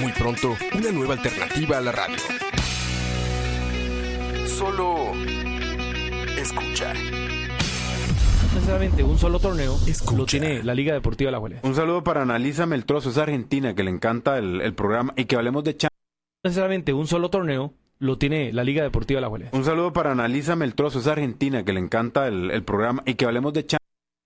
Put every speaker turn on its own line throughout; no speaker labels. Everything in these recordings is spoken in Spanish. Muy pronto, una nueva alternativa a la radio. Solo escucha.
Necesariamente un solo torneo
Escucha.
lo tiene la Liga Deportiva La Juelense.
Un saludo para Analízame el Trozo, esa argentina que le encanta el, el programa y que hablemos de Champions.
Necesariamente un solo torneo lo tiene la Liga Deportiva La Juelense.
Un saludo para Analízame el Trozo, esa argentina que le encanta el, el programa y que hablemos de Champions.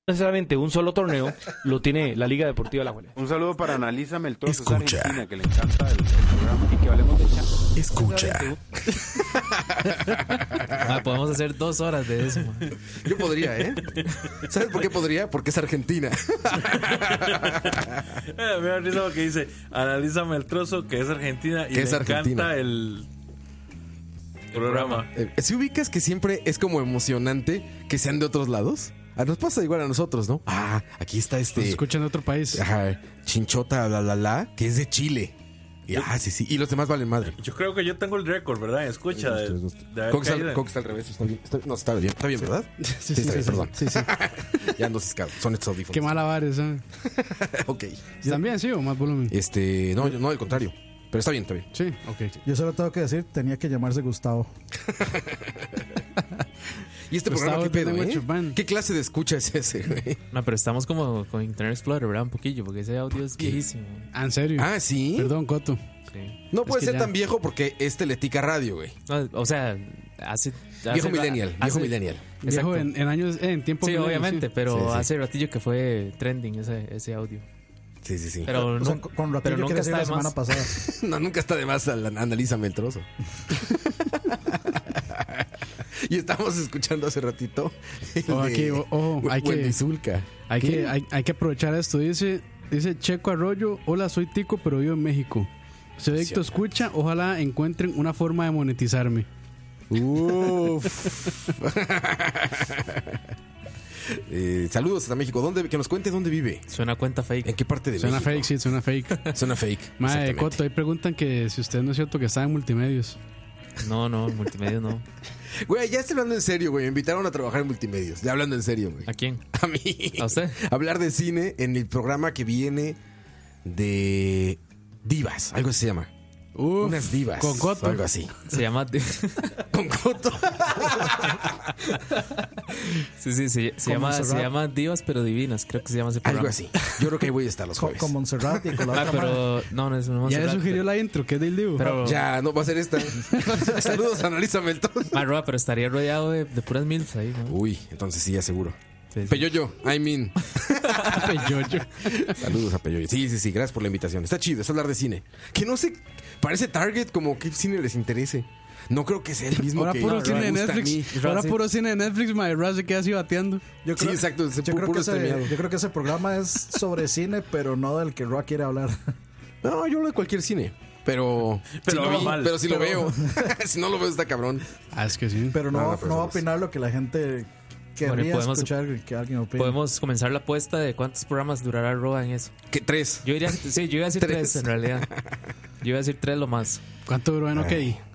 Necesariamente un solo torneo lo tiene la Liga Deportiva La Juelense.
Un saludo para Analízame el Trozo, esa
Escucha.
argentina que le encanta el, el programa y que hablemos de Champions.
Escucha.
Ah, podemos hacer dos horas de eso. man.
Yo podría, ¿eh? ¿Sabes por qué podría? Porque es Argentina.
Eh, me da risa lo que dice, analízame el trozo que es Argentina y
Que
le
es Argentina.
encanta el programa.
Eh, Si ubicas que siempre es como emocionante que sean de otros lados. A nos pasa igual a nosotros, ¿no? Ah, aquí está
Nos
este.
escuchan de otro país.
Ajá, chinchota, la la la, que es de Chile. Y, ah, sí, sí. Y los demás valen madre.
Yo creo que yo tengo el récord, ¿verdad? Escucha, de, de haber
Cox está,
caído en-
Cox está al revés. Está bien. Está- no, está bien. Está bien, ¿verdad? Sí, está bien, perdón.
Sí, sí.
Ya ando ciscado. Son estos audífonos.
Qué malabares, ¿eh?
Ok.
¿Están bien, sí, o más volumen?
Este, no, yo- no, al contrario. Pero está bien, está bien.
Sí, ok.
Yo solo tengo que decir, tenía que llamarse Gustavo.
¿Y este
Pues
programa qué
estaba
pedo,
viendo
eh?
Chopin.
¿Qué clase de escucha es ese, güey?
No, pero estamos como con Internet Explorer, ¿verdad? Un poquillo, porque ese audio es viejísimo.
Ah, en serio.
Ah, ¿sí?
Perdón, Coto.
sí.
No
Es
puede
que
ser
ya-
tan viejo porque es Teletica Radio, güey.
No, o sea, hace.
Viejo millennial, viejo millennial.
Viejo en, en años, eh, en tiempo.
Sí,
milenial,
obviamente,
sí.
pero
Sí, sí.
hace ratillo que fue trending ese, ese audio.
Sí, sí, sí.
Pero,
O sea,
nun-
con- con
pero
ratillo que
nunca
decir
está
la
de
semana
más.
pasada.
No, nunca está de más. al- Analízame el trozo. y estamos escuchando hace ratito. el
Oh, aquí,
de-
o- ojo, hay que-
Wendy Zulka.
Hay
¿Qué?
que, hay, hay que aprovechar esto. Dice, dice Checo Arroyo, hola, soy Tico, pero vivo en México. Soy adicto escucha, ojalá encuentren una forma de monetizarme.
Uf. Eh, saludos hasta México. ¿Dónde, que nos cuente dónde vive.
Suena cuenta
¿En
fake.
qué parte de
Suena
México?
fake, sí, suena fake.
Suena fake.
Madre,
exactamente.
Coto, ahí preguntan que si usted no es cierto que está en multimedios.
No, no, en multimedia no.
Güey, ya estoy hablando en serio, güey. Me invitaron a trabajar en multimedios. Ya hablando en serio, güey.
¿A quién?
A mí.
¿A usted?
Hablar de cine en el programa que viene de Divas. Algo así se llama.
Uf,
Unas divas.
Con
o
Coto.
Algo así.
Se llama. sí,
Con Coto.
sí, se, se
Con
llama, se
Montserrat.
llama Divas pero Divinas. Creo que se llama ese programa.
Algo así. Yo creo que ahí voy a estar los
Co- Con,
jueves.
Montserrat y con la
Ah,
otra madre.
pero. No, no es no es
Ya le
Montserrat,
sugirió la intro, que es del Divo.
Pero.
Ya, no va a ser esta. Saludos, analízame el todo.
Ah, Roa, pero estaría rodeado de, de puras milfs ahí, ¿no?
Uy, entonces sí, ya seguro.
Sí, sí.
Peyoyo, I mean.
Peyoyo.
Saludos a Peyoyo. Sí, sí, sí, gracias por la invitación. Está chido, es hablar de cine. Que no sé, parece Target como qué cine les interese. No creo que sea el mismo
Ahora
que
puro
que
cine
me
de
gusta a mí.
Netflix. Ahora
Razi.
puro cine de Netflix, madre. Raz se queda así bateando.
Yo
Sí, exacto, ese
yo
pu-
creo,
puro
que ese,
streameado.
yo creo que ese programa es sobre cine, pero no del que Roa quiere hablar.
No, yo hablo de cualquier cine. Pero,
Pero
si, lo
no
vi,
mal.
pero si lo
Pero-
veo, si no lo veo está cabrón.
Ah, es que sí.
Pero no,
Ah, no,
va-
pero
no va a
somos-
opinar lo que la gente querría
Bueno, y podemos-
escuchar que alguien opine.
Podemos comenzar la apuesta de cuántos programas durará Roa en eso.
Que tres.
Yo diría, sí, yo iba a decir tres, en realidad. Yo iba a decir tres lo más.
¿Cuánto duró en OK?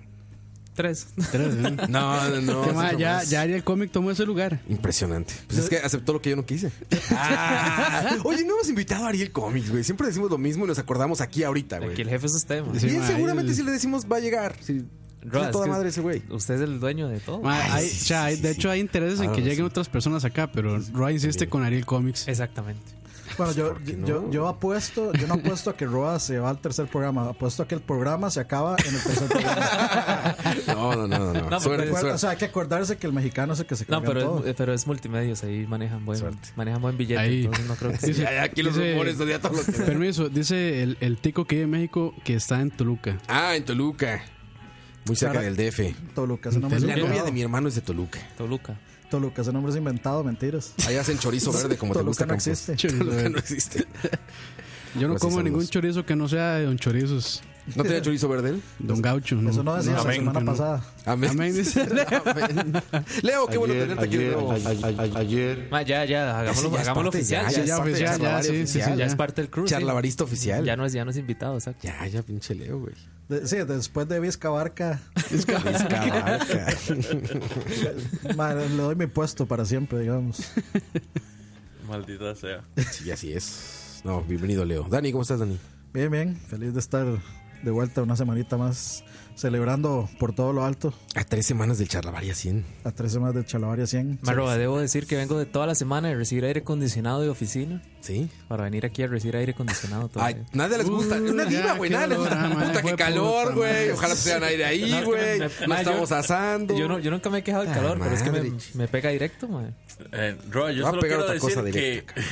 Tres.
Tres, ¿eh?
No, no, no.
Que,
sí
madre,
fue
ya,
más.
ya Ariel Comic tomó ese lugar.
Impresionante. Pues es que aceptó lo que yo no quise. Ah. Oye, no hemos invitado a Ariel Comics, güey. Siempre decimos lo mismo y nos acordamos aquí ahorita, güey.
Aquí el jefe es usted, man.
Sí,
Bien,
ma,
seguramente
Ariel.
si le decimos va a llegar. Sí.
Roa,
Es
es
toda
que
madre ese güey. Ah.
Usted es el dueño de todo.
Ma, hay-
sí,
o sea,
sí,
hay-
sí,
de
sí.
hecho, hay intereses en
Ah,
que lleguen
sí.
otras personas acá, pero Roy insiste con Ariel Comics.
Exactamente.
Bueno, yo,
¿Por qué no?
yo, yo apuesto, yo no apuesto a que Roa se va al tercer programa, apuesto a que el programa se acaba en el tercer programa.
No, no, no, pues, no.
pero-
suerte,
Recuerda,
suerte.
o sea, hay que acordarse que el mexicano es el que se
No,
carga
pero
todo.
es, pero es multimedios, ahí manejan buen,
Suerte.
manejan buen billete,
Ahí.
entonces no creo que
Dice-
Ya, ya, aquí los
dice-
rumores de todo lo que.
Permiso, dice el, el tico que vive en México que está en Toluca.
Ah, en Toluca. Muy cerca
Claro.
del DF. Pues,
Toluca, ese nombre es
La novia de
inventado.
mi hermano es de Toluca.
Toluca.
Toluca, ese nombre es inventado, mentiras.
Allá hacen chorizo verde como te
Toluca
gusta.
no
Campos.
existe.
Toluca no existe.
Yo no
Pero Pues sí
como
son
ningún
los-
chorizo que no sea de Don Chorizos.
¿No tenía chorizo verde él?
Don Gaucho. No. Eh,
Eso no decía la
creo
semana
que no.
pasada.
Amén.
Amén, dice.
Amén. Leo, qué bueno tenerte aquí de nuevo.
Ma, ya, ya, hagámoslo,
Ese ya es
hagámoslo
parte,
oficial.
ya,
Ya,
ya es
ya,
parte de
oficial, ya,
Charlavaria
sí, sí, sí,
oficial.
ya
es parte del crew. sí.
Charlavarista oficial.
Ya no es, ya no es invitado, exacto.
Ya, ya, pinche Leo, güey.
De- sí, después de Vizca Barca,
Vizcabarca.
ma, le doy mi puesto para siempre, digamos.
Maldita sea.
Sí, así es. No, bienvenido, Leo. Dani, ¿cómo estás, Dani?
Bien, bien, feliz de estar de vuelta una semanita más celebrando por todo lo alto
A tres semanas del Charlavaria 100.
a tres semanas del Chalabaria 100.
Marroba, debo decir que vengo de toda la semana de recibir aire acondicionado de oficina
¿Sí?
para venir aquí a recibir aire acondicionado todo.
Ay, nada les gusta.
Uh,
es una
ya,
diva, güey.
qué
Nada les
dolor, ah, madre,
Puta, qué
fue
calor,
puta
güey.
madre.
Ojalá sean aire
No, es
ahí,
que
güey.
me-
No
ma,
estamos
yo-
asando.
Yo no, yo nunca me he quejado del
Ah,
calor, pero es que
madre.
me, me pega directo, man.
Eh, Roa, yo
Va a
solo
pegar
quiero
otra
decir
cosa
que.
directa,
Eh,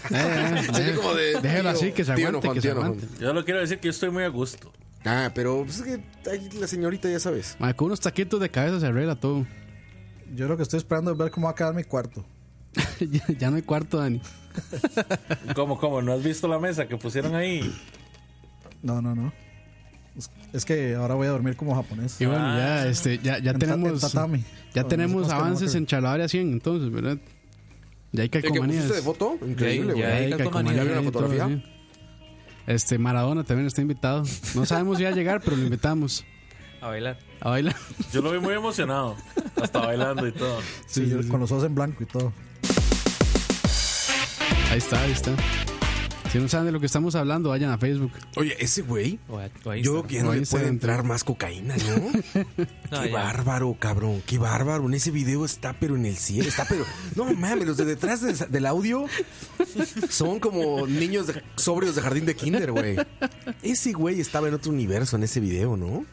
eh, eh.
Como de-
Déjelo así, que se
Tío
aguante,
Juan,
que se
tío Juan.
aguante.
Yo solo quiero decir que yo estoy muy a gusto.
Ah, pero pues, es que ahí la señorita ya sabes.
Ma, con unos taquitos de cabeza se arregla todo.
Yo lo que estoy esperando es ver cómo va a quedar mi cuarto.
ya, ya no hay cuarto, Dani.
¿Cómo, cómo? ¿No has visto la mesa que pusieron ahí?
No, no, no. Es, es que ahora voy a dormir como japonés.
Y bueno,
Ah,
ya, este, ya, ya
En ta- en
tenemos.
tatami.
Ya
No, no
tenemos
sé cómo se llama,
avances
creo.
en Chalabaria 100, entonces, ¿verdad? Ya hay
El que
calcomanías.
pusiste de foto, increíble,
Ya,
güey.
ya. hay
hay
calcomanías,
calcomanías
ya hay una
y todo,
fotografía.
sí. Este, Maradona también está invitado. No sabemos si va a llegar, pero lo invitamos
A bailar.
a bailar.
Yo lo vi muy emocionado. Hasta bailando y todo.
Sí, yo- con los ojos en blanco y todo.
Ahí está, ahí está. Si no saben de lo que estamos hablando, vayan a Facebook.
Oye, ese güey.
O a- o a
Yo creo
Instagram.
que ya no
Ahí
le
está
puede
dentro.
entrar más cocaína, ¿no?
No,
qué
ya.
bárbaro, cabrón. Qué bárbaro. En ese video está, pero en el cielo. Está, pero. No mames, los de detrás de- del audio son como niños de- sobrios de jardín de kinder, güey. Ese güey estaba en otro universo en ese video, ¿no?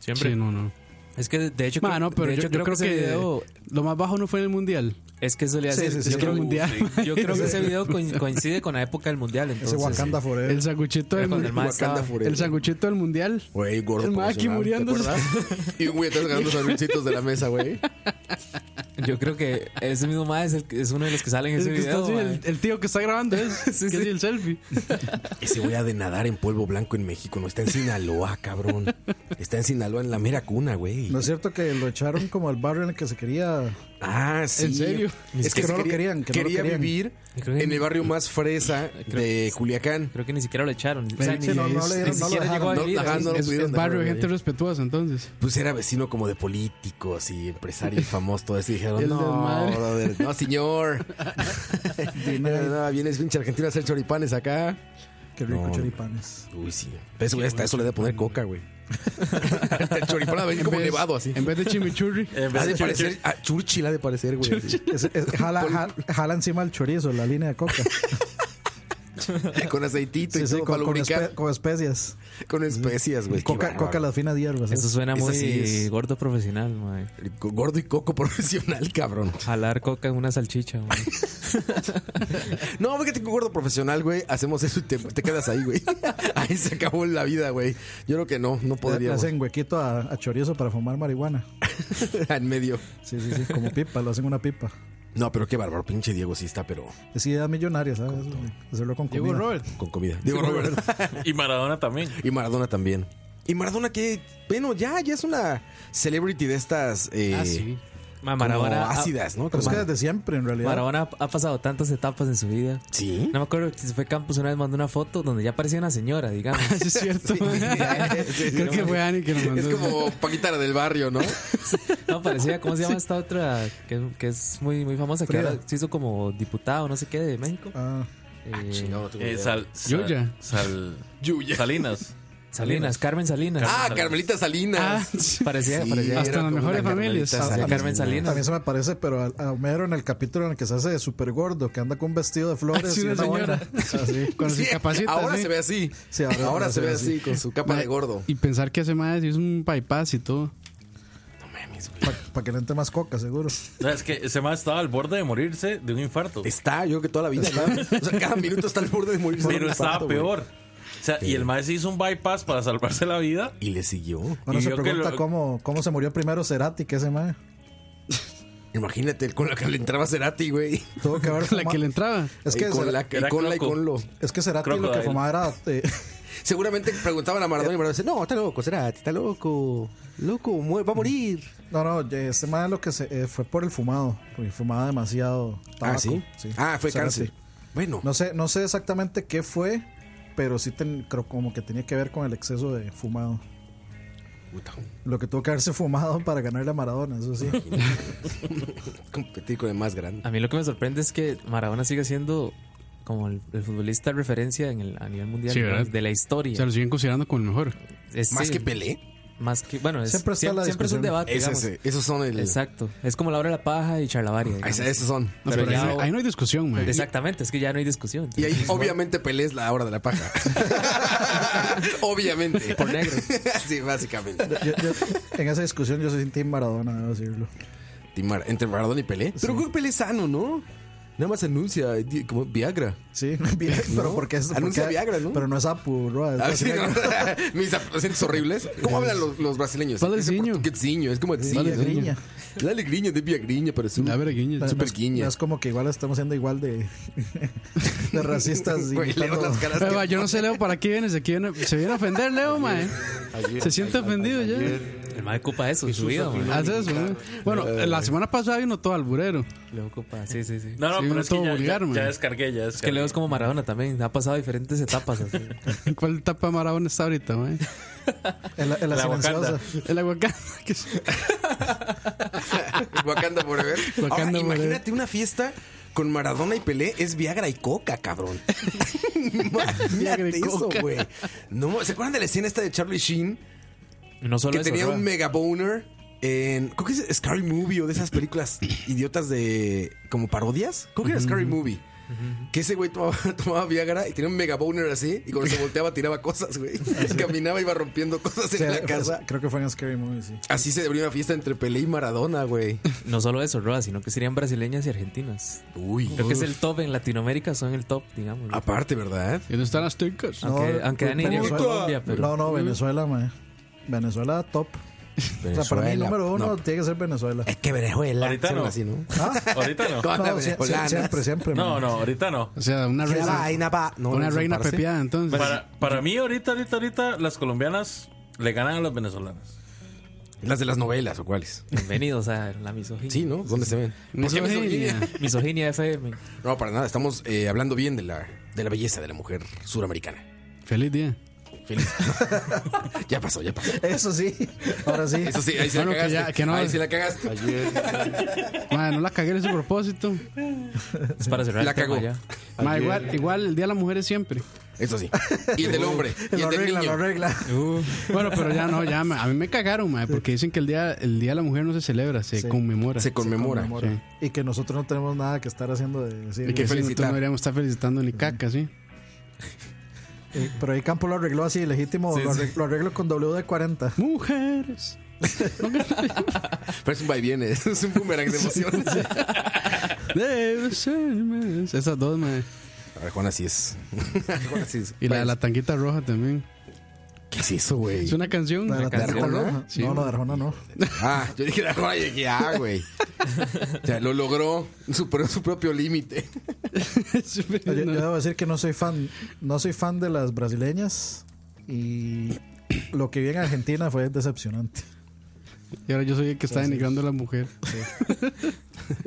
Siempre.
Sí, no, no.
Es que de hecho,
Ma, no,
creo-
pero
de
yo,
hecho
yo creo,
ese
que
video-
lo más bajo no fue en el mundial.
es que eso le hace.
Sí, sí, sí,
yo,
sí,
creo,
el
mundial.
yo creo que ese video coin- coincide con la época del mundial.
Ese
Entonces,
Wakanda Forever.
El sanguchito del,
Con el
mundial.
más
Wakanda
estaba-
Forever.
el sanguchito del mundial.
Güey, gordo.
El Maki
profesional, ¿te
muriéndose.
acuerdas? Y un güey atrás ganando sandwichitos de la mesa, güey.
Yo creo que ese mismo ma es, el que- es uno de los que salen en
Es
ese
el, que está
video.
así,
ma.
el- el tío que está grabando es, que es el selfie.
Ese güey ha de nadar en polvo blanco en México. No está en Sinaloa, cabrón. Está en Sinaloa, en la mera cuna, güey.
No es cierto que lo echaron como al barrio en el que se quería.
Ah, sí.
¿En serio?
Es que,
que
se
no lo
quería-
querían, que no lo
quería
querían.
vivir
Creo que-
en el barrio más fresa de Culiacán.
Creo que ni siquiera lo echaron. O
Pero
sea, ni,
sí, no,
ni
no le dieron-
no lo
siquiera
dejaron.
llegó a
No,
vivir.
ajá, no lo
es,
pudieron
es
dejar
barrio de
vivir
gente
ahí.
respetuosa, entonces.
Pues era vecino como de políticos y empresarios famosos, todo eso. Y dijeron,
El
no,
desmadre".
brother, no, señor. no, no, vienes pinche Argentina a hacer choripanes acá.
Qué rico
No.
choripanes.
Uy, sí. Pero ese güey hasta eso le debe poner coca, güey. El choripán va a venir como
vez-
nevado, así.
En vez de chimichurri.
En
Ha
vez
de
de
parecer, a Churchill ha de parecer, güey. así.
Es- es- jala, jala, jala encima el chorizo, la línea de coca.
Con aceitito y
Sí, sí,
todo
con,
para
con
lubricar.
espe- con especias.
Con especias, güey. Qué
Coca,
bárbaro.
coca las finas hierbas. ¿eh?
Eso suena
Eso
muy
sí es.
gordo profesional, ma.
Gordo y coco profesional, cabrón.
Jalar coca en una salchicha, ma.
No, porque tengo gordo profesional, güey. Hacemos eso y te, te quedas ahí, güey. Ahí se acabó la vida, güey. Yo creo que no, no
Le- Le
podríamos.
hacen huequito a, a chorizo para fumar marihuana.
en medio.
Sí, sí, sí. Como pipa, lo hacen una pipa.
No, pero qué bárbaro, pinche Diego sí está, pero
Es idea millonaria, ¿sabes? Eso, Hacerlo con
Llegó
comida.
Robert.
con comida. Diego Robert.
Y Maradona también.
y Maradona también. Y Maradona que, bueno, ya, ya es una celebrity de estas eh,
Ah, sí.
Ma,
como
Maradona, ah, ha-
ácidas, ¿no?
Pero es que
Como-
desde siempre, en realidad.
Maradona ha, ha pasado tantas etapas en su vida.
Sí.
No me acuerdo si fue Campos una vez mandó una foto donde ya parecía una señora, digamos.
Sí, es cierto.
sí,
Creo
sí,
que
no,
fue Ani que nos mandó.
Es como Paquita la del barrio, ¿no?
No, parecía, ¿cómo se llama esta otra que, que es muy, muy famosa? Que
Frida.
ahora se hizo como diputado, no sé qué, de México.
Ah,
Eh,
Chingado, no tengo
Eh,
idea.
sal, sal-
Yuya.
sal-
Yuya.
Salinas.
Salinas, Carmen Salinas.
Ah, Carmelita
Ah,
Salinas.
parecía,
Sí,
parecía.
hasta
era
las
como
mejores
una
familias.
Carmelita
Parecía Carmen Salinas.
también se me parece, pero a, a Homero en el capítulo en el que se hace de súper gordo, que anda con un vestido de flores.
Así
y
una
una Ah,
señora.
vaina. Así.
Con
Sí,
sus capacitas.
ahora
sí.
se ve así.
Sí,
ahora,
ahora-
se ve así, con su capa de gordo.
Y pensar que hace más hizo un bypass y todo.
Para que le entre más coca, seguro.
No, es que ese más estaba al borde de morirse de un infarto.
Está, yo creo que toda la vida. está- o sea, cada minuto está al borde de morirse. de
pero
un
estaba
infarto, güey.
peor. O sea, y el maestro hizo un bypass para salvarse la vida.
Y le siguió.
Uno
Y
se
yo que
pregunta
lo-
cómo, cómo se murió primero Cerati, que ese mae.
Imagínate, con la que le entraba Cerati, güey.
Tuvo que haber
La que
fuma-
le entraba.
Es
Y
que,
con
Cer-
la, y
era
con la y
Croco.
con lo.
es que Cerati lo que
Crocodile.
fumaba era. eh,
Seguramente preguntaban a Maradona y Maradona dice, no, está loco, Cerati, está loco. Loco, mu- va a morir.
no, no, este man lo que se, eh, fue por el fumado. Porque fumaba demasiado tabaco.
Ah, ¿sí? Ah, fue
Cerati.
cáncer. Bueno,
No sé, no sé exactamente qué fue, pero sí ten- creo como que tenía que ver con el exceso de fumado.
puta,
Lo que tuvo que haberse fumado para ganarle a Maradona, eso sí.
competir con el más grande.
A mí lo que me sorprende es que Maradona sigue siendo como el, el futbolista de referencia en el, a nivel mundial
Sí, ¿verdad?
de la historia.
O sea, lo siguen considerando como el mejor.
Es-
Más
sí,
que Pelé.
más que- bueno, es-
Siempre
siempre,
está la
siempre es un
discusión.
debate.
Es
digamos.
ese, esos son el...
Exacto. Es como la hora de la paja y charlavaria.
Ah,
digamos.
ese- Esos son.
No,
Pero
pero
ya-
ahí, ahí no hay discusión, man.
Exactamente, es que ya no hay discusión.
Y
entonces,
ahí, obviamente, Pelé es la hora de la paja. obviamente.
Por negro.
sí, básicamente.
Yo- yo- en esa discusión yo soy Team Maradona, debo decirlo.
Y Mar- entre Maradona y Pelé. Pero creo que Pelé es sano, ¿no? Nada más anuncia eh, di- como Viagra.
Sí, bien, pero porque es.
Anuncia
porque-
Viagra, ¿no?
Pero no es apurro.
A ver si Ah, no- Mis acentos horribles. ¿Cómo hablan los, los brasileños?
Vale,
Es de
siño.
portugués, siño, Es como siño,
Vale,
¿no?
griña.
Dale griña, de viagriña para su.
La vera guiña.
no,
Super
es-
guiña.
no es como que igual estamos siendo igual de, de racistas.
Güey, leo
imitando-
las caras
Eh, va,
que-
yo no sé, Leo, ¿para qué vienes? Aquí viene, se viene a ofender, Leo, mae. Se siente ofendido ya.
El mal ocupa eso, en su vida, man.
Hace eso, mae. Bueno,
Eh.
la semana pasada vino todo alburero.
Leo ocupa, sí, sí, sí.
No,
Sí,
no, pero
uno
es que
todo
ya,
vulgar,
ya-
man.
ya descargué, ya descargué.
Es que Leo es como Maradona también, ha pasado diferentes etapas. así.
¿En cuál etapa de Maradona está ahorita, mae?
en la, en la
La Wakanda.
silenciosa.
El aguacate. que es-
Wakanda Forever.
Wakanda
Ahora,
Forever.
imagínate una fiesta con Maradona y Pelé es Viagra y Coca, cabrón.
Viagra
Imagínate
y
eso,
Coca.
güey. No, ¿se acuerdan de la escena esta de Charlie Sheen?
No solo
Que
eso,
tenía
¿verdad?
un mega boner en. Creo que es Scary Movie o de esas películas idiotas de. como parodias. Creo que era Scary Movie. Que ese güey tomaba, tomaba Viagra y tenía un mega boner así. Y cuando se volteaba, tiraba cosas, güey. Caminaba, iba rompiendo cosas en
Sí,
la casa.
Creo que fue en Scary Movie, sí.
Así se abrió una fiesta entre Pelé y Maradona, güey.
No solo eso, Roa, sino que serían brasileñas y argentinas.
Uy.
Creo que es el top en Latinoamérica, son el top, digamos. ¿no?
Aparte, ¿verdad?
¿Y dónde están las tuicas?
Ah.
No,
aunque aunque Dani diría que
Venezuela-
Colombia, pero
No,
Mm.
no, Venezuela, mae. Venezuela top. O sea, para mí, número uno tiene que ser Venezuela. ¿Ah?
Es que Venezuela.
Ahorita
Hicieron
no.
Así, ¿no?
Ahorita no.
Con las
No, sie- sie-
venezolanas.
siempre, siempre.
No,
mae.
no, ahorita no.
O sea, una
La
reina,
vaina va- no,
una
no
reina
parece.
pepeada, entonces.
Para, para mí, ahorita, ahorita, ahorita, las colombianas le ganan a las venezolanas.
Las de las novelas o cuáles.
bienvenidos a la misoginia.
Sí, ¿no? ¿Dónde se ven? ¿Por qué
Misoginia.
misoginia?
Misoginia FM.
No, para nada. Estamos eh, hablando bien de la, de la belleza de la mujer suramericana.
Feliz día.
Feliz. ya pasó, ya pasó.
Eso sí, ahora sí.
Eso sí, ahí sí
Bueno,
la
que
cagaste.
ya- que no-
Ahí sí la cagaste.
Mae, no la cagué en ese propósito.
Es para cerrar
La
el tema
cagó.
ya.
Mae, igual, igual el día de la mujer es siempre.
Eso sí. Y el del hombre. Y el
lo
del
arregla, lo
niño.
arregla.
Bueno, pero ya no, ya, mae. a mí me cagaron, mae, porque dicen que el día, el día de la mujer no se celebra, se
Sí.
conmemora.
Se conmemora.
Conmemora. Y que nosotros no tenemos nada que estar haciendo de decir.
Y
que
que sí, nosotros
felicitar.
no deberíamos estar felicitando ni caca, ¿sí?
eh, Pero ahí Campo lo arregló así, legítimo. lo, arreglo, lo arreglo con WD-40.
Mujeres.
Pero es un vaivén, es es un boomerang de emociones.
Debe ser más. Esas dos, mae.
A ver, Juana sí es. Juana sí es.
Y
Pues
la de la tanguita roja también.
¿Qué es eso, güey?
Es una canción.
La de la tarjeta
canción,
roja.
Sí,
no, la
güey.
de Arjona no.
Ah, yo dije la Juana y dije, ah, güey. O sea, lo logró, superó su propio límite.
Yo, yo debo decir que no soy fan. No soy fan de las brasileñas. Y lo que vi en Argentina fue decepcionante.
Y ahora yo soy el que está denigrando a la mujer.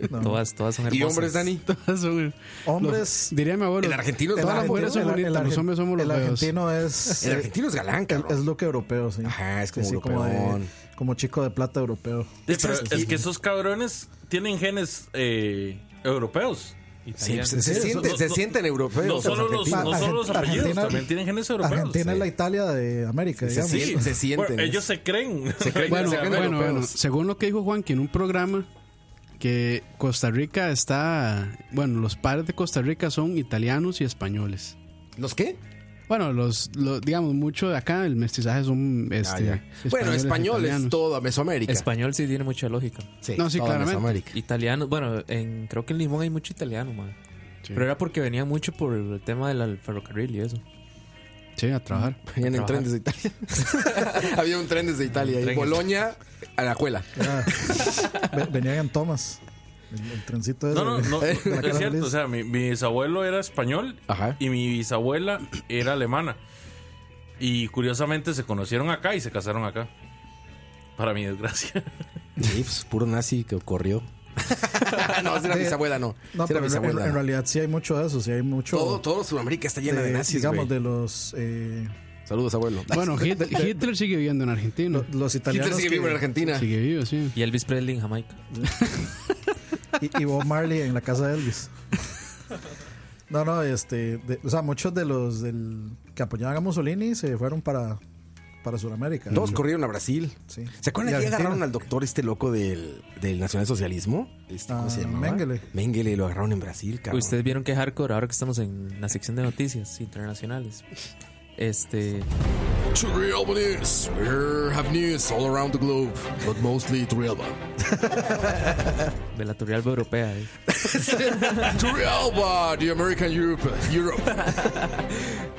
No.
Todas, todas son hermosas.
¿Y hombres, Dani?
Todas son-
Hombres.
los- diría mi abuelo.
El argentino es
Todas las
galán.
mujeres son
el- el
bonitas, los
argen-
hombres somos los
El
feos.
argentino es.
El argentino es galán,
el-
cabrón.
es look europeo, sí.
Ajá, es
Sí,
como
sí, como, de,
europeón.
como chico de plata europeo.
Sí, pero es que esos cabrones tienen genes eh, europeos.
Sí,
Italiano.
pues, se,
Sí,
sienten,
no-
se
no-
sienten europeos.
No solo los,
argentinos.
no solo los
Argentina-
apellidos,
Argentina-
también tienen genes europeos.
Argentina es la Italia de
Se
América, digamos.
sienten, se sienten.
Bueno, ellos se creen. Se
creen-
Bueno,
se creen
bueno,
europeos.
bueno, según lo que dijo Juan, que en un programa que Costa Rica está, bueno, los padres de Costa Rica son italianos y españoles.
¿Los qué?
Bueno, los, los- digamos mucho de acá el mestizaje son
Ah,
este,
ya. bueno, español es
italianos.
toda Mesoamérica.
Español sí tiene mucha lógica.
No, sí,
toda
claramente.
Mesoamérica.
Italiano, bueno, en, creo que en Limón hay mucho italiano, man.
Sí.
Pero era porque venía mucho por el tema del al- ferrocarril y eso.
Sí, a trabajar.
Venían en tren desde Italia. Había un tren desde Italia. Y
Tren.
Boloña a la cuela.
Ah, ve- venían en Thomas. El, el trencito ese
No, no,
de-
no.
de
Es
la cara
cierto,
feliz.
o sea, mi, mi bisabuelo era español
Ajá.
y mi bisabuela era alemana. Y curiosamente se conocieron acá y se casaron acá. Para mi desgracia.
Sí, pues, puro nazi que corrió. no, esa era mi abuela, no.
No,
Esa era
pero en,
bisabuela,
en
no.
realidad sí hay mucho de eso, sí hay mucho.
Todo, todo Sudamérica está llena de, nazis,
digamos,
güey.
de los, eh,
Saludos, abuelo.
Bueno, Hit- Hitler sigue viviendo en Argentina.
lo- los italianos.
Hitler sigue
que-
vivo en Argentina.
Sigue vivo, sí.
Y Elvis Presley en Jamaica.
y, y Bob Marley en la casa de Elvis. No, no, este, de- o sea, muchos de los del, que apoyaban a Mussolini se fueron para, para Sudamérica.
Todos corrieron a Brasil.
Sí.
¿Se acuerdan
Y
que
Argentina.
agarraron al doctor este loco del, del nacionalsocialismo? Este, ¿Cómo
Ah,
se llamaba?
Mengele.
Mengele, lo agarraron en Brasil, cabrón.
Ustedes vieron que hardcore, ahora que estamos en la sección de noticias internacionales. Este.
To real news. We have news all around the globe, but mostly to real.
De la Turrialba Europea. eh.
To real, the American Europe, Europe.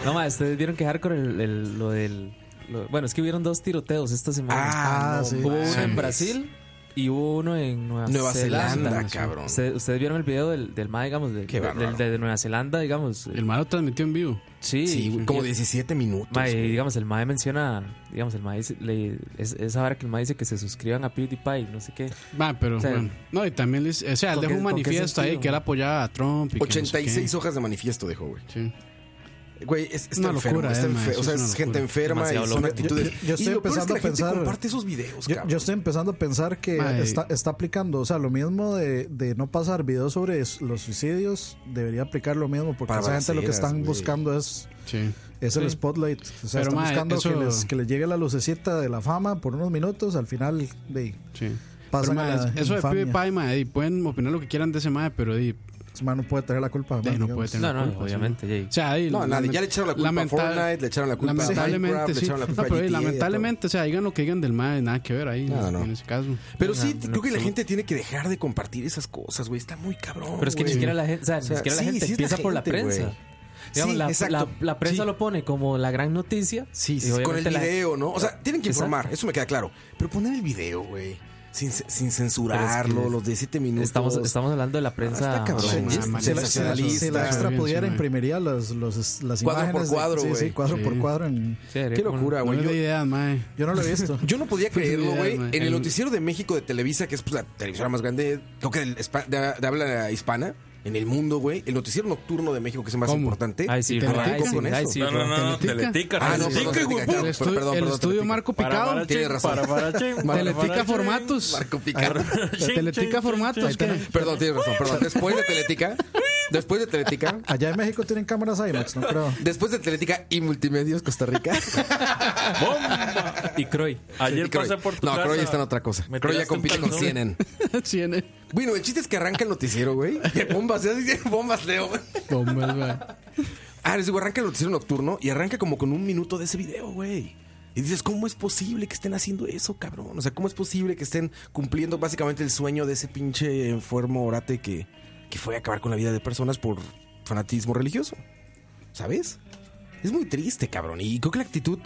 No más, ustedes vieron que hardcore, el, el- lo del. lo- bueno, es que hubieron dos tiroteos esta semana.
Ah,
Ah, sí.
hubo uno en
mames.
Brasil y hubo uno en Nueva,
Nueva Zelanda,
Zelanda.
cabrón.
Ustedes, ustedes vieron el video del, del MA, digamos, de,
Qué
de-
bárbaro.
del- de Nueva Zelanda, digamos.
El malo transmitió en vivo.
Sí,
Sí, güey, como 17 minutos.
Ma, y
güey.
digamos, el MAE menciona, digamos, el MAE dice- le- es, es ahora que el MAE dice que se suscriban a PewDiePie, no sé qué.
Va, pero
O sea,
bueno. No, y también, les, o sea,
¿con
él
qué-
dejó un
con qué
manifiesto ahí
sentido?
que él apoyaba a Trump. Y que no sé qué.
86 hojas de manifiesto dejó, güey.
Sí.
Güey, es, está
Una
enfermo,
locura,
está
eh, ma,
enfermo.
eso
O sea,
es una
es gente
locura.
enferma
Demasiado
y son
loco.
actitudes.
Yo- yo estoy
y lo peor es que
empezando
la
a
gente
pensar-
comparte esos videos,
Yo,
cabrón.
yo estoy empezando a pensar que
Mae.
está, está aplicando, o sea, lo mismo de, de no pasar videos sobre s- los suicidios, debería aplicar lo mismo, porque
Para
esa gente lo que
balaceras,
están
güey.
buscando es,
Sí.
es el spotlight. O sea,
Pero,
están
mae,
buscando
eso-
que, les, que les llegue la lucecita de la fama por unos minutos, al final de
Sí.
Pasa
Pero, ma,
la
eso de
infamia.
PewDiePie, ma, y pueden opinar lo que quieran de ese mae, pero di,
ese man no puede tener la culpa.
di,
man,
no
digamos.
puede tener
No,
la
no,
culpa, sí,
obviamente, Jay.
O sea, di,
No, nadie.
lament-
Ya le echaron la culpa
lamenta-
a Fortnite, le echaron la culpa a
Lamentablemente,
Minecraft, le
sí.
echaron la
No,
culpa
pero
a
di,
GTA,
lamentablemente, o sea, digan lo que digan del mae, nada que ver ahí
No,
en-
no.
en ese caso.
todo. Pero sí,
No,
creo que la
absoluto.
gente tiene que dejar de compartir esas cosas, güey. Está muy cabrón.
Pero es que ni
güey.
siquiera la gente, o sea,
O sea,
ni siquiera la
sí,
gente
sí es la
empieza por la
gente,
prensa.
güey.
Digamos,
Sí,
la,
exacto.
la- la prensa
Sí.
lo pone como la gran noticia.
Sí,
y
sí, con el
obviamente la-
video, ¿no? O sea, tienen que
Exacto.
informar, eso me queda claro. Pero poner el video, güey. Sin, sin censurarlo,
Pero es que
los 17 minutos.
Estamos, estamos hablando de la
Ah,
prensa.
está cabrón,
Sí,
man.
Sí,
sí,
man.
Si la, si la- si la
sensacionalista.
extra
Sí,
pudiera,
sí, mae.
imprimiría las, los, las
Cuadro por
imágenes. de-
cuadro,
sí, sí,
güey.
cuadro por
Sí.
cuadro. en-
sí, haría
Qué
como-
locura,
No
güey.
es
Yo-
de ideas, mae.
yo no lo he visto.
Yo no podía
Pues,
creerlo,
idea,
güey.
man.
En el
El-
noticiero de México de Televisa, que es pues, la televisora más grande, creo que del hispa- de, de habla hispana, en el mundo, güey. El noticiero nocturno de México, que es el más
¿Cómo?
importante.
Ay, Ah, sí,
¿Te
Ron, ay,
platico
sí,
con
ay,
eso?
sí,
no, no,
Ron.
no, no,
Teletica.
Teletica.
Ah, no,
Teletica,
perdón,
hijo de
Teletica,
puta.
El, estu-
perdón,
el
perdón,
estudio
Teletica.
Marco
Para,
Picado.
para,
Tiene
ching,
razón.
para, para, ching, para,
Teletica
para, ching.
Formatos.
Marco Picado.
Ching,
Teletica
ching,
Formatos.
ching, ching.
¿qué?
Perdón, tienes razón, perdón. Después de Teletica, después de Teletica,
Allá en México tienen cámaras IMAX, no creo.
después de Teletica y Multimedios Costa Rica.
¡Bomba!
Y Croy.
Ayer
Y Croy.
pasé por tu
No,
casa.
Croy está en otra cosa.
Me
Croy ya
tiraste un
compite con
calzón.
CNN.
Sí, en el-
Bueno, el chiste es que arranca el noticiero, güey. De bombas, ya dice bombas, Leo.
Bombas, mae.
Ah, les digo, arranca el noticiero nocturno y arranca como con un minuto de ese video, güey. Y dices, ¿cómo es posible que estén haciendo eso, cabrón? O sea, ¿cómo es posible que estén cumpliendo básicamente el sueño de ese pinche enfermo orate que, que fue a acabar con la vida de personas por fanatismo religioso? ¿Sabes? Es muy triste, cabrón. Y creo que la actitud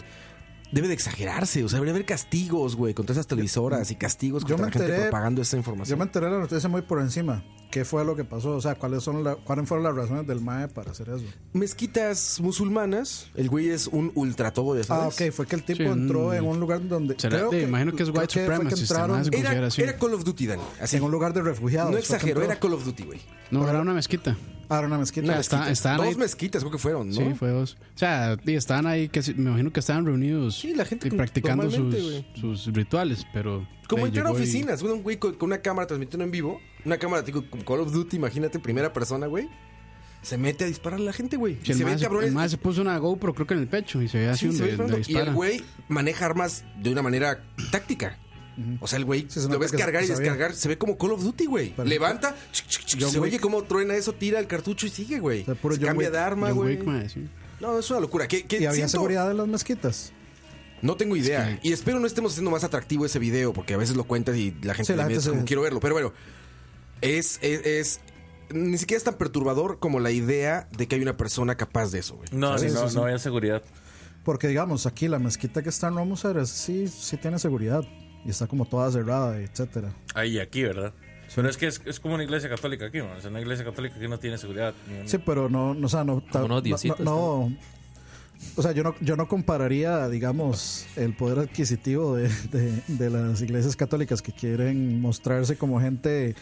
debe de exagerarse. O sea, debería haber castigos, güey, contra esas televisoras y castigos
Yo
contra
me
la gente
enteré-
propagando esa
Yo
información.
me enteré de la noticia muy por encima. ¿Qué fue lo que pasó? O sea, ¿cuáles, son la- cuáles fueron las razones del MAE para hacer eso?
Mezquitas musulmanas. El güey es un ultratodo de
Ah, ok, fue que el tipo
Sí,
entró
mm.
en un lugar donde.
Será-
creo
te imagino que es
creo
white
fue que
supremacist,
entraron
además, güey.
Era,
considera así.
era Call of Duty, Dani. Así.
en un lugar de refugiados.
no
fue que
exagero,
entró.
era Call of Duty, güey.
No, era una mezquita.
Ah, era una mezquita.
Una
está-
mezquita.
estaban
Dos
ahí-
mezquitas creo que fueron, ¿no?
Sí, fue dos. O sea, y estaban ahí, que sí, me imagino que estaban reunidos
Sí, la gente
y
con-
practicando
normalmente,
sus, sus rituales, pero...
Como
eh,
entrar a
llegó y-
oficinas, güey, un güey con, con una cámara transmitiendo en vivo, una cámara tipo como Call of Duty, imagínate, primera persona, güey. Se mete a disparar a la gente, güey.
Sí,
Y
el
se
mae
ven
se,
cabrones.
el mae se puso una GoPro creo que en el pecho y se ve así
Sí, se
donde,
ve disparando.
donde
y el
dispara.
güey maneja armas de una manera táctica. O sea, el güey
Sí, se
lo
nota
ves
que
cargar y
sabía.
descargar. Se ve como Call of Duty, güey.
Parece-
Levanta, chic, chic, chic,
John
se
Wick.
oye cómo truena eso, tira el cartucho y sigue, güey.
O sea, puro
Se
John
cambia
Wick.
de arma,
John
güey.
Wick, mae, sí.
No, es una locura. ¿Qué, qué
Y había
siento-
seguridad en las mezquitas.
No tengo idea. Y espero no estemos haciendo más atractivo ese video, porque a veces lo cuentas y la gente
Sí,
le
la gente
metes
se-
como quiero verlo. Pero bueno, es, es, es- Ni siquiera es tan perturbador como la idea de que hay una persona capaz de eso, güey.
No,
Sí,
sí, no,
sí, sí.
no había seguridad.
Porque, digamos, aquí la mezquita que está en Ramos Aires sí, sí tiene seguridad. Y está como toda cerrada, etcétera.
Ahí, aquí, ¿verdad? Pero es que es, es como una iglesia católica aquí, man. Es una iglesia católica que no tiene seguridad. ni un-
Sí, pero no, no o sea, no, ta-
unos
no-
diositos,
no- no- o sea, yo no, yo no compararía, digamos, el poder adquisitivo de, de- de las iglesias católicas que quieren mostrarse como gente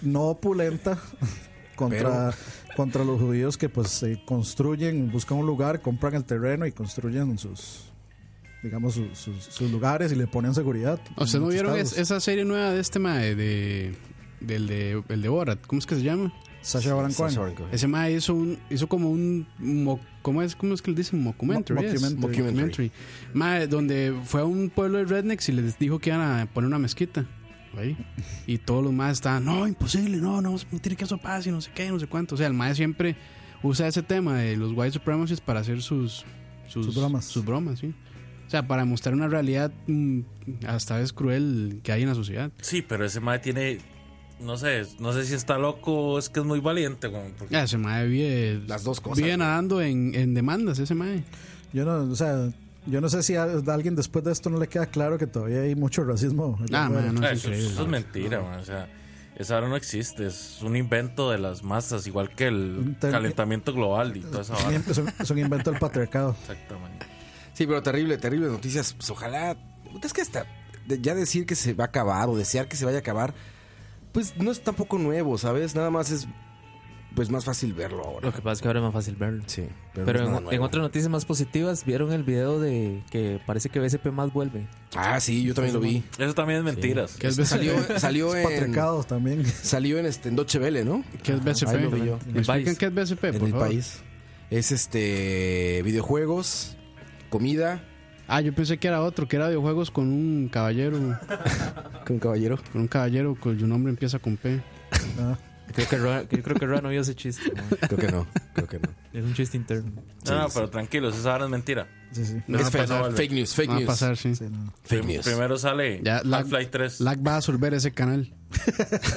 no opulenta contra, contra los judíos que pues se construyen, buscan un lugar, compran el terreno y construyen sus digamos su- sus, sus lugares y le ponen seguridad.
O sea,
en
¿no
muchos
vieron es-
casos.
esa serie nueva de este mae? De, del de, el de Borat. ¿Cómo es que se llama?
Sacha Baron Cohen.
Ese mae hizo, un, hizo como un. mo- ¿cómo, es, ¿Cómo es que le dicen? Mockumentary.
Mo-
es.
mockumentary.
Mockumentary. Mae, donde fue a un pueblo de rednecks y les dijo que iban a poner una mezquita. Ahí. Y todos los maes estaban, no, imposible, no, no, no tiene que eso pase, no sé qué, no sé cuánto. O sea, el mae siempre usa ese tema de los white supremacists para hacer sus. Sus,
Sus bromas.
Sus bromas, sí. O sea, para mostrar una realidad mm, hasta es cruel que hay en la sociedad.
Sí, pero ese mae tiene. No sé, no sé si está loco o es que es muy valiente, weón, porque-
Ya, ese mae vive.
Las dos cosas,
Vive
güey.
nadando en, en demandas, ese mae.
Yo no, o sea, yo no sé si a, a alguien después de esto no le queda claro que todavía hay mucho racismo.
Ah, mae, no
Ah,
es
eso,
increíble.
eso es mentira, man. O sea, esa hora no existe. Es un invento de las masas, igual que el
Mm,
Un ter-
calentamiento global y toda esa
Es un
vara.
in- es un- es un invento del patriarcado.
Exactamente.
Sí, pero terrible, terrible noticias. Pues ojalá. Es que hasta de- ya decir que se va a acabar o desear que se vaya a acabar, pues no es tampoco nuevo, ¿sabes? Nada más es pues más fácil verlo ahora.
Lo que pasa es que ahora es más fácil verlo.
Sí, pero,
Pero,
no es nada
en, en
nuevo.
otras noticias más positivas, ¿vieron el video de que parece que BCP más vuelve?
Ah, sí, yo también lo vi.
Eso también es mentiras.
¿Qué es BCP?
Este Salió, salió en
Patriarcado también.
salió en este en Deutsche Welle, ¿no?
¿Qué es BCP?
Ahí lo vi yo.
¿Me
El
explican
país.
qué es BCP,
en
Eh, por
el
favor?
país. Es este videojuegos, comida,
Ah, yo pensé que era otro, que era videojuegos con un caballero,
con caballero.
con un caballero cuyo nombre empieza con P.
Creo que Roa- que yo creo que Roa no vio ese chiste. man.
Creo que no, creo que no.
Es un chiste interno.
No, no, pero tranquilos, esa hora es mentira.
Sí, sí.
No
es
va a
fake,
pasar.
fake news, fake
Va a
news.
pasar, sí.
Sí, no.
Fake news.
Primero sale
Ya, la-
Half-Life 3.
Lag va a resolver ese canal.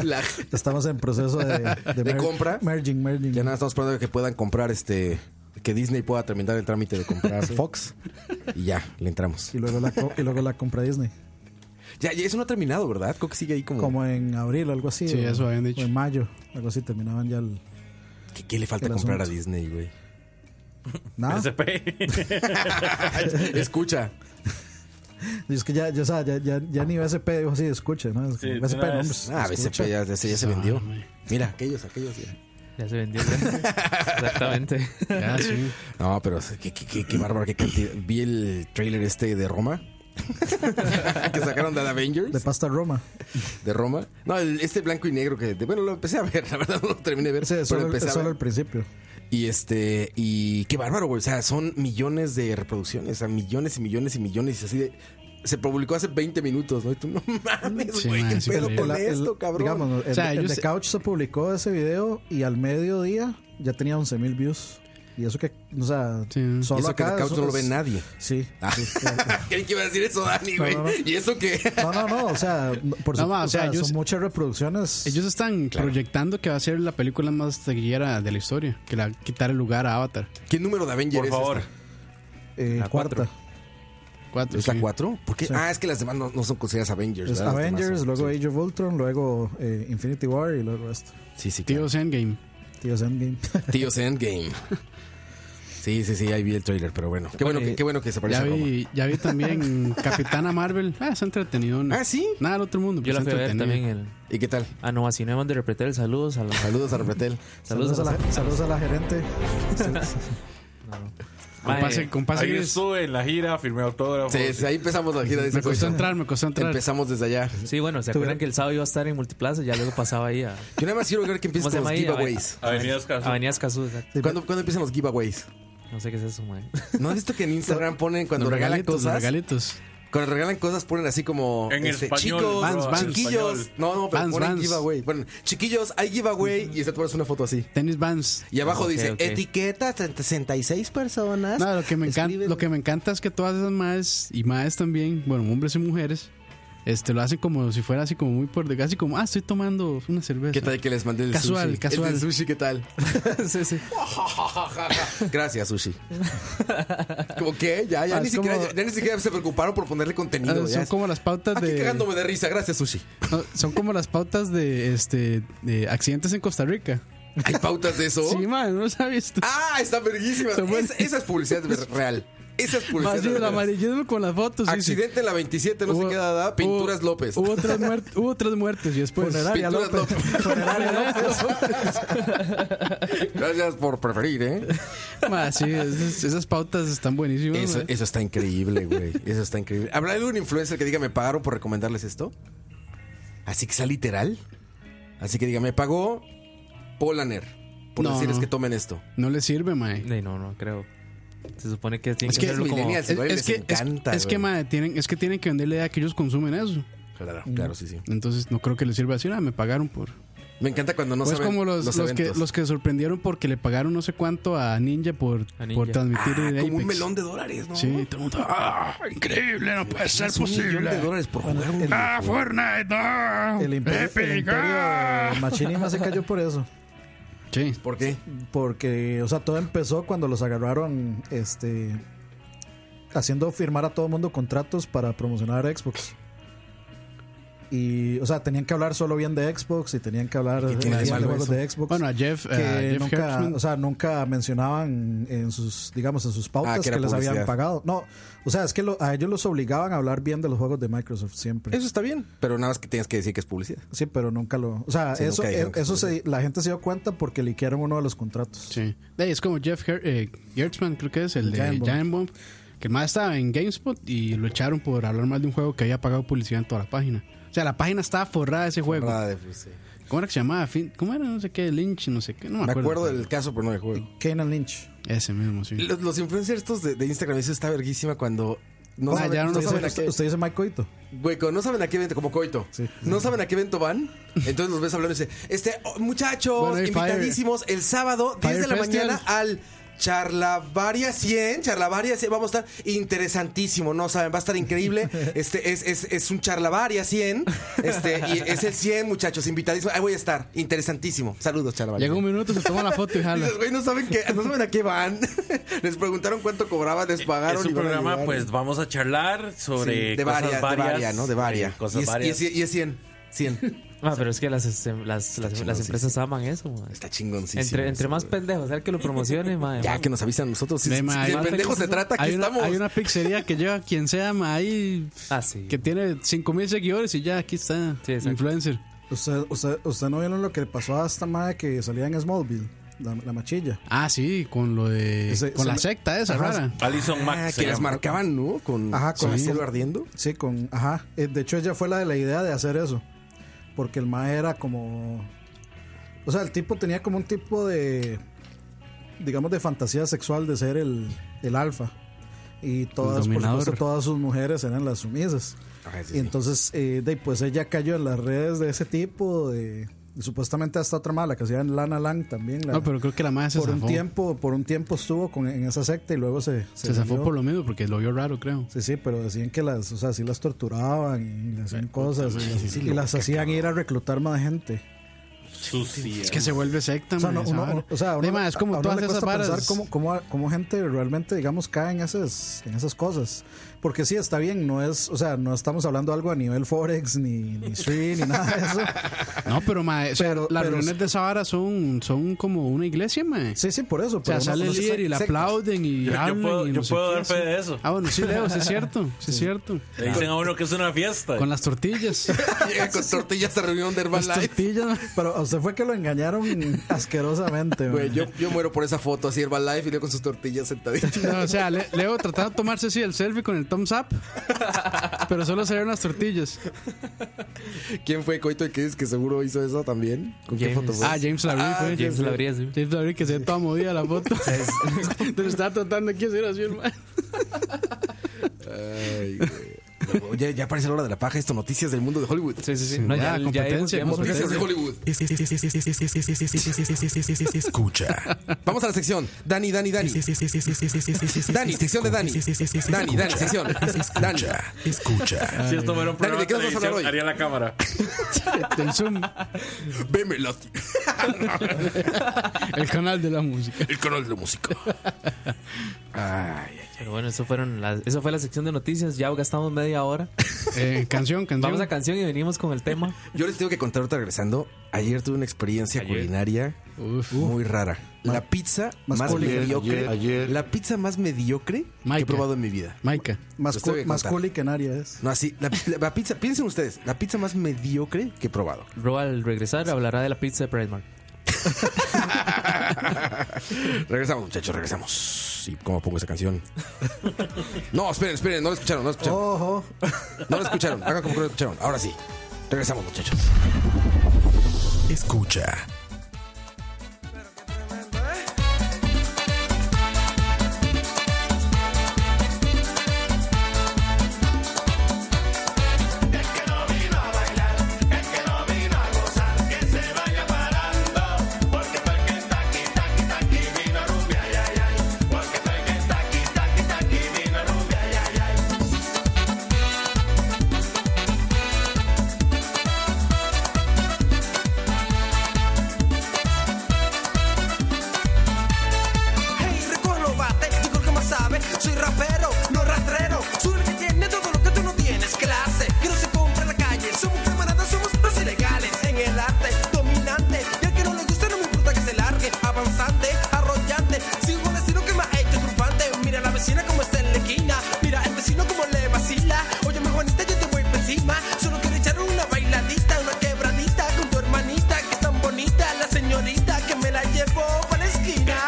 La-
Estamos en proceso de, de
¿De
mer-
compra?
Merging, merging.
ya nada, estamos esperando a que puedan comprar este que Disney pueda terminar el trámite de comprar Fox y ya, le entramos.
Y luego la, co- y luego la compra Disney.
Ya, ya eso no ha terminado, ¿verdad? Creo que sigue ahí como,
Como en abril o algo así.
Sí,
o-
eso habían dicho.
o en mayo. Algo así terminaban ya el.
¿Qué, qué le falta
el
comprar a
asunto.
Disney, güey?
Nada.
PSP.
Escucha,
Y Es que ya, ya, o sea, ya, ya, ya ni BSP dijo así, escuche, ¿no? Es
Sí,
como,
de
BSP
una
no,
vez.
pues,
ah, BCP
escucha.
ya, ya se- ya se vendió. Mira, aquellos, aquellos. ya.
Ya se vendió. Exactamente.
Ya, sí.
No, pero qué, qué, qué, qué bárbaro, qué cantidad. Vi el trailer este de Roma. que sacaron de
De
Avengers
pasta Roma.
de Roma. No, el- este blanco y negro que. de- bueno, lo empecé a ver, la verdad no lo terminé de ver.
Sí, es
pero
solo,
empecé
es
a
solo
ver.
el principio.
Y este. Y qué bárbaro, güey. O sea, son millones de reproducciones. O sea, millones y millones y millones. Y así de. Se publicó hace 20 minutos, ¿no? Y tú no mames,
Sí,
güey.
man,
¿Qué
sí,
pedo
sí.
con
La- el-
esto, cabrón?
Digamos, el,
O sea,
el
ellos
de
se-
Couch se publicó ese video y al mediodía ya tenía 11 mil views. Y eso que, o sea,
Sí.
y
solo
eso que
acá.
de Couch
eso
no lo
es-
ve nadie.
Sí.
Ah.
sí, claro.
Creí que iba a decir eso, Dani,
No,
güey.
no, no.
Y eso que.
No, no, no. O sea, no- por
No,
su-
ma, o
o
sea,
sea,
ellos-
son muchas reproducciones.
Ellos están proyectando que va a ser la película más taquillera de la historia, que le va a quitar el lugar a Avatar.
¿Qué número de Avengers
Por
es
favor.
esta?
eh,
la
cuarta.
cuatro.
Cuatro,
¿Es
sí.
la 4? ¿Por qué?
Sí.
Ah, es que las demás no, no son consideradas Avengers.
Es
¿verdad? Las demás
Avengers,
son-
luego
sí.
Age of Ultron, luego eh, Infinity War y luego esto.
Sí, sí, claro.
Tíos Endgame.
Tíos Endgame.
Tíos Endgame. Sí, sí, sí, ahí vi el trailer, pero bueno. Qué bueno, que, qué bueno que se parece
Ya
a Roma.
vi, ya vi también Capitana Marvel. Ah, está entretenido. ¿no?
Ah, sí.
Nada del otro mundo.
Yo la
pero
fui a
está
ver
entretenido.
también el Ah,
¿Y qué tal?
a Nova Cinema de repetir saludos a la-
Saludos a Repetel.
saludos, a la,
saludos a la gerente.
Con pase,
Mae,
con pase
Ahí
gris.
estuve en la gira, firmé autógrafos.
Sí, sí, ahí empezamos la gira de ese
Me costó
juego.
entrar, me costó entrar.
Empezamos desde allá.
Sí, bueno, se acuerdan que el sábado iba a estar en Multiplaza, ya luego pasaba ahí a
Yo nada más quiero ver que
¿Cómo
empiecen
se
los
llama ahí?
giveaways.
Avenida Escazú.
Avenida Escazú, exacto.
¿Cuándo, cuándo empiezan los giveaways?
No sé qué es eso, mae.
¿No has visto que en Instagram ponen cuando
Los
regalan
regalitos, los
cosas?
regalitos.
Cuando regalan cosas ponen así como este,
En español,
chicos,
Vans,
Vans.
chiquillos. No, no, pero
Vans,
ponen
Vans.
giveaway. Ponen, chiquillos, hay giveaway y se te pones una foto así.
Tenis Vans.
Y abajo
Ok,
dice
ok.
etiqueta 66 personas.
No, lo que, me encanta,
Escriben-
lo que me encanta es que todas esas madres y madres también, bueno, hombres y mujeres, este, lo hacen como si fuera así como muy por de casi como, ah, estoy tomando una cerveza.
¿Qué tal que les mandé el
Casual,
sushi? Este
casual.
El del sushi, ¿qué tal?
sí, sí.
Gracias, sushi. como que ya, ya,
Ah,
ni
es como-
siquiera, ya, ni siquiera se preocuparon por ponerle
Ah,
contenido. ya
son
es-
como las pautas
Aquí
de
cagándome de risa, gracias, sushi.
no, son como las pautas de este de accidentes en Costa Rica.
¿Hay pautas de eso?
Sí, man, no los ha visto.
Ah, está verguísima.
Se fue-
Esa, esa es publicidad ver- real. Esa es publicidad
Más bien el
real.
amarillismo con las fotos. sí, sí.
Accidente en la 27, no
Hubo-
sé qué edad, Pinturas
hubo-
López.
Hubo tres, muert- hubo tres muertes y después.
Funeraria
Pues, Pinturas
López. Funeraria López.
Gracias por preferir, ¿eh?
Ma, sí, esas, esas pautas están buenísimas.
Eso,
ma.
eso está increíble, güey. Eso está increíble. ¿Habrá algún influencer que diga, me pagaron por recomendarles esto? Así que sea literal. Así que diga, me pagó Polaner por
No,
decirles
no.
que tomen esto.
No le sirve, mae.
Ey, No, no creo. Se supone que tiene
Es
que,
que es
hacerlo como.
millennial.
Es,
güey,
es
les
que, es-
encanta,
es, que
güey.
mae, tienen, es que tienen que venderle a que ellos consumen eso.
Claro,
Mm.
claro, sí, sí.
Entonces no creo que les sirva decir, ah, me pagaron por.
Me encanta cuando no
pues
saben
como los,
los,
los que,
eventos.
los que sorprendieron porque le pagaron no sé cuánto a Ninja por,
A Ninja.
por transmitir
Ah,
en
como un
Apex.
melón de dólares, ¿no?
Sí, todo el mundo. ¡Ah! Increíble, no puede ser
Es un millón de
posible.
dólares por jugar un
¡Ah, Fortnite! ¡No!
El imperio, el
Epic,
imperio
ah.
de Machinima se cayó por eso.
Sí.
¿Por qué?
Porque, o sea, todo empezó cuando los agarraron este, haciendo firmar a todo el mundo contratos para promocionar Xbox. Y, o sea, tenían que hablar solo bien de Xbox y tenían que hablar
¿Y qué tiene
bien
de
de
malo
juegos
eso?
de Xbox.
Bueno, a Jeff, eh,
eh,
a
que
Jeff
nunca,
Hertzman.
o sea, nunca mencionaban en sus, digamos, en sus pautas
Ah, que
que,
era
les habían
publicidad.
pagado. No, o sea, es que lo- a ellos los obligaban a hablar bien de los juegos de Microsoft siempre.
Eso está bien, pero nada más que tienes que decir que es publicidad.
Sí, pero nunca lo, o sea,
Sí,
eso, eh,
nunca dijeron que
eso
se
se, la gente se dio cuenta porque liquearon uno de los contratos.
Sí. Ey, es como Jeff Her- eh, Gertzman, creo que es el de
Giant
Giant Bomb.
Bomb.
que más estaba en GameSpot y lo echaron por hablar mal de un juego que había pagado publicidad en toda la página. O sea, la página estaba forrada de ese juego.
Nada Ah, de pues, publicidad.
¿Cómo era que se llamaba? Fin- ¿Cómo era? No sé qué, Lynch, no sé qué. No me,
Me acuerdo
del
del caso, pero no del juego.
Kanan Lynch.
Ese mismo, sí.
Los, los influencers estos de, de Instagram, eso está verguísima cuando no,
Ah,
saben,
ya no
no
lo
saben
Usted
a
dice,
qué,
usted dice Mike Coito.
güey, cuando no saben a qué evento, como coito,
Sí.
no saben a qué evento van, entonces los ves hablando y dice, este, oh, muchachos,
Bueno, y Fire-
invitadísimos, el sábado, 10
Fire
de la
Festival.
mañana al... Charlavaria 100, Charlavaria 100, vamos a estar interesantísimo, no saben, va a estar increíble. Este es, es, es un Charlavaria 100, este y es el 100, muchachos, invitadísimo. Ahí voy a estar, interesantísimo. Saludos, Charlavaria.
Llega un minuto, se toma la foto y jala.
Dices, güey, no saben, qué, no saben a qué van. les preguntaron cuánto cobraban, les pagaron.
Es un
y van a
programa,
ayudar.
pues vamos a charlar
Sí,
sobre
de
cosas
varias,
varias,
de varias, ¿no? De varias.
eh, Cosas
y, es,
varias.
Y, es, y es 100. 100.
Ah, pero es que las, este, las, las,
chingón,
las
sí,
empresas aman eso, man.
Está chingoncísimo.
Entre, entre
eso,
más
güey.
pendejos, sea el que lo promocione, man.
Ya que nos avisan nosotros. Si,
Ve,
si
ma, hay
de
una-
pendejos se trata, aquí
hay, una,
estamos.
hay una pizzería que lleva quien sea, ma, ahí
Ah, sí.
que tiene 5000 seguidores y ya aquí está.
Sí, exacto.
influencer.
Usted, usted, usted no vieron lo que le pasó a esta madre que salía en Smallville, la, la machilla.
Ah, sí, con lo de.
Ese-
con
ese
la
me-
secta esa
Ajá,
rara.
Alison Mack.
Ah,
se
que las
llama.
marcaban, ¿no? Con,
Ajá,
con
con-
el cielo ardiendo.
Sí, con, ajá. Eh, De hecho, ella fue la de la idea de hacer eso. Porque el mae era como. O sea, el tipo tenía como un tipo de. Digamos, de fantasía sexual de ser el, el alfa. Y todas, por
dominador.
supuesto, todas sus mujeres eran las sumisas.
Ajá, sí,
Y
sí.
entonces, eh, de, ahí, pues ella cayó en las redes de ese tipo. De, y supuestamente hasta otra mala que hacía en Lana Lang también. la-
No, pero creo que la madre Ah, se
por un
zafó.
tiempo por un tiempo estuvo con, en esa secta y luego se
se zafó
salió.
por lo mismo porque lo vio raro, creo.
Sí, sí, pero decían que las, o sea, sí las torturaban y le hacían cosas y las, y las hacían ir a reclutar más gente.
Sucia.
Es que se vuelve secta,
O sea, no,
ma, esa
uno-
vara.
o sea, uno-
Ve, ma, es
a
como
uno
todas
le
esas
cuesta pensar
varas.
cómo, cómo- cómo gente realmente, digamos, cae en esas, en esas cosas. Porque sí, está bien, no es, o sea, no estamos hablando algo a nivel Forex, ni, ni stream, ni nada de eso.
No, pero, ma, o sea,
Pero-
las
pero-
reuniones de esa vara son, son como una iglesia, ma.
Sí, sí, por eso.
o sea,
pero
sale
uno-
el líder y le
sectas.
aplauden y
Yo- yo
hablan
puedo-
y
yo
no sé
puedo
qué,
dar fe
sí.
de eso.
Ah, bueno, sí, Leo, sí es cierto, sí, es cierto.
Le dicen a uno que es una fiesta.
Con las tortillas.
Llega con tortillas a reunión de
las
Herbalife.
tortillas, ma.
Pero a usted fue que lo engañaron asquerosamente.
Güey,
man.
yo, yo muero por esa foto así, Herbalife, y yo con sus tortillas sentadito.
No, o sea, Le- Leo tratando de tomarse así el selfie con el thumbs up, pero solo salieron las tortillas.
¿Quién fue Coito y que dices que seguro hizo eso también? ¿Con qué
James.
foto
Pues,
fue?
Ah, James Labrie fue.
James Labrie, sí.
James Labrie que se ve toda movida la foto. Pero está tratando aquí de hacer así, hermano.
Ay, güey. ya, ya parece la hora de la paja. Esto, noticias del mundo de Hollywood.
Sí, sí, sí.
Sí,
No,
ya,
ya, ya,
competencia,
hemos- ya hemos-
competencia.
Noticias de Hollywood. Escucha. Vamos a la sección. Dani, Dani, Dani. Dani, sección de Dani. Dani, Dani, sección. Dani. Escucha.
Si esto fuera
Dani,
un programa
¿de
de
qué nos vas a hablar
televisión,
hoy?
haría la cámara.
Del Zoom,
Veme Lati,
el canal de la música.
el canal de la música. Ay,
Pero bueno, eso, fueron las, eso fue la sección de noticias. Ya gastamos media hora.
Eh, canción, canción.
Vamos a canción y venimos con el tema.
yo les tengo que contar ahorita regresando. Ayer tuve una experiencia culinaria
Uf.
muy rara. La pizza más,
Más cólica.
mediocre.
Ayer, ayer.
La pizza más mediocre que he
Maica.
probado en mi vida.
Maica.
Más,
Pues te voy a
cu- más
contar.
cólica en área es.
No, así, la, la- la pizza, piensen ustedes, la pizza más mediocre que he probado.
Roa, al regresar, hablará de la pizza de Primark.
Regresamos, muchachos, regresamos. ¿Y cómo pongo esa canción? No, esperen, esperen, no la escucharon, no la escucharon.
Ojo.
No la escucharon, hagan como que no la escucharon. Ahora sí, regresamos, muchachos. Escucha.
Hey, recoge los bates, yo creo que más sabe. Soy rapero, no rastrero. Soy el que tiene todo lo que tú no tienes. Clase, que no se compra en la calle. Somos camaradas, somos los ilegales. En el arte, dominante. Y al que no le guste, no me importa que se largue. Avanzante, arrollante. Sigo con el estilo que me ha hecho triunfante. Mira la vecina como está en la esquina. Mira el vecino como le vacila. Óyeme, Juanita, yo te voy por encima. Solo quiero echar una bailadita, una quebradita con tu hermanita, que es tan bonita. La señorita que me la llevo para la esquina.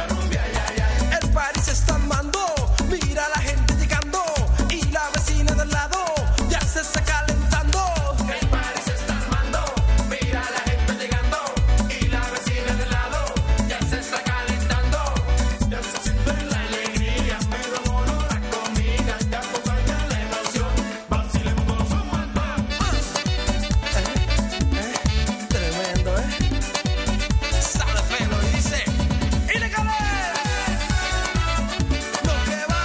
el party se está armando. Mira a la gente llegando y la vecina del lado ya se está calentando. El party se está armando. Mira a la gente llegando y la vecina del lado ya se está calentando. Ya se siente la alegría, pero no la comida, ya acompaña la emoción. Vacilemos un montón. Tremendo, ¿eh? Sale pelo y dice: ¡Ilegales! Lo que va.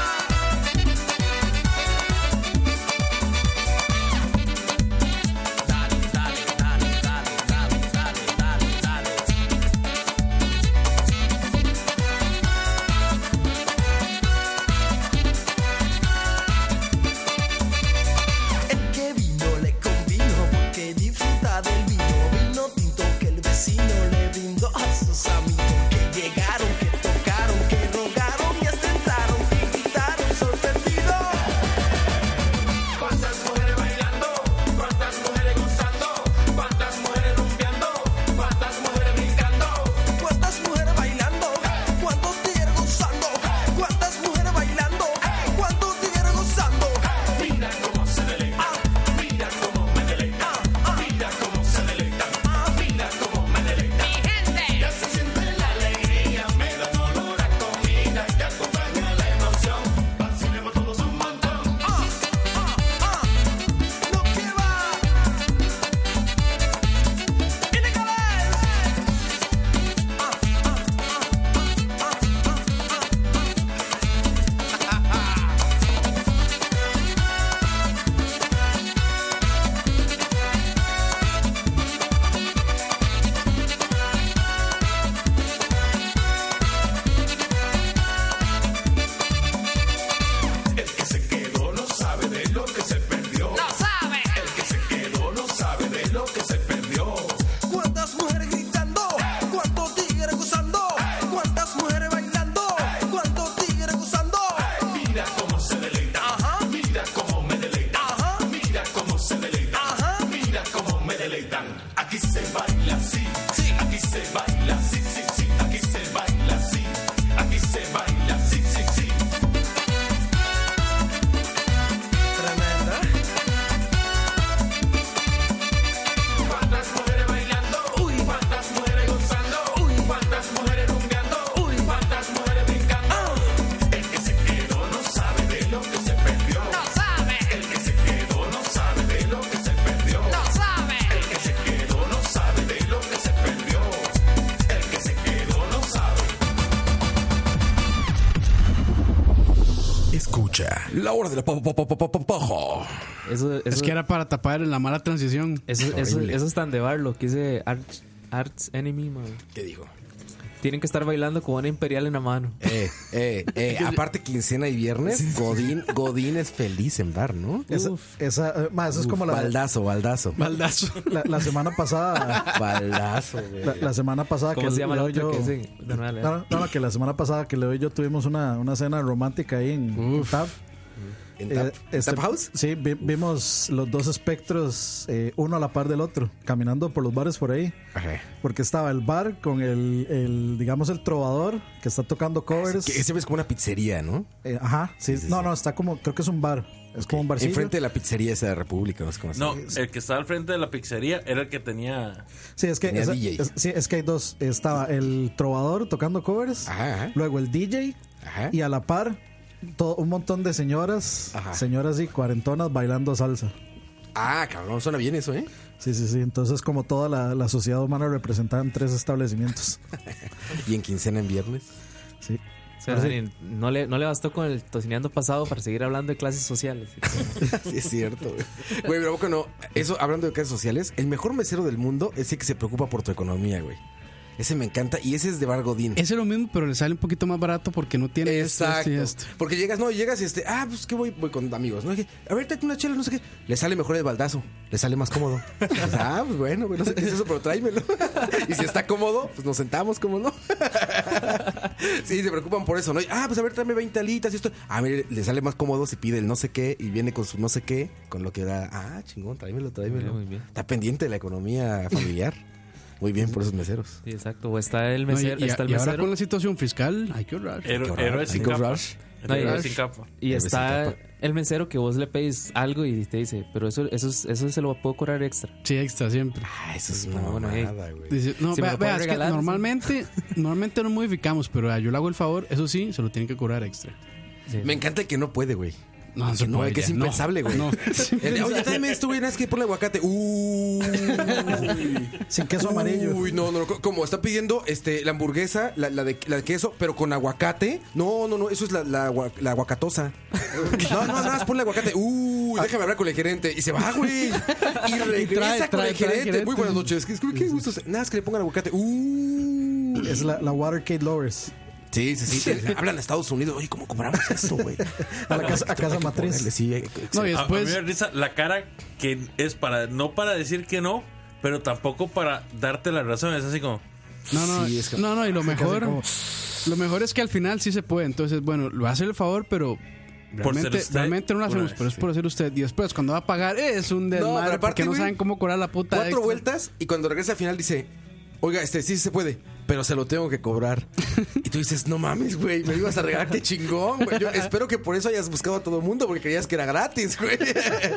El que vino le convino porque disfruta del vino. Vino tinto que el vecino le brindó a sus amigos que llegaron, que tocaron, que rogaron y asentaron, que gritaron sorprendidos. ¿Cuántas mujeres bailando? ¿Cuántas mujeres gozando? ¿Cuántas mujeres rumbeando? ¿Cuántas mujeres brincando? ¿Cuántas mujeres bailando? ¿Cuántos tigres gozando? ¿Cuántas mujeres bailando? ¿Cuántos tigres gozando? Mira cómo se deleitan, mira cómo me deleitan, mira cómo se deleitan, mira cómo me deleitan. Mi gente, ya se siente la alegría, me da olor a comida, ya acompaña la emoción, vacilemos todos un montón. Lo que va, ilegales. ¿Cuántas mujeres gritando? ¿Cuántos tigres gozando? ¿Cuántas mujeres bailando? ¿Cuántos tigres gozando? Mira cómo se deleita. Mira cómo me deleita. Mira cómo se deleita. Mira cómo me deleitan. Aquí se baila así. Aquí se baila así, sí, sí. Aquí se baila así. Aquí se baila así, sí, sí. Tremenda. ¿Cuántas mujeres bailando?
la hora de la pa- pa- pa- pa- pa- paja.
Eso, eso,
Es que era para tapar la mala transición.
eso, eso, eso es tan de barlo que dice Arch- Arts Enemy, mae.
¿Qué dijo?
Tienen que estar bailando con una imperial en la mano.
Eh, eh, eh, aparte quincena y viernes, Godín, Godín es feliz en bar, ¿no?
Esa, esa, eh, ma, esa es
Uf,
como la,
Baldazo, baldazo.
Baldazo.
la, la semana pasada.
Baldazo, güey.
La, la semana pasada
¿Cómo
Ah, que
se llama la
Leo y
otra
yo-
que sí? De nuevo, Leo.
No, no, no, que la semana pasada que Leo y yo tuvimos una, una cena romántica ahí en, en Tab.
¿En
Eh,
Tap- en
este,
Tap House?
Sí, vi- vimos los dos espectros, eh, uno a la par del otro, caminando por los bares por ahí.
Ajá.
Porque estaba el bar con el, el, digamos, el trovador que está tocando covers.
Ah, Que ese es como una pizzería, ¿no?
Eh, ajá, sí.
sí,
no,
sí.
no, está como, creo que es un bar. Es como un barcillo.
Enfrente de la pizzería esa de República, no sé cómo se
No,
llama.
el que estaba al frente de la pizzería era el que tenía.
Sí, es que,
Tenía
esa-
DJ.
es- sí, es que hay dos. Estaba el trovador tocando covers,
Ajá, ajá.
luego el DJ
Ajá.
y a la par todo, un montón de señoras,
Ajá.
señoras y cuarentonas bailando salsa.
Ah, cabrón, suena bien eso, ¿eh?
Sí, sí, sí. Entonces, como toda la, la sociedad humana representada en tres establecimientos.
Y en quincena en viernes.
Sí.
O sea,
Ahora sí.
Dani, no, le, no le bastó con el tocineando pasado para seguir hablando de clases sociales.
Sí, es cierto, güey. Güey, pero ¿a poco no. Eso, hablando de clases sociales, el mejor mesero del mundo es el que se preocupa por tu economía, güey. Ese me encanta y ese es de Bar Godín.
Ese es lo mismo, pero le sale un poquito más barato porque no tiene esto,
Exacto.
esto y esto.
Porque llegas, no, llegas y este, ah, pues que voy, voy con amigos, ¿no? Y que, a ver, tráete una chela, no sé qué. Le sale mejor el baldazo, le sale más cómodo. Pues, ah, pues bueno, güey, no sé qué es eso, pero tráemelo. y si está cómodo, pues nos sentamos, ¿cómo no? sí, se preocupan por eso, ¿no? Y, ah, pues a ver, tráeme 20 alitas y esto. Ah, mire, le sale más cómodo si pide el no sé qué y viene con su no sé qué, con lo que da. Ah, chingón, tráemelo, tráemelo.
Muy bien.
Está pendiente de la economía familiar. Muy bien por esos meseros.
Sí, exacto. O está el
No, y,
mesero.
y-
está el
y ahora
mesero.
con la situación fiscal, hay que ahorrar.
Hero-
horror,
Héroe sin
Nico
capa.
Rush.
No, y-
Héroe sin capa.
Y
de vez en
está
cuando.
el mesero que vos le pedís algo y te dice, pero eso, eso, es- eso se lo puedo cobrar extra.
Sí, extra siempre.
Ah, eso es
No,
una
bueno, hey.
mamada, güey.
Dice, no,
Si me
vea,
lo pueden
vea, es que
regalar, sí.
normalmente, normalmente no modificamos, pero vea, yo le hago el favor, eso sí, se lo tienen que cobrar extra.
Sí.
Me encanta el que no puede, güey.
No, no
Que
se
no,
puede
que es
ya, no.
impensable, güey.
No.
El de, Oye, tráeme esto, güey, nada, es que ponle aguacate. Uy.
Sin queso amarillo.
Uy, no, no, no, como está pidiendo este, la hamburguesa, la, la de la de queso, pero con aguacate. No, no, no, eso es la, la, agua- la aguacatosa. No, no, nada, más ponle aguacate.
Ah.
Uy, déjame hablar con el gerente. Y se va, güey. Y regresa
trae,
con el
trae, trae
gerente.
gerente.
Muy buenas noches. ¿Qué, qué gusto? Nada, es que le pongan aguacate. Uy.
Es la, la Watercade Lovers.
Sí, sí, sí. Hablan a Estados Unidos. Oye, ¿cómo cobramos esto, güey?
A la casa, a casa matriz.
Sí, eh,
No, y
A- Ah, a mí
después,
me da risa la cara que es para, no para decir que no, pero tampoco para darte la razón. Es así como,
no, no,
Sí, es que-
no, no, y lo mejor,
como-
lo mejor es que al final sí se puede, entonces, bueno, lo hace el favor, pero...
Por
Realmente,
ser usted,
realmente no lo hacemos,
una vez,
pero es
sí.
por hacer usted. Y después, cuando va a pagar, es un desmadre
aparte,
porque no
güey,
saben cómo cobrar la puta.
cuatro
extra.
vueltas y cuando regresa al final dice, oiga, este sí se puede, pero se lo tengo que cobrar. y tú dices, no mames, güey, me ibas a regalar, qué chingón, güey. Yo espero que por eso hayas buscado a todo el mundo, porque creías que era gratis, güey.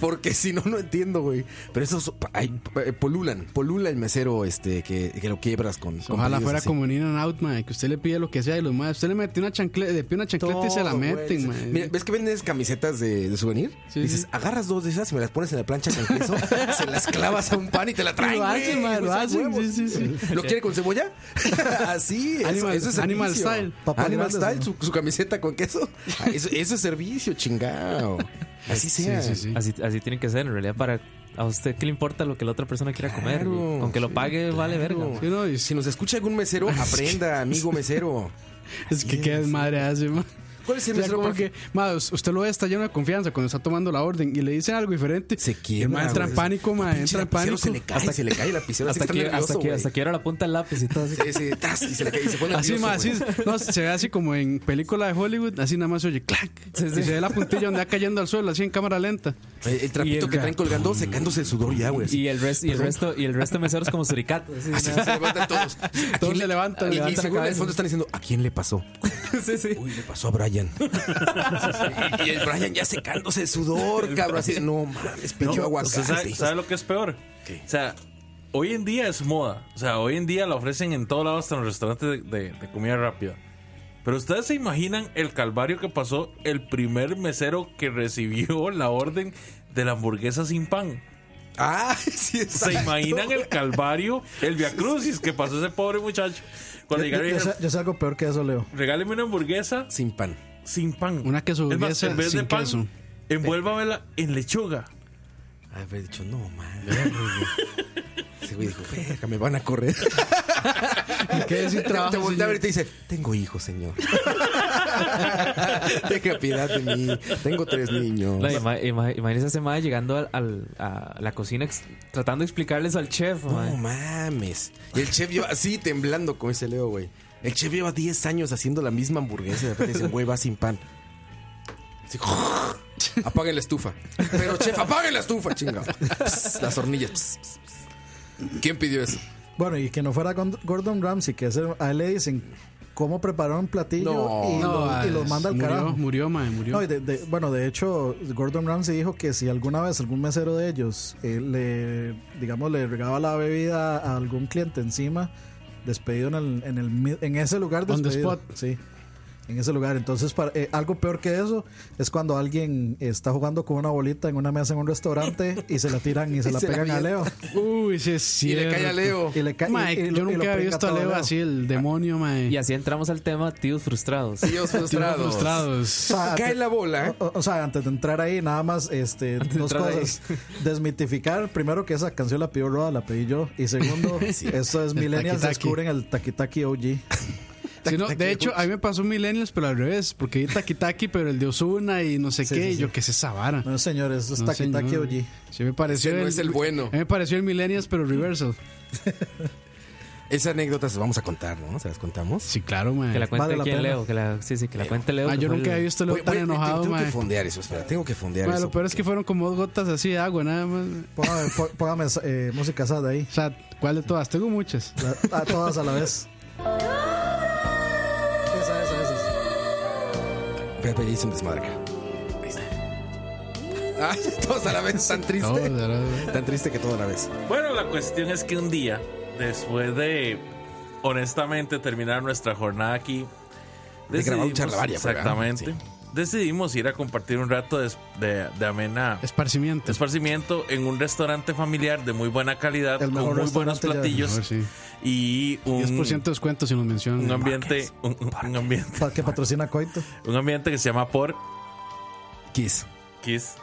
porque si no, no entiendo, güey. Pero esos ay, eh, polulan, polula el mesero este que, que lo quiebras con... con
Ojalá
pedidos
fuera
así.
como en In and Out, mae, que usted le pide lo que sea y los más. Usted le mete una chancleta, le pide una chancleta y se la
Todo, güey.
meten, mae.
Mira, ¿ves que vendes camisetas de, de souvenir?
Sí,
Dices,
sí.
agarras dos de esas y me las pones en la plancha con queso, se las clavas a un pan y te la traen.
Lo
güey.
hacen, mae, lo
O sea,
hacen,
huevos.
sí, sí,
¿Lo quiere con cebolla? Así. eso-
Animal-
eso es
Animal
servicio.
Style.
Papas
Animal
grandes,
Style,
¿no?
su, su camiseta con queso. Ah, Eso, eso es servicio, chingado. Así sea.
Sí, sí, sí.
Así, así tiene que ser, en realidad, para a usted qué le importa lo que la otra persona quiera comer.
Claro,
Aunque lo
sí,
pague, vale verga.
Sí, no, y-
Si nos escucha algún mesero, aprenda, amigo mesero.
Es que qué desmadre hace, ma.
¿Cuál es el
O sea,
mesero?
como
para-
que, ma, us- usted lo ve, está lleno de confianza cuando está tomando la orden y le dicen algo diferente.
Se
El
quiebra.
ma entra en
güey.
pánico, ma,
Pinche
entra en
lapicero
pánico.
Se le cae, hasta que le cae la piscina.
Hasta aquí, hasta, aquí, hasta aquí era la punta del lápiz y todo así.
Sí, sí, tas, y se le cae y se pone
Así,
nervioso,
ma, así,
güey.
no, se ve así como en película de Hollywood, así nada más se oye clac.
Sí, sí.
Y se ve la puntilla donde va cayendo al suelo, así en cámara lenta.
Eh, El, el
Y
trapito
el
que traen
gato.
colgando, secándose el sudor ya, güey.
Y el, res- y el resto y el resto de meseros como suricatos. así,
Así
nada.
se levantan todos. ¿A quién
Todos
le-
se levantan,
Y, y
levantan la
seguro en el
cabeza.
fondo están diciendo, ¿a quién le pasó?
Sí, sí.
Uy, le pasó a Brian. y el Brian ya secándose el sudor, cabrón. Así de, no mames, pidió
No,
aguacate.
¿Usted sabe, sabe lo que es peor? O sea, hoy en día es moda. O sea, hoy en día la ofrecen en todos lados, hasta en los restaurantes de, de- de comida rápida. Pero ustedes se imaginan el calvario que pasó el primer mesero que recibió la orden de la hamburguesa sin pan.
Ah, sí,
Se
exacto.
imaginan el calvario, el viacrucis que pasó ese pobre muchacho. Cuando
Yo,
llegaron y
yo sé-
dijeron,
yo sé algo peor que eso, Leo.
regáleme una hamburguesa
Sin pan.
sin pan.
Una quesadilla
Es más, en vez
sin
de pan,
queso.
envuélvamela en lechuga.
Haber dicho, no, man. Ese güey dijo, verga, me van a correr.
¿Qué decir trabajo,
te voltea a ver y
señor?
te dice, tengo hijos, señor. Tenga piedad de mí. Tengo tres niños.
No, ima- ima- imagínese a ese mae llegando al, al- a la cocina ex- tratando de explicarles al chef, mae.
No mames. Y el chef lleva así temblando, como dice Leo, güey. El chef lleva 10 años haciendo la misma hamburguesa y de repente dicen, güey, va sin pan. Así, apaguen la estufa. Pero chef, apaguen la estufa, chingado. Pss, las hornillas. pss, pss, pss. ¿Quién pidió eso?
Bueno, y que no fuera Gond- Gordon Ramsay, que es el- a él le dicen cómo preparar un platillo
No.
y, lo, y lo
es-
manda al
murió,
carajo.
Murió, mae, murió.
No, y de- de- bueno, de hecho, Gordon Ramsay dijo que si alguna vez algún mesero de ellos eh, le, digamos, le regaba la bebida a algún cliente encima, despedido en, el, en, el mi- en ese lugar,
On the
despedido.
spot.
Sí, en ese lugar. Entonces, para- eh, algo peor que eso es cuando alguien está jugando con una bolita en una mesa en un restaurante y se la tiran y se la
se la
pegan a Leo.
avientan.
Uy, sí es
Y
cierto.
le cae a Leo.
Y le ca- y-
Mae,
y lo-
yo
y lo
nunca había
pringa
visto a
todo
Leo
Leo.
así, el demonio, mae.
Y así entramos al tema tíos frustrados.
Tíos
Estuvimos
frustrados.
O
frustrados.
sea,
Cae
antes-
la bola. ¿eh?
O, o sea, antes de entrar ahí, nada más este, dos
entrar ahí.
cosas. Desmitificar, primero, que esa canción la pidió Roda, la pedí yo. Y segundo, eso es
El
Millennials
taqui-taqui.
descubren el Takitaki OG.
Sí, no, de hecho, a mí me pasó Millennials, pero al revés. Porque hay Taki Taki, pero el de Osuna y no sé
Sí,
qué.
sí,
y yo
sí.
qué sé, esa vara.
No, señor, eso es
No,
Takitaki
señor.
OG.
Sí, me pareció.
Ese no es el bueno.
A mí me pareció el Millennials, pero Reversal.
Esa anécdota se vamos a contar, ¿no? Se las contamos.
Sí, claro, mae.
Que la cuente
Vale la
aquí
pena.
Leo, que la, sí, sí, que la cuente Leo.
Ah,
que
yo
fue
nunca
el-
había visto a Leo
Güey,
tan
güey, te-
enojado,
tengo
mae.
que fondear eso, espera, tengo que fondear
Mae,
eso.
Lo peor es que fueron como dos gotas así de agua, nada más.
Póngame, pó- póngame, eh, música sad ahí.
O sea, ¿cuál de todas? Tengo muchas.
La- a todas a la vez. Esa, esa, esa.
Pepe ya hizo un desmadre acá. Ahí está. Ah, todos a la vez, tan triste.
No, de verdad.
Tan triste que todo a la vez.
Bueno, la cuestión es que un día, después de honestamente terminar nuestra jornada aquí,
De grabar un charlavaria, fue, ¿verdad?
exactamente, decidimos ir a compartir un rato de, de- de amena
Esparcimiento.
esparcimiento en un restaurante familiar de muy buena calidad,
El
con
mejor
muy buenos
restaurante ya.
A ver,
platillos
sí.
y un,
10% de descuento si nos mencionan.
un ambiente, un, un- un ambiente,
Pa- Que patrocina Coito.
un ambiente que se llama por
Kiss.
Kiss.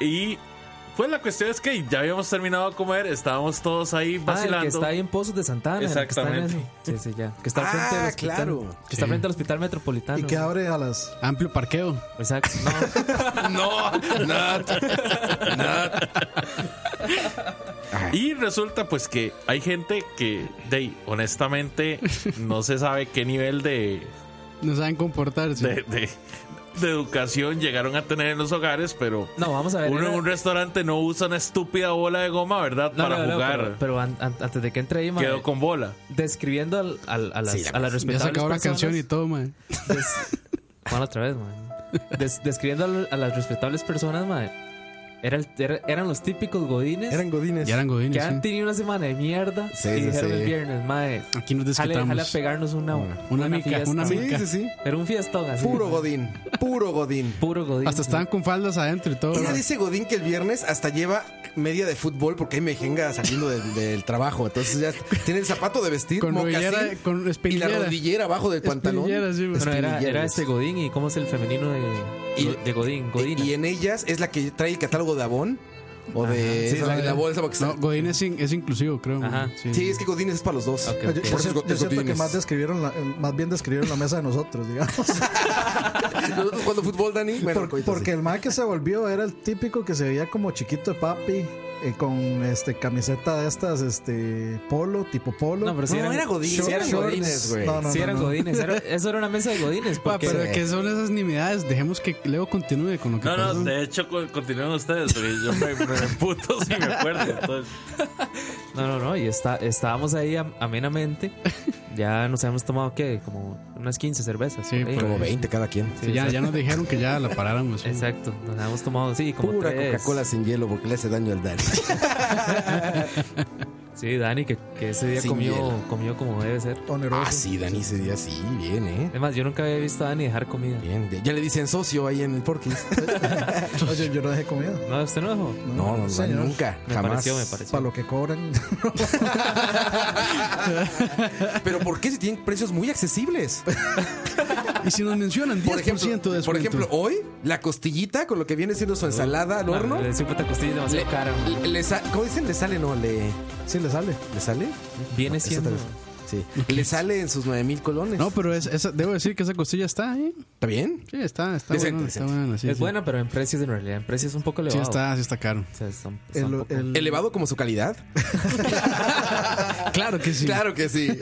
Y pues la cuestión es que ya habíamos terminado de comer, estábamos todos ahí
Ah, el
vacilando.
que está ahí en Pozos de Santana. el que está en
Exactamente.
eso. Sí, sí, ya. Que está
Ah,
frente al hospital.
claro.
Que está
Sí.
frente al hospital metropolitano.
Y que abre a las.
Amplio parqueo.
Exacto. No,
No, Nat. Nat.
Y resulta pues que hay gente que, de ahí, honestamente, no se sabe qué nivel de,
No saben comportarse.
de, de- de educación llegaron a tener en los hogares, pero
no, vamos a ver.
uno en
era-
un restaurante no usa una estúpida bola de goma, ¿verdad?
No,
Para
no, no,
jugar.
Pero, pero an- an- antes de que entre ahí, mae,
Quedó con bola.
describiendo al, al- a las,
Sí, la-
a las
ya
respetables
se acabó la
personas-
canción y todo, mae.
Des- Bueno, otra vez, man. Des- describiendo al- a, las respetables personas, man. Era el- era- eran los típicos godines
Eran godines.
Ya eran godines.
que han
sí.
tenido una semana de mierda
Sí,
y
sí,
dijeron
sí.
el viernes, mae,
Aquí nos
jale, jale a
desquitamos.
pegarnos una
Una
buena
mica,
fiesta,
una
mae.
mica.
Sí, sí, sí.
Era un fiestón así.
Puro
mae.
Godín. Puro Godín.
Puro godín.
Hasta estaban con faldas adentro y todo.
Ella
mae.
dice Godín que el viernes hasta lleva media de fútbol porque hay mejenga saliendo del, del trabajo. Entonces ya tiene el zapato de vestir,
Con rodillera,
mocasín
con
y la
espinillera.
rodillera abajo del pantalón.
Espinillera, sí, mae.
Bueno, era, era
espinilleros.
este godín y cómo es el femenino de,
Y-
de godín. Godina.
Y en ellas es la que trae el catálogo de Avon o de
Ajá, sí,
esa-
sí, sí.
la bolsa. porque
No,
está-
Godín es, in- es inclusivo, creo. mae.
Ajá.
Sí.
Sí, es que Godín es para los dos.
Ok,
Yo,
ok.
yo
Por eso
siento,
es
yo siento que
Godines.
más, describieron la- eh, más bien describieron la mesa de nosotros, digamos.
Nosotros jugando fútbol, Dani. Bueno,
Por-
coitos,
porque el mae que se volvió era el típico que se veía como chiquito de papi, eh, con este camiseta de estas, este polo, tipo polo.
No, pero sí
No,
eran,
era Godín.
Shorts,
sí eran
shorts.
godines, güey.
No, no,
sí
no,
eran
no.
godines. Era- eso era una mesa de godines.
Pa,
Porque,
pero ¿qué son esas nimiedades? Dejemos que Leo continúe con lo que
No, no,
pasó.
de hecho, co- continúen ustedes, porque yo me, me puto si me acuerdo. entonces.
No, no, no, y está, estábamos ahí am- amenamente. Ya nos habíamos tomado, ¿qué? Como unas 15 cervezas.
Sí,
por ahí.
por
Como 20 cada quien.
Sí, ya,
exacto.
ya nos dijeron que ya la paráramos.
Exacto, nos habíamos tomado, sí, como
Pura
tres.
Coca-Cola sin hielo porque le hace daño al Dani.
Sí, Dani, que, que ese día
Sin
comió,
hielo.
comió como debe ser.
Oneroso.
Ah, sí, Dani ese día sí, bien, ¿eh?
Además, yo nunca había visto a Dani dejar comida.
Bien, de- ya le dicen socio ahí en el Porquis.
Oye, yo no dejé comida.
No, usted no dejó.
No, no, no,
señor.
nunca,
Me
jamás.
pareció, me pareció.
Para lo que cobran.
Pero ¿por qué si tienen precios muy accesibles?
Y si nos mencionan 10%
Por ejemplo,
de
por
descuento.
ejemplo, hoy la costillita con lo que viene siendo su ensalada al horno.
Le siempre te costilla demasiado cara. man.
le- le sa- ¿Cómo dicen? ¿Le sale? No, le,
Sí, le sale.
¿le sale.
Viene
Esa
siendo.
tal vez. Sí. Le sale en sus 9 mil colones.
No, pero es, esa- debo decir que esa costilla está, ¿eh?
¿Está bien?
Sí, está, está
Decente,
buena. Está
decente.
buena sí,
es
sí.
buena, pero en precios en realidad. En precios un poco
Sí,
elevado.
está, sí está caro.
O sea, son- son
El-
poco-
el-
¿Elevado como su calidad?
Claro que sí.
Claro que sí.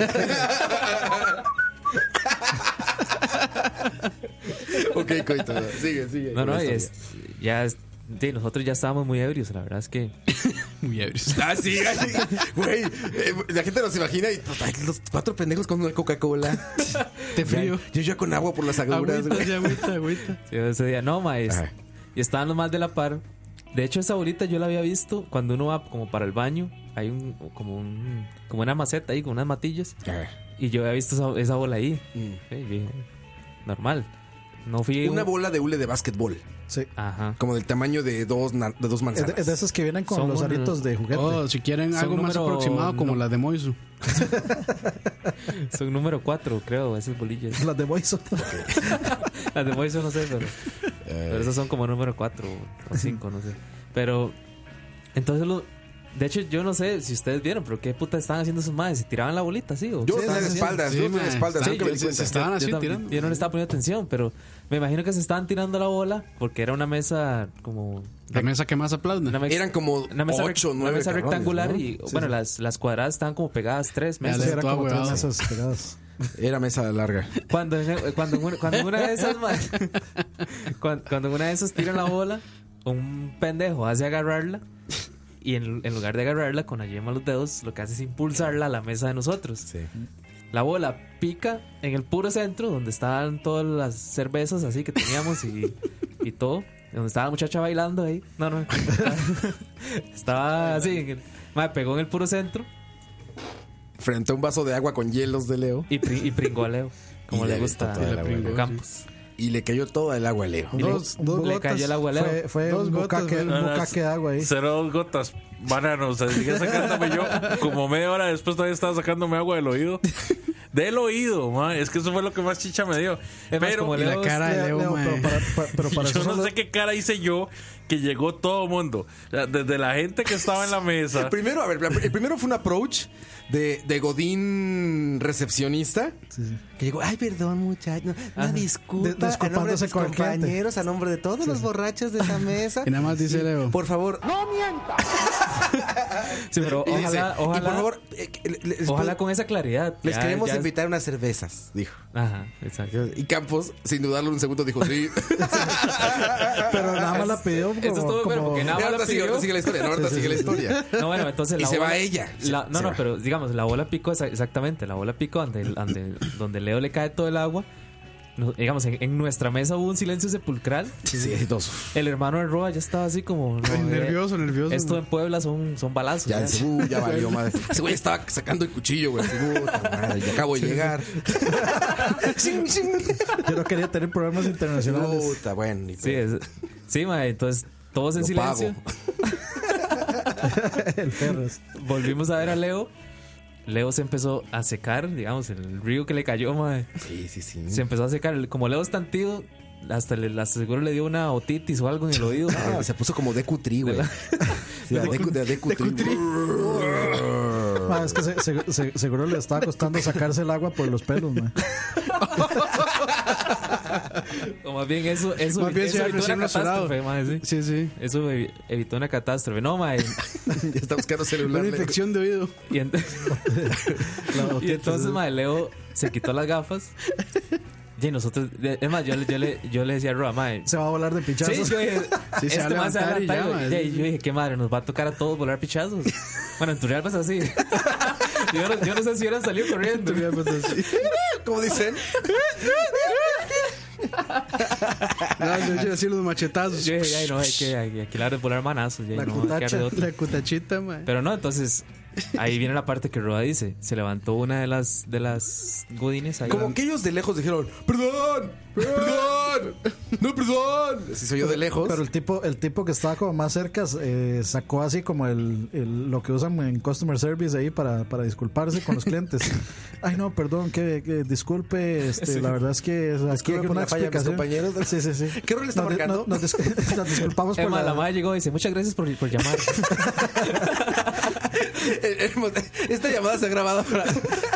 ok, coito. Sigue, sigue.
No, no,
con la
es, ya es- sí, nosotros ya estábamos muy ebrios, la verdad es que
Muy ebrios.
Ah, sí, ay, güey. eh, la gente nos imagina y pues, ay, los cuatro pendejos con una Coca-Cola.
Te frío.
Ya, Yo ya con agua por las agruras,
Agüita,
güey.
sí, agüita, agüita.
sí, ese día no, maestro.
Ajá.
Y estaban los más de la par. De hecho, esa bolita yo la había visto cuando uno va como para el baño. Hay un como un como una maceta ahí con unas matillas. Y yo había visto esa, esa bola ahí. Sí, dije, normal. No fui
Mm. Eh, Una
un-
bola de hule de básquetbol,
Sí.
Ajá.
como del tamaño de dos, na- de dos
Es de,
manzanas.
es de esas que vienen con
Son
los
un- Oh,
aritos de juguete.
O Oh, si quieren
Son
algo más
número-
aproximado como
no.
las de Moiso.
Son número 4, creo, esas bolillas.
Las de Boiso.
Las de Moiso no sé, pero, pero esas son como número 4 o 5, no sé. Pero entonces lo de hecho yo no sé si ustedes vieron, pero qué puta estaban haciendo esos madres, se tiraban la bolita, sí o
Yo
Sí,
estaba de
sí, sí.
espaldas,
Sí,
yo estaba de
ma,
espaldas.
sí,
nunca me di
sí,
cuenta.
sí, Estaban así
yo, tam-
tirando.
yo no le estaba poniendo atención, pero me imagino que se estaban tirando la bola porque era una mesa como
La mesa que más aplaude.
una
pues,
mesa,
Eran como
una mesa, rec-
ocho,
una
nueve
mesa
cabrones,
rectangular
¿no?
y bueno, las las cuadradas estaban como pegadas tres
Ya
mesas.
le-
Sí, era
toda
como tres
huevada.
mesas pegadas.
Era mesa larga.
Cuando, en- cuando, en una- cuando en una de esas, ma- cuando, cuando en una de esas tiran la bola, un pendejo hace agarrarla y en, en lugar de agarrarla con la yema de los dedos, lo que hace es impulsarla a la mesa de nosotros. La bola pica en el puro centro donde estaban todas las cervezas así que teníamos y, y todo. Donde estaba la muchacha bailando ahí. No, no. Estaba, estaba así. en el- ma, pegó en el puro centro
Frente a un vaso de agua con hielos de Leo.
y, pri- y pringó a Leo. Como
Y
le
le
gusta
aventó toda
a
la
Leo
bola.
Campos.
Y le cayó toda el agua a Leo.
Y le-
Dos, dos
le
gotas.
cayó el agua a Leo.
Fue, fue
Dos
un
gotas,
bocaque,
güey.
un bocaque de agua ahí.
Cero dos gotas. Banano, o sea, sigue sacándome yo. Como media hora después todavía estaba sacándome agua del oído. Del oído, ma. Es que eso fue lo que más chicha me dio.
Es más,
Pero
como
Y la
Leo-
cara de Leo,
Leo, Leo,
mae.
pero para, para- pero para
yo
eso
no
solo-
sé qué cara hice yo que llegó todo el mundo. O sea, Desde la gente que estaba en la mesa.
Primero, a ver, la- el primero fue un approach de, de Godín recepcionista. Que llegó, ay, perdón, muchacho. no, Una
De-
disculpa a nombre de
disculpándose
mis
con el cliente.
compañeros, a nombre de todos los borrachos de esa mesa.
Y nada más dice Leo.
Por favor, no,
Sí, pero
y
ojalá,
dice,
ojalá,
y por favor, eh, que- le- les,
ojalá con esa claridad.
les
Ya-
queremos
ya-
invitar unas cervezas, dijo.
Ajá, exacto.
Y Campos, sin dudarlo un segundo, dijo, sí.
Pero nada más la pidió como,
Esto estuvo bueno
como-
porque nada más la
ahorita, sigue, ahorita
pidió.
sigue la historia, no, ahorita sigue la historia.
No, bueno, entonces
Y
la
se
bola-
va ella.
la-
Se-
no,
se
no,
va.
pero digamos, la bola picó esa- exactamente, la bola picó donde, donde, donde Leo le cae todo el agua. No, digamos, en, en nuestra mesa hubo un silencio sepulcral.
Sí, dos.
El hermano de Roa ya estaba así como... no,
Ay,
eh,
nervioso, nervioso.
Esto en Puebla son, son balazos.
Ya,
ya.
dice, "Uh, ya valió madre. Ese güey estaba sacando el cuchillo, güey. Así, "Puta madre, ya acabo de llegar. Ching, ching.
Yo no quería tener problemas internacionales.
Puta, bueno. y-
Sí, es- sí, ma, entonces todos en
Lo
silencio.
pago.
el Ferres.
Volvimos a ver a Leo. Leo se empezó a secar, digamos, el río que le cayó, mae.
Sí, sí, sí.
Se empezó a secar. Como Leo es tan tío, hasta le, hasta seguro le dio una otitis o algo en el oído.
Ah, se puso como DQ Tree, güey. Sí, a DQ de DQ Tree.
Ma, es que se- se- se- seguro le estaba costando sacarse el agua por los pelos, ma.
O más bien eso, eso,
Más bien
eso
se había
evitó
recién
una
rasurado.
catástrofe, mae, sí.
Sí, sí.
Eso evi- evitó una catástrofe. No, mae.
Ya está buscando celular.
Una
güey.
infección de oído.
Y, ent- y entonces, mae, Leo se quitó las gafas. Y nosotros, es más, yo, le- yo le, yo le decía a Roa, mae,
Se va a volar de
Sí,
pichazos.
yo dije,
Sí, se va a
este man se va a
levantar y
levantar,
ya,
güey.
madre.
Y yo dije, qué madre, nos va a tocar a todos volar pichazos. bueno, en Turrialba es así. yo, no, yo no sé si hubieran salido corriendo.
¿Cómo dicen?
No, yo yo así los machetazos. Pues,
Yo dije, ay, no, hay que, hay que- aquí la hora de volar manazos. ya,
La
no, hay que darle
cutacha,
otro".
la cutachita, mae.
Pero no, entonces Ahí viene la parte que Roa dice. Se levantó una de las de las godines ahí.
Como que ellos de lejos dijeron, perdón, perdón, no, perdón. Así soy yo de lejos.
Pero el tipo, el tipo que estaba como más cerca eh, sacó así como el, el- lo que usan en customer service ahí para, para disculparse con los clientes. Ay no, perdón, que, que disculpe, este, la verdad es que aquí hay
Disculpe por
una
la falla de mis
explicación.
compañeros.
Sí, sí, sí.
¿Qué rol está
Nos di-
marcando?
no- Nos, dis- nos disculpamos por
Emma,
la,
la madre llegó y dice, muchas gracias por, por llamar.
Eh, Esta llamada está grabada para,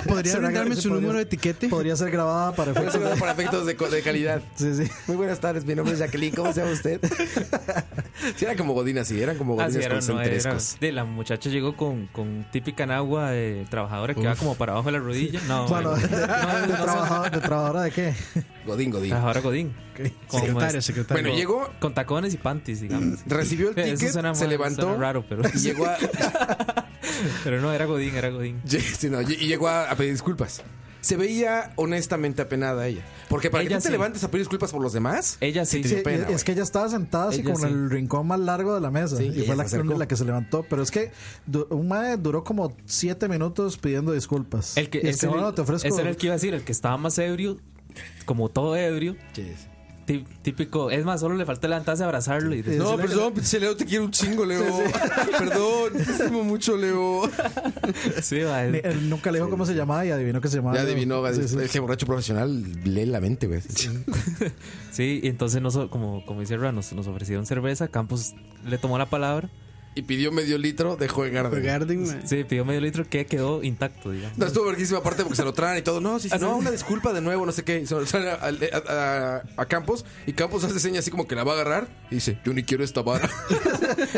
¿Podría
ser
brindarme
agra-
su
podría-
número de etiquete?
podría ser grabada para
para
efectos. de-
para efectos de, co- de calidad.
Sí, sí.
Muy buenas tardes, mi nombre es Jacqueline, ¿cómo se llama usted? Sí, eran como godinas, sí, eran como
Así
godinas
era, Ah, no, era.
concentrescos.
De la muchacha llegó con, con típica nagua de trabajadora que va como para abajo de la rodilla. No,
Bueno,
no,
de,
no,
de
no,
trabajador- de trabajadora de qué?
Godín, godín.
Trabajadora Godín. Como
Secretaria,
es-
secretaria.
Bueno, llegó,
Con tacones y panties, digamos.
recibió el
Eso
ticket,
suena
se
mal,
levantó
suena raro, pero,
y llegó a,
pero no, era Godín, era Godín.
lle- sí, no, y llegó a, a pedir disculpas. Se veía honestamente apenada ella. Eh, Porque para que
Ella
tú te
sí.
levantes a pedir disculpas por los demás,
Ella sí.
te
Sí,
dio pena,
es
güey.
que ella estaba sentada así
Ella
como en
sí.
el rincón más largo de la mesa.
Sí, y
y
ella
fue la,
se acercó.
la que se levantó. Pero es que du- un mae duró como siete minutos pidiendo disculpas.
El que,
Y es
ese
que,
era
bueno,
el-
te ofrezco.
ese era el que iba a decir, el que estaba más ebrio, como todo ebrio. tí- Típico, es más, solo le faltó levantarse a abrazarlo y decir,
No,
Decirle
perdón, pinche Leo, te quiero un chingo, Leo. Perdón, te amo mucho, Leo.
sí, va,
Ni-
es-
él nunca le dijo cómo se llamaba y adivinó que se llamaba.
Ya adivinó, va,
Sí, sí.
es que borracho profesional lee la mente, güey.
sí, y entonces nos, como, como dice Ra, nos, nos ofrecieron cerveza, Campos le tomó la palabra,
Y pidió medio litro de juegar.
Garden, mae.
sí, pidió medio litro que quedó intacto, digamos.
No, estuvo verguísima aparte porque se lo traen y todo. No, sí, sí,
Ah,
no,
sí.
una disculpa de nuevo, no sé qué. Y se lo traen a, a- a- a Campos y Campos hace señas así como que la va a agarrar y dice, yo ni quiero esta vara.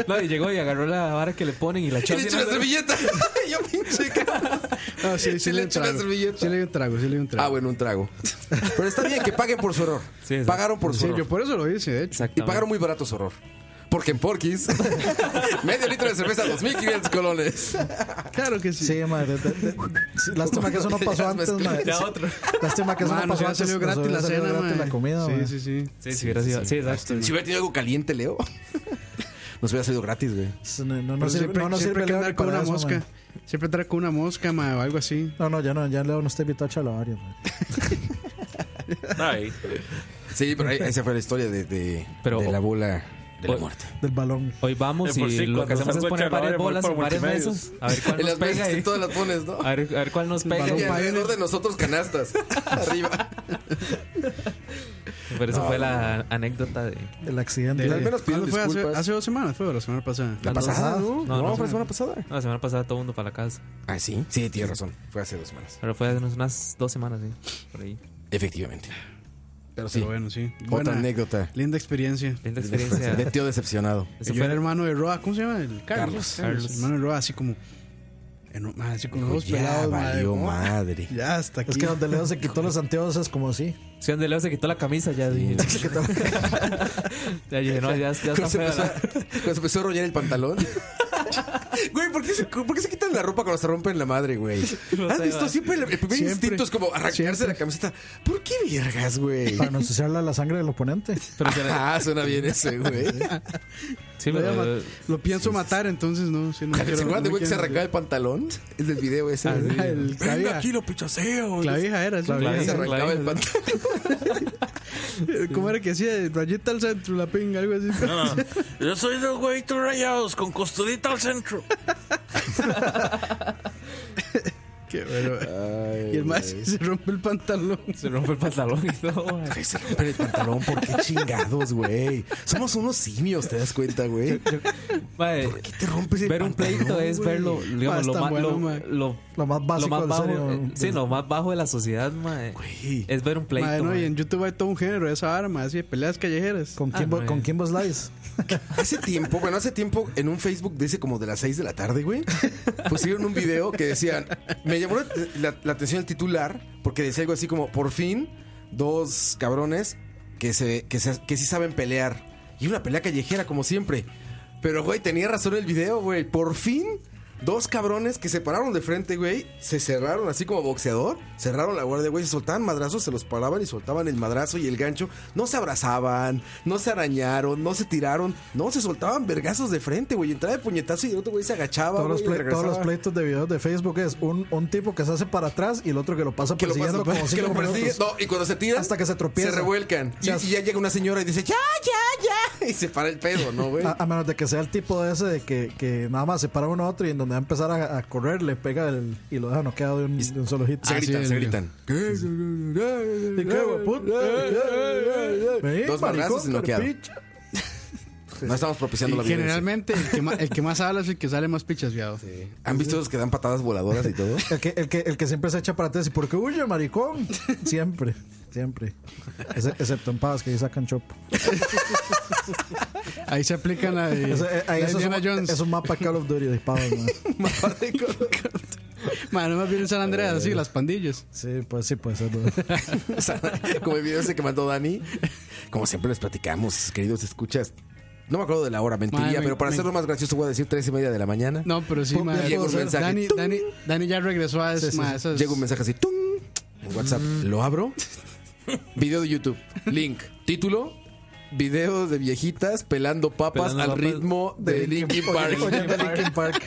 No, y llegó y agarró la vara que le ponen y la
Y
echó
le
así
eché
en
la
la-
servilleta. yo pinche Campos.
No, sí, sí,
Sí le
le dio un
echó la
trago.
servilleta.
Sí le dio un trago, sí le dio un trago.
Ah, bueno, un trago. Pero está bien que paguen por su error.
Sí, exacto.
Pagaron por su
Sí,
error.
yo por eso lo hice, de hecho.
Y
Exactamente.
pagaron muy barato su horror. Porque en Porky's, medio litro de cerveza, 2.500 colones.
Claro que sí.
Sí, mae, de- de- de- sí, Lástima que eso no pasó
Las
antes,
mezclé.
mae.
Ya otro.
Lástima que eso
Mae,
no
nos hubiera
pasó antes.
salido
nos
gratis la
hubiera salido
cena,
gratis
mae.
la comida, mae.
Sí, sí, sí.
Sí, sí, hubiera sido- sí, exacto.
Si hubiera tenido algo caliente, Leo, nos hubiera salido gratis, güey.
Sí, Pues, No, no, no
Pero
sirve,
siempre,
no nos
siempre
sirve
hay que
Leo
andar
ni
con
para
una
eso,
mosca.
mae.
Siempre andar con una mosca, mae, o algo así.
No, no, ya no, ya Leo no está invitado a Chalabaria, mae.
Ay,
Sí, pero ahí- esa fue la historia de, de-
Pero-
de la bola de la
o-
muerte.
Del balón.
Hoy
De
vamos
por
y
sí,
lo que
cuando
hacemos es
salgo a
poner
charlar,
varias
voy por
bolas en varias
multimedios.
mesas. A ver cuál
En
nos
las
pega.
mesas
y-
y todas las pones, ¿no?
A ver, a ver cuál nos pega.
Y
y-
alrededor de nosotros canastas. Arriba.
Pero esa fue la anécdota de.
El accidente.
Al menos
¿Cuándo
pidieron
fue? Hace,
disculpas.
hace dos semanas, fue o la semana pasada.
La pasada, ¿no?
No, no,
fue la
no.
semana pasada.
No, la semana pasada todo el mundo para la casa.
Ah, sí. Sí, tienes razón. Fue hace dos semanas.
Pero fue hace unas- unas dos semanas, sí. Por ahí.
Efectivamente. Pero sí,
Pero bueno, sí.
otra
Buena,
anécdota
linda experiencia.
Linda experiencia.
de tío decepcionado.
Eso
yo
fue
era hermano de Roa, ¿cómo se llama? El
Carlos.
Carlos.
Carlos.
Hermano de Roa, así como. eno- ah, así con los ojos
Ya
pelados,
valió
madre, ¿no?
madre.
Ya hasta aquí.
Es que donde Leo se quitó los anteojos es como así.
Sí, donde Leo se quitó la camisa ya. dije. ya dije, no, ya, ya está
Cuando se,
fea.
empezó,
la-
cuando se empezó a rollar el pantalón. Güey, ¿por qué, se, por qué se quitan la ropa cuando se rompen la madre, güey?
No
¿Has
sé,
visto?
va.
Siempre el, el primer
Siempre.
instinto es como arrancarse la camiseta. ¿Por qué viergas, güey?
Para no ensuciarla la sangre del oponente.
Pero se la-
Ah, suena bien ese, güey.
sí,
Lo, voy a
pero.
mat- lo pienso matar, entonces no. Sí, no me quiero-
¿Se acuerdan de
no me
güey que se
quiero-
arrancaba el pantalón? Es del video ese.
Ah,
güey.
Ah, El clavija.
lo pichaseo.
Clavija era, sí.
Clavija.
Se arrancaba el pantalón.
¿Cómo era que hacía? Rayita al centro, la pinga, algo así.
No, no. Yo soy de huevitos rayados con costudita al centro.
Qué bueno. Y el más
Eh.
se rompe el pantalón.
Se rompe el pantalón y todo. man.
Ay, Se rompen el pantalón, ¿por qué chingados, güey? Somos unos simios, ¿te das cuenta, güey?
Madre,
¿Qué te rompes el
ver un
pantalón,
pleito es
güey?
verlo,
Ah,
digamos,
es
lo,
tan
más,
bueno,
lo-
man.
lo,
Lo más
lo
básico,
más
en
bajo.
serio.
eh, sí, lo más bajo de la sociedad, man,
Güey.
es ver un pleito.
Madre, no,
man.
y en YouTube hay todo un género de esa arma, así de peleas callejeras.
¿Con
Ah,
quién,
no,
vos, ¿con
eh.
quién vos lais?
Hace tiempo, bueno, hace tiempo en un Facebook de ese como de las 6 de la tarde, güey, pusieron un video que decían, me llamó la, la- la atención el titular porque decía algo así como, por fin, dos cabrones que, se, que, se- que sí saben pelear. Y una pelea callejera como siempre. Pero, güey, tenía razón el video, güey, por fin. Dos cabrones que se pararon de frente, güey. Se cerraron así como boxeador. Cerraron la guardia, güey. Se soltaban madrazos, se los paraban y soltaban el madrazo y el gancho. No se abrazaban, no se arañaron, no se tiraron. No, se soltaban vergazos de frente, güey. Entraba de puñetazo y el otro güey se agachaba.
Todos los,
güey, y
ple- todos los
regresaba.
pleitos de videos de Facebook es un, un tipo que se hace para atrás y el otro que lo pasa
Que lo,
persiguiendo
pasan-
como
que lo
cinco
persigue,
minutos.
no, y cuando se tiran,
Hasta que se tropiezan.
se revuelcan. Y,
Se hace-
y ya llega una señora y dice, ya, ya, ya. Y se para el pedo, ¿no, güey?
A, a menos de que sea el tipo ese de que, que nada más se para uno a otro y en donde va a empezar a, a correr le pega el, y lo deja noqueado de un, de un solo hit.
Se
Ah, sí,
gritan,
el
se
mío.
gritan. ¿Qué?
¿Y qué, hueputa? Vení,
Dos
maricón,
madrazos y noqueado.
carpicho.
No estamos propiciando la
Este, Y
violencia.
generalmente el que, ma- el que más habla es el que sale más pichasviado.
¿Han visto esos que dan patadas voladoras y todo?
El que, el, que, el que siempre se echa para atrás y porque huye, maricón. Siempre, siempre. Ese- excepto en Paz, que ahí sacan chopo.
Ahí se aplican la de,
Eso, eh, ahí
la
eso es, un,
Indiana Jones.
es un mapa Call of Duty de Paz, ¿no?
Mano, más bien en San Andreas,
Eh.
así, las pandillas.
Sí, pues sí, puede ser.
O sea, como el video ese que mandó Dani. Como siempre les platicamos, queridos escuchas. No me acuerdo de la hora, mentiría,
Madre, me-
pero para
me-
hacerlo más gracioso voy a decir tres y media de la mañana.
No, pero sí,
Pum,
ma,
llega un
o sea,
mensaje,
Dani,
tum.
Dani, Dani ya regresó a, es- ma, esas-
Llega un mensaje así, ¡tum! En WhatsApp, lo abro. Video de YouTube, link, título. Videos de viejitas pelando papas
Pelando
al
papas.
ritmo de Linkin Park.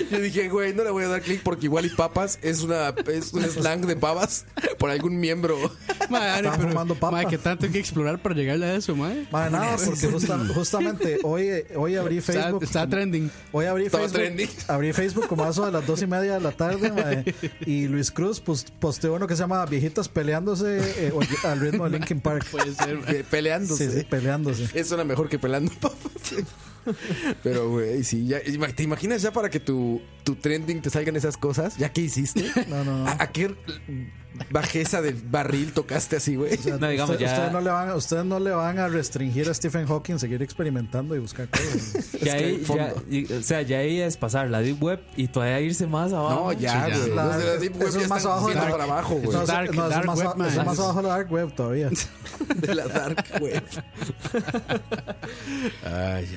Yo dije, güey, no le voy a dar clic porque igual y papas es una es un slang de pavas por algún miembro.
Ma, Dani,
Estaba
pero,
fumando papa.
ma, que tanto hay que explorar para llegarle a eso, ma.
Madre, nada, porque justa- justamente hoy, eh, hoy abrí
Está,
Facebook.
está trending.
Hoy abrí
Estaba
Facebook,
trending.
abrí Facebook como a eso de las dos y media de la tarde mae, y Luis Cruz pues, posteó uno que se llama Viejitas peleándose eh, oye- al ritmo de Linkin Park.
Puede ser, ma.
que Peleándose.
Sí, sí, peleándose.
Eso era mejor que pelando papas. Pero, güey, sí, ya, ima- ¿te imaginas ya para que tu, tu trending te salgan esas cosas? ¿Ya qué hiciste?
No, no, no.
¿A, a qué bajeza del barril tocaste así, güey?
No, digamos,
Usted-
ya-
ustedes, no le van, ustedes no le van a restringir a Stephen Hawking seguir experimentando y buscar cosas.
Ya
que
ahí,
el
ya,
fondo.
y- o sea, ya ahí es pasar la deep web y todavía irse más abajo.
No, ya,
Sí, ya.
güey.
La-
Los de la Deep Web
eso
ya
es más
están
abajo de
yendo
la-
para abajo, güey.
No, eso-
Dark-
no, eso
dark
es más,
web,
a-
mae.
eso es más abajo de la dark web todavía.
De la Dark Web. Ay, ay,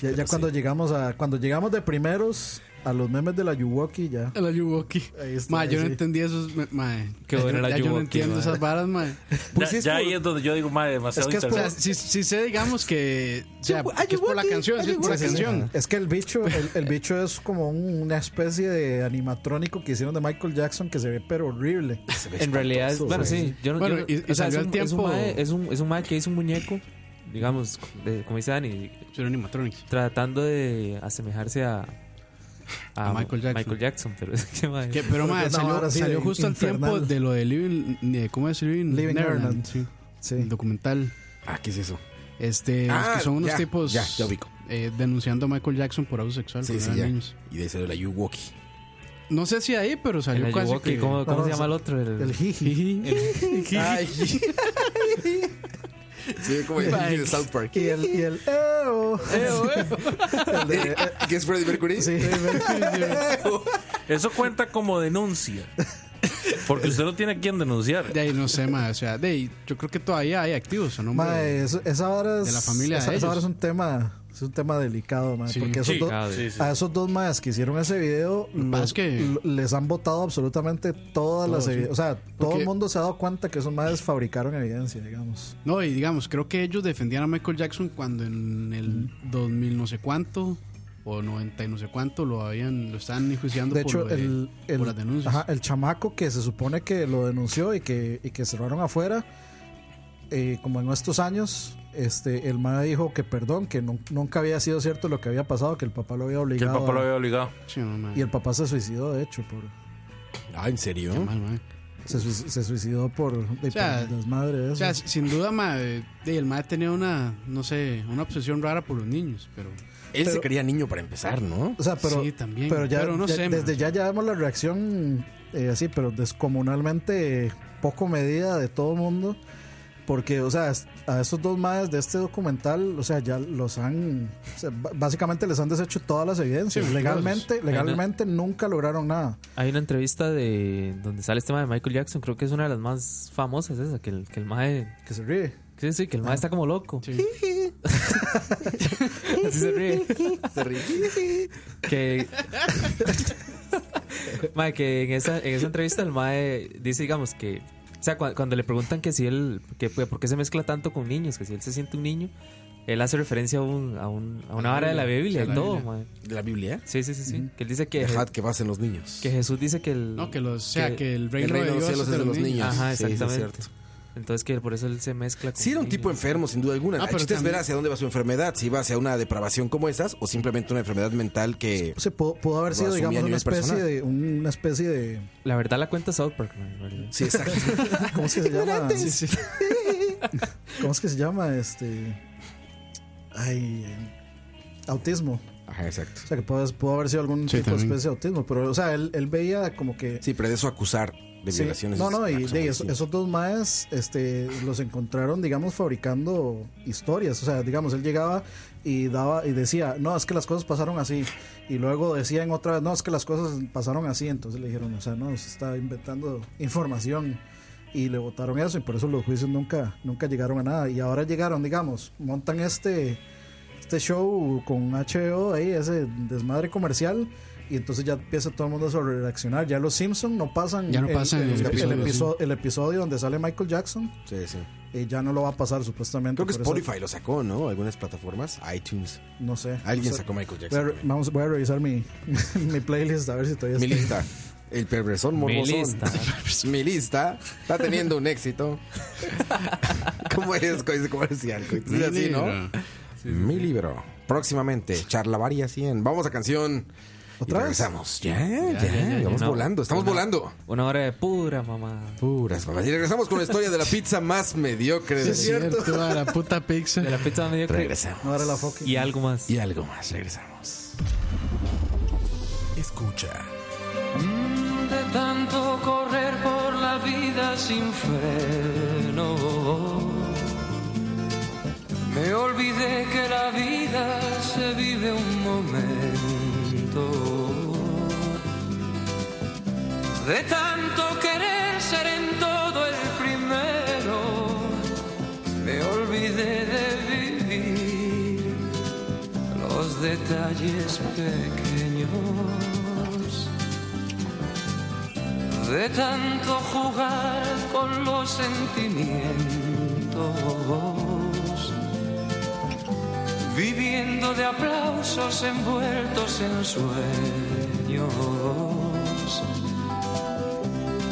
Ya, ya cuando llegamos a cuando llegamos de primeros a los memes de la Yuwoki ya.
A La Yuwoki.
Ahí está,
Ma, yo no
sí.
entendí esos. me- Ma,
Qué
Ya
buena
yo-
la
ya yo no
Yuwoki,
entiendo
ma.
esas varas, ma.
Pues
ya
es
ya
por-
ahí es donde yo digo, madre, demasiado
Es que es
O
internet.
sea, si, si sé, digamos que. O sea, que es por la canción, sí es por la
Sí, sí,
canción.
ajá. Es que el bicho, el, el bicho es como un- una especie de animatrónico que hicieron de Michael Jackson que se ve pero horrible.
En realidad, es- bueno, sí. Yo, no-
Bueno,
yo no-
y- y salió
es
al
un, es un
tiempo-
mae- Es un, es un mae que hizo un muñeco, digamos, de- como dice Dani,
Son animatronics.
tratando de asemejarse a.
A Michael Jackson.
Jackson, pero es que, mae,
Que, pero, ma,
Una
salió,
vara así
salió
de
justo al
infernal.
tiempo de lo de Living. de- ¿Cómo es Living?
Living
Neverland,
Neverland.
sí. El
Sí.
documental.
Ah, ¿qué es eso?
Eh,
Este,
Ah,
que son unos
ya,
tipos
ya, ya ubico.
eh, denunciando a Michael Jackson por abuso sexual.
Sí,
cuando
sí,
eran
ya.
niños.
Y de ahí salió la Yuwoki.
No sé si ahí, pero
en
salió
el
casi
Yuwoki,
que...
¿cómo, cómo
no,
se llama
sí.
el otro? El-
El jiji.
Ay. Sí, como el niño de South Park.
Y el, y el E eo.
Eh,
El de- eh,
¿Qué es Freddie Mercury?
sí.
Eso cuenta como denuncia. Porque usted no tiene a quien denunciar.
De ahí no sé, ma. O sea, de ahí, yo creo que todavía hay activos, ¿o ¿no?
Ma,
hombre?
eso- esa vara es,
De la familia de
esa, esa
ellos.
vara es un tema, es un tema delicado, ma,
Sí.
porque esos
Sí,
dos-
Ah, de-
Sí, sí.
a esos dos más que hicieron ese video
que pasa
los-
es que-
l- les han votado absolutamente todas las
sí.
evidencias, o sea, todo
Porque-
el mundo se ha dado cuenta que esos más fabricaron evidencia, digamos.
No, y digamos, creo que ellos defendían a Michael Jackson cuando en el 2000 no sé cuánto o 90 y no sé cuánto lo habían lo estaban enjuiciando
De
por,
hecho,
lo de-
el, el-
por las denuncias.
ajá, el chamaco que se supone que lo denunció y que, y que cerraron afuera, eh, como en estos años, este, el MAE dijo que perdón, que nun- nunca había sido cierto lo que había pasado, que el papá lo había
Que el
obligado.
papá lo
a-
había obligado.
Sí, no, ma,
Y el papá se suicidó, de hecho, por,
Ah, ¿en
qué
serio?
mal, ma.
se, suic- se suicidó por, de,
sea,
por desmadre de
O sea,
eso.
sin duda, ma, eh, de- el ma tenía una, no sé, una obsesión rara por los niños, pero
Él se creía niño para empezar, ¿no?
O sea, pero,
sí, también.
pero ya,
no
ya-
sé, ma.
desde ya ya vemos la reacción eh, así, pero descomunalmente eh, poco medida de todo el mundo. Porque, o sea, es- a estos dos más de este documental, o sea, ya los han. o sea, b- básicamente les han deshecho todas las evidencias.
Sí,
legalmente, legalmente nunca lograron nada.
Hay una entrevista de donde sale este mae de Michael Jackson, creo que es una de las más famosas esa, que el, que el mae,
Que se ríe.
que sí, sí, que el mae está como loco.
Sí.
Así se ríe.
Se ríe.
Que. Mae, que en esa, en esa entrevista el Mae dice, digamos, que. O sea, cua- cuando, le preguntan que si él. Que, que ¿Por qué se mezcla tanto con niños? Que si él se siente un niño. Él hace referencia a, un, a, un- a una vara de la Biblia
Sí,
y
la
todo,
Biblia.
mae.
¿De la Biblia? ¿eh?
Sí, sí, sí, sí. Que él dice que,
Dejad que pasen los niños.
que Jesús dice que el.
No, que los, o sea, que, el reino,
el reino
de Dios es de los niños.
niños.
Ajá,
Sí, sí, es
exactamente.
cierto.
Entonces que por eso él se mezcla con.
Sí, era un tipo
niños.
enfermo, sin duda alguna.
Ah,
el
pero
chiste es ver
también-
hacia dónde va su enfermedad, si va hacia una depravación como esas o simplemente una enfermedad mental que...
Se pudo, pudo haber
Lo
sido,
asumí a
digamos,
nivel
una especie,
personal.
de, una especie de.
La verdad la cuenta South Park, mae, la verdad.
Sí, exacto.
¿Cómo es que se llama? ¿Cómo es que se llama? Este. Ay. Autismo.
Ajá, exacto.
O sea, que pudo, pudo haber sido algún
Sí,
tipo
también.
de especie de autismo. Pero, o sea, él, él veía como que.
Sí, pero de eso acusar de
Sí.
violaciones.
No, no, y
es-
de eso- esos dos maes este, los encontraron, digamos, fabricando historias. O sea, digamos, él llegaba y daba y decía, no, es que las cosas pasaron así. Y luego decían otra vez, no, es que las cosas pasaron así. Entonces le dijeron, o sea, no, se está inventando información. Y le votaron eso y por eso los juicios nunca, nunca llegaron a nada. Y ahora llegaron, digamos, montan este este show con HBO ahí, ese desmadre comercial. Y entonces ya empieza todo el mundo a sobrereaccionar. Ya los Simpsons no pasan,
Ya no
el-
pasan
el,
el
el
episodio,
episo- el episodio donde sale Michael Jackson.
Sí, sí.
eh, ya no lo va a pasar supuestamente.
Creo que
por eso-
Spotify lo sacó, ¿no? Algunas plataformas. iTunes.
no sé.
Alguien
No sé.
sacó Michael
Voy a,
Jackson.
re-
también.
vamos, voy a revisar mi, mi playlist a ver si todavía
Mi
está.
lista. El perversón
Mi
morbosón.
lista.
Mi lista está teniendo un éxito. ¿Cómo es co- ese comercial? co-
Ah,
Es así, ¿no? Mi libro. Próximamente, Charlavaria 100. Vamos a canción.
¿Otra
y
vez?
regresamos. Ya, ya,
ya, ya,
Vamos
no.
volando. Estamos volando.
Una hora de pura mamá.
Puras babas. Y regresamos con la historia de la pizza más mediocre del
Es cierto, a la puta pizza.
De la pizza mediocre.
Regresamos.
No era la foca.
Y algo más.
Y algo más, regresamos. Escucha.
de tanto correr por la vida sin freno. Me olvidé que la vida se vive un momento. De tanto querer ser en todo el primero, me olvidé de vivir los detalles pequeños de tanto jugar con los sentimientos, viviendo de aplausos envueltos en sueños,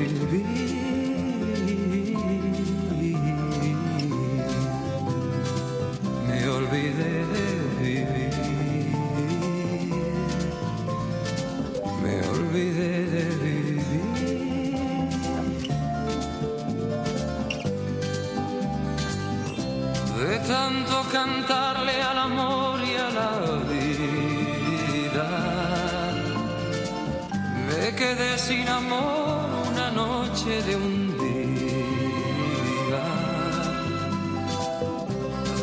vivir. Me olvidé de vivir. Me olvidé de vivir. de tanto cantarle al amor y a la vida. Me quedé sin amor una noche de un día.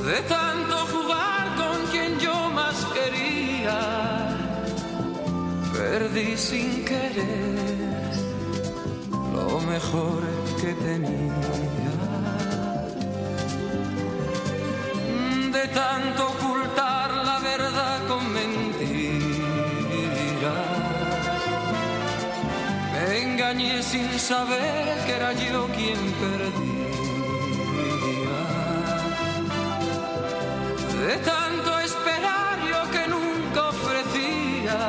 De tanto jugar con quien yo más quería, perdí sin querer lo mejor que tenía de tanto ocultar la verdad con mentiras. Me engañé sin saber que era yo quien perdía. De tanto esperar yo que nunca ofrecía,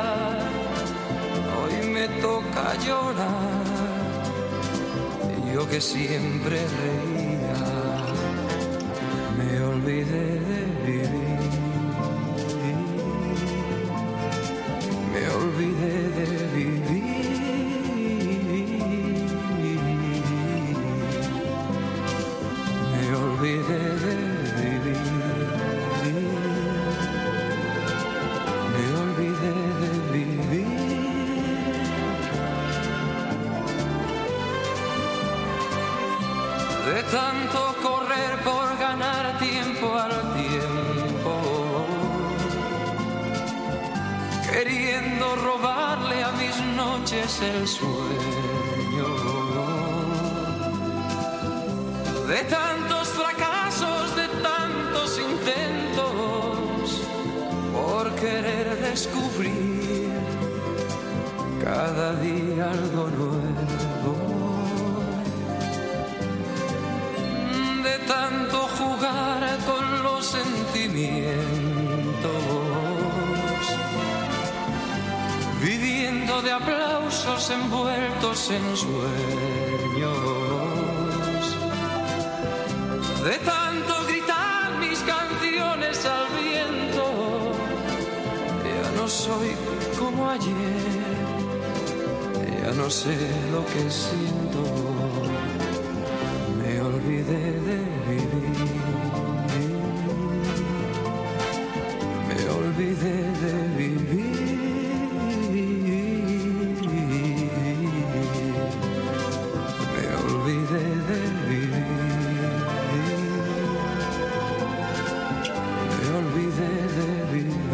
hoy me toca llorar. Yo que siempre reía me olvidé de vivir. Me olvidé de vivir. Me olvidé de vivir. Me olvidé de vivir. De tanto correr por ganar tiempo al tiempo, queriendo robarle a mis noches el sueño. De tantos fracasos, de tantos intentos, por querer descubrir cada día algo nuevo de tanto jugar con los sentimientos, viviendo de aplausos envueltos en sueños, de tanto gritar mis canciones al viento, ya no soy como ayer, ya no sé lo que siento me olvidé de vivir. Me olvidé de vivir. Me olvidé de vivir. Me olvidé de vivir.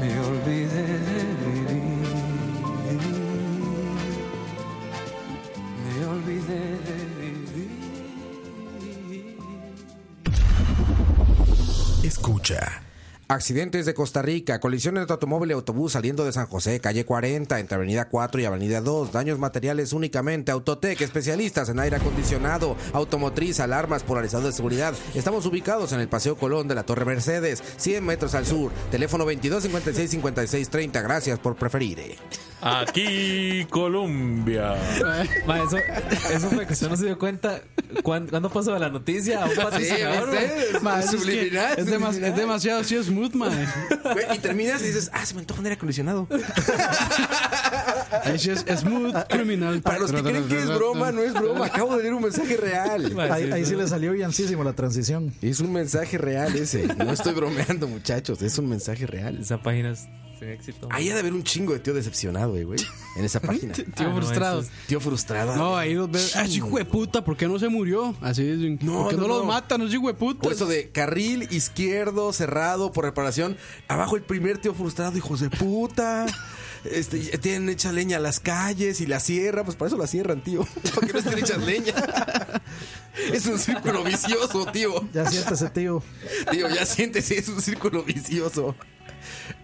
Me olvidé de vivir. Me olvidé de vivir.
Escucha.
Accidentes de Costa Rica, colisiones de automóvil y autobús saliendo de San José, calle 40, entre Avenida 4 y Avenida 2, daños materiales únicamente, Autotec, especialistas en aire acondicionado, automotriz, alarmas, polarizado de seguridad. Estamos ubicados en el Paseo Colón de la Torre Mercedes, 100 metros al sur, teléfono 2256-5630, gracias por preferir. eh.
Aquí, Colombia.
Ma, eso, eso fue que usted no se dio cuenta cuán- cuándo pasó de la noticia a un patrocinador. ma.
Ma, eso es que
Subliminal,
es, demas- es demasiado, sí, smooth, man.
Güey, y terminas y dices, ah, se me antoja un aire acondicionado.
Ahí sí es smooth, criminal.
Ah, Para los que creen que es broma, no es broma. Acabo de leer un mensaje real.
Ma,
Ahí, ahí sí le salió biancísimo la transición.
Es un mensaje real ese. No estoy bromeando, muchachos. Es un mensaje real.
Esa página es sin éxito. ma.
Ahí ha de haber un chingo de tío decepcionado, eh, güey. En esa página.
Tío
Ah, no,
frustrado.
eso
Tío frustrado.
No, ahí los ves. Ah, sí, puta, ¿por qué no se murió? Así dicen.
No,
¿Por qué
no,
no,
no.
los matan? No, sí, puta.
O eso de carril izquierdo cerrado por reparación. Abajo el primer tío frustrado, hijos de puta. Este, ya tienen hecha leña las calles y la sierra. Pues para eso la cierran, tío. Para que no estén hechas leña. Es un círculo vicioso, tío.
Ya siéntese, tío.
Tío, ya siéntese, es un círculo vicioso.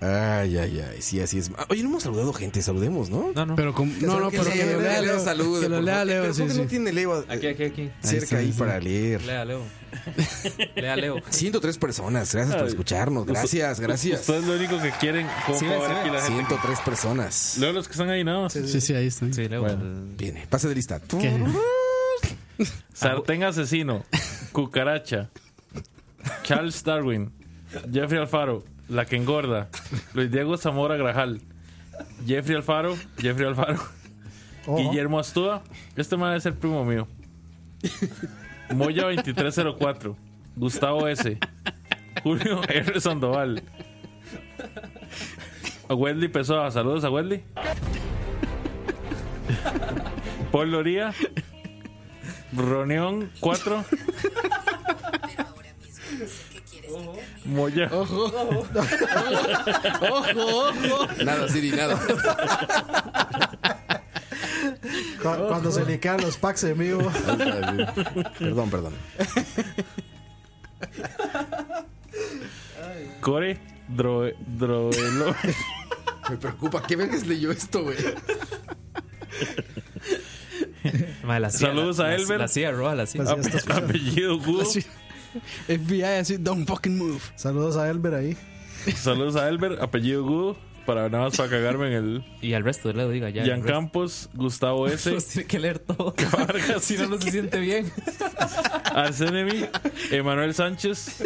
Ay, ay, ay. Sí, así es. Ah, Oye, no hemos saludado gente. Saludemos, ¿no?
No, no.
Pero como. No, no,
Que
pero
sí,
que lo lea Leo.
salude,
Que lo
por
lea
favor.
Leo,
Pero ¿por
sí,
qué no
sí.
tiene Leo
Aquí, aquí, aquí.
cerca ahí para leer?
Lea, Leo. Lea, Leo.
103 personas, gracias por escucharnos. Gracias, gracias.
Ustedes lo único que quieren. ¿Cómo
Sí,
va a ver
sí,
aquí la gente?
103 personas.
Luego los que están ahí nada más.
Sí, sí, ahí está.
Sí, Leo.
Viene, pase de lista.
¿Qué?
Sartén asesino. Cucaracha. Charles Darwin. Jeffrey Alfaro. La que engorda. Luis Diego Zamora Grajal. Jeffrey Alfaro. Jeffrey Alfaro. Guillermo Astúa. Este man es el primo mío. Moya 2304. Gustavo S. Julio R. Sandoval. A Wendy Pesoa. Saludos a Wendy. Paul Loría. Ronión 4. Moya.
Nada, Siri, nada.
Cu- Cuando se le caen los packs de mío.
Perdón, perdón.
Core. Dro, droelo.
Me preocupa. ¿Qué vergas leyó esto, güey?
Ma, la CIA,
Saludos
la-
a
la-
Elber.
La CIA, Roa, la CIA.
Pues, ya está
Ape-
escuchando.
apellido Gudo.
Así- FBI así, don't fucking move.
Saludos a Elber ahí.
Saludos a Elber. Apellido Gudo. Para nada más para cagarme en el.
Y al resto, Leo, diga ya.
Jan
al resto.
Campos. Gustavo S.
Los tiene que leer todo.
Vargas.
Si no, no se siente bien.
Arsenemi. Emanuel Sánchez.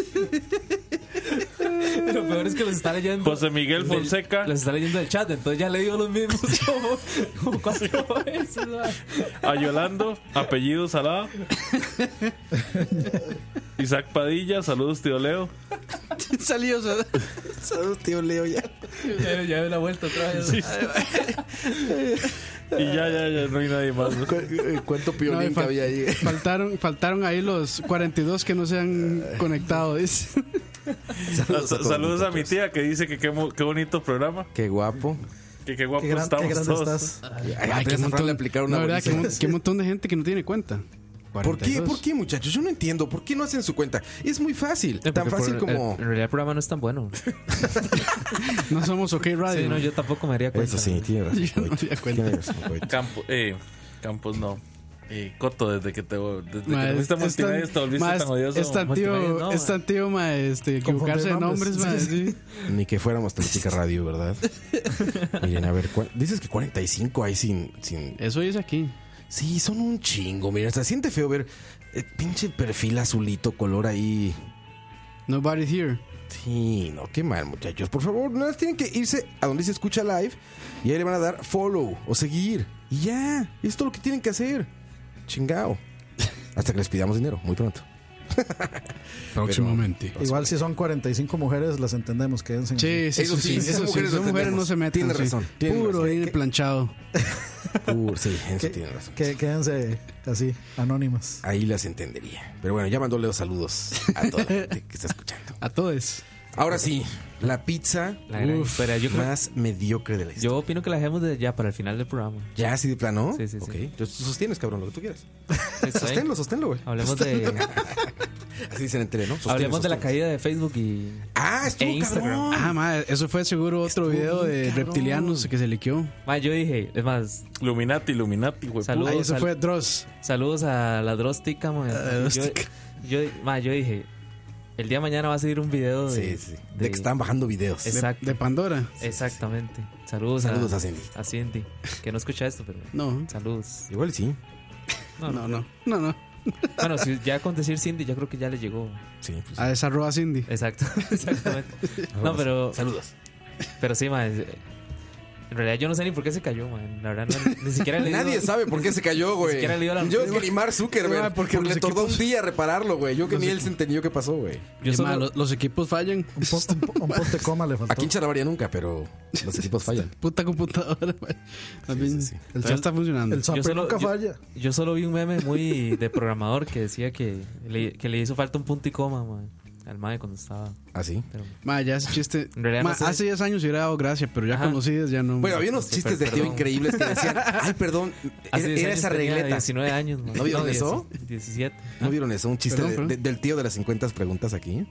Lo peor es que los está leyendo.
José Miguel
Del-
Fonseca.
Los está leyendo el chat, entonces ya le digo los mismos como, como cuatro veces. ma.
Ayolando. Apellido Salada. Isaac Padilla. Saludos, tío Leo.
Salió, o sea,
Saludos, tío Leo, ya.
Ya, ya doy la vuelta otra vez.
Y ya, ya, ya, no hay nadie más. ¿no?
eh, ¿Cuánto
No,
piolín
fal-
que había ahí?
Faltaron, faltaron ahí los 42 que no se han conectado. dice.
Sa-
todo el
Saludos
mundo,
a mi
pues.
tía que dice que qué, mo- qué bonito programa,
Qué guapo.
que qué guapo
Qué, gran-
estamos
qué grande
todos.
estás.
Ay, a
qué
Teresa Fran le aplicaron una
no, verdad, qué,
buenísima.
mon- qué montón de gente que no tiene cuenta.
¿Por qué?
42.
¿Por qué, muchachos? Yo no entiendo. ¿Por qué no hacen su cuenta? Es muy fácil.
Sí,
Tan
Eh, porque
fácil
por-
como...
el- en realidad el programa no es tan bueno.
No somos OK Radio.
Sí, no, yo tampoco me daría cuenta.
Eso sí, tiene razón.
Yo no me
Coito.
di cuenta.
Tiene razón, Coito.
Campo, eh, Campos no. Eh, Coto, desde que te, desde que te
Ma,
volviste
es- es tan-
multimedia, te volviste
ma, es-
tan odioso.
Es tan tío,
Multimedia, no,
es tan tío, ma, este, equivocarse de
Confundir
nombres, ma,
nombres.
sí.
Ni que fuéramos tan chica radio, ¿verdad? Miren, a ver, ¿cuál- dices que 45 hay sin, sin...
Eso es aquí.
Sí, son un chingo. Miren, se siente feo ver eh, pinche perfil azulito, color ahí.
Nobody here.
Sí, no, qué mal, muchachos. Por favor, nada más tienen que irse a donde se escucha live y ahí le van a dar follow o seguir. Y ya, es todo lo que tienen que hacer. Chingao. Hasta que les pidamos dinero, muy pronto.
Próximamente.
Igual si son 45 mujeres, las entendemos. Quédense en
Sí, sí,
Eso
eso
sí,
sí.
esas
Eso sí,
mujeres
esas
lo
mujeres no
entendemos.
se meten.
Tiene
sí.
razón, tiene
Puro
razón.
ir
¿Qué?
planchado.
Uh, sí, en eso tienen razón.
Que- Quédense así, anónimas.
Ahí las entendería. Pero bueno, ya mandóle los saludos a toda la gente que está escuchando.
A todos.
Ahora sí, la pizza
La gran-
uf,
pero yo creo-
más mediocre de la historia.
Yo opino que la dejemos desde ya para el final del programa.
¿Ya así de plano?
Sí, sí, sí.
Ok. Tú Sostienes, cabrón, lo que tú quieras.
Está bien.
Sosténlo, sosténlo, güey.
Hablemos de,
Así dicen en tele, ¿no? Sostén,
hablemos de la
sostén.
caída de Facebook y.
Ah, estuvo
e Instagram.
cabrón.
Ah, ma, eso fue seguro otro
Estuvo
video
bien,
de
cabrón.
reptilianos que se liqueó.
Ma, yo dije, es más,
Illuminati, Illuminati, güey.
Saludos.
Ahí eso
al-
fue Dross.
saludos a la Drostica, ma. yo, yo, ma, yo dije, el día de mañana va a salir un video
Sí,
de.
sí. De, que estaban bajando videos.
De-
Exacto.
De Pandora.
Exactamente. Saludos,
Saludos a Cindy.
a Cindy, que no escucha esto, pero
No,
saludos.
Igual sí.
No,
no, no. No, no.
Bueno, si ya con decir Cindy, yo creo que ya le llegó.
Sí,
Ah,
pues,
A esa arroba Cindy.
Exacto, exactamente. No, pero,
Saludos.
pero sí, ma. es- En realidad yo no sé ni por qué se cayó, ma. La verdad, no- ni siquiera le
Nadie sabe por qué se cayó, güey.
siquiera le dio la
Yo
noticia.
que ni Mark Zuckerberg.
Ah,
porque
porque
le
los
tardó un
equipos-
día a repararlo, güey. Yo que ni él se entendió qué pasó, güey.
Yo
Y,
solo-
ma, los, los equipos fallan.
Un, po- un po- un poste coma le faltó.
Aquí en Charabaria nunca, pero los equipos fallan.
Puta computadora. ma. También.
sí, sí.
El chat está funcionando.
El zapper
solo-
nunca
yo-
falla.
Yo solo vi un meme muy de programador que decía que le, que le hizo falta un punto y coma, man, al mae cuando estaba.
Así.
Pero,
Ma, ya ese chiste.
En realidad
Ma,
no sé.
Hace 10 años hubiera dado gracia, pero ya
Ajá.
conocidas ya no.
Bueno, había unos
Sí,
chistes de
pero-
tío
perdón.
increíbles que decían, ay, perdón,
hace
era
10
era
años
esa
tenía
regleta.
19 años, man.
¿No vieron eso?
10, 17.
¿No vieron eso? Un chiste
Perdón,
de-
perdón.
de- del tío de las 50 preguntas aquí.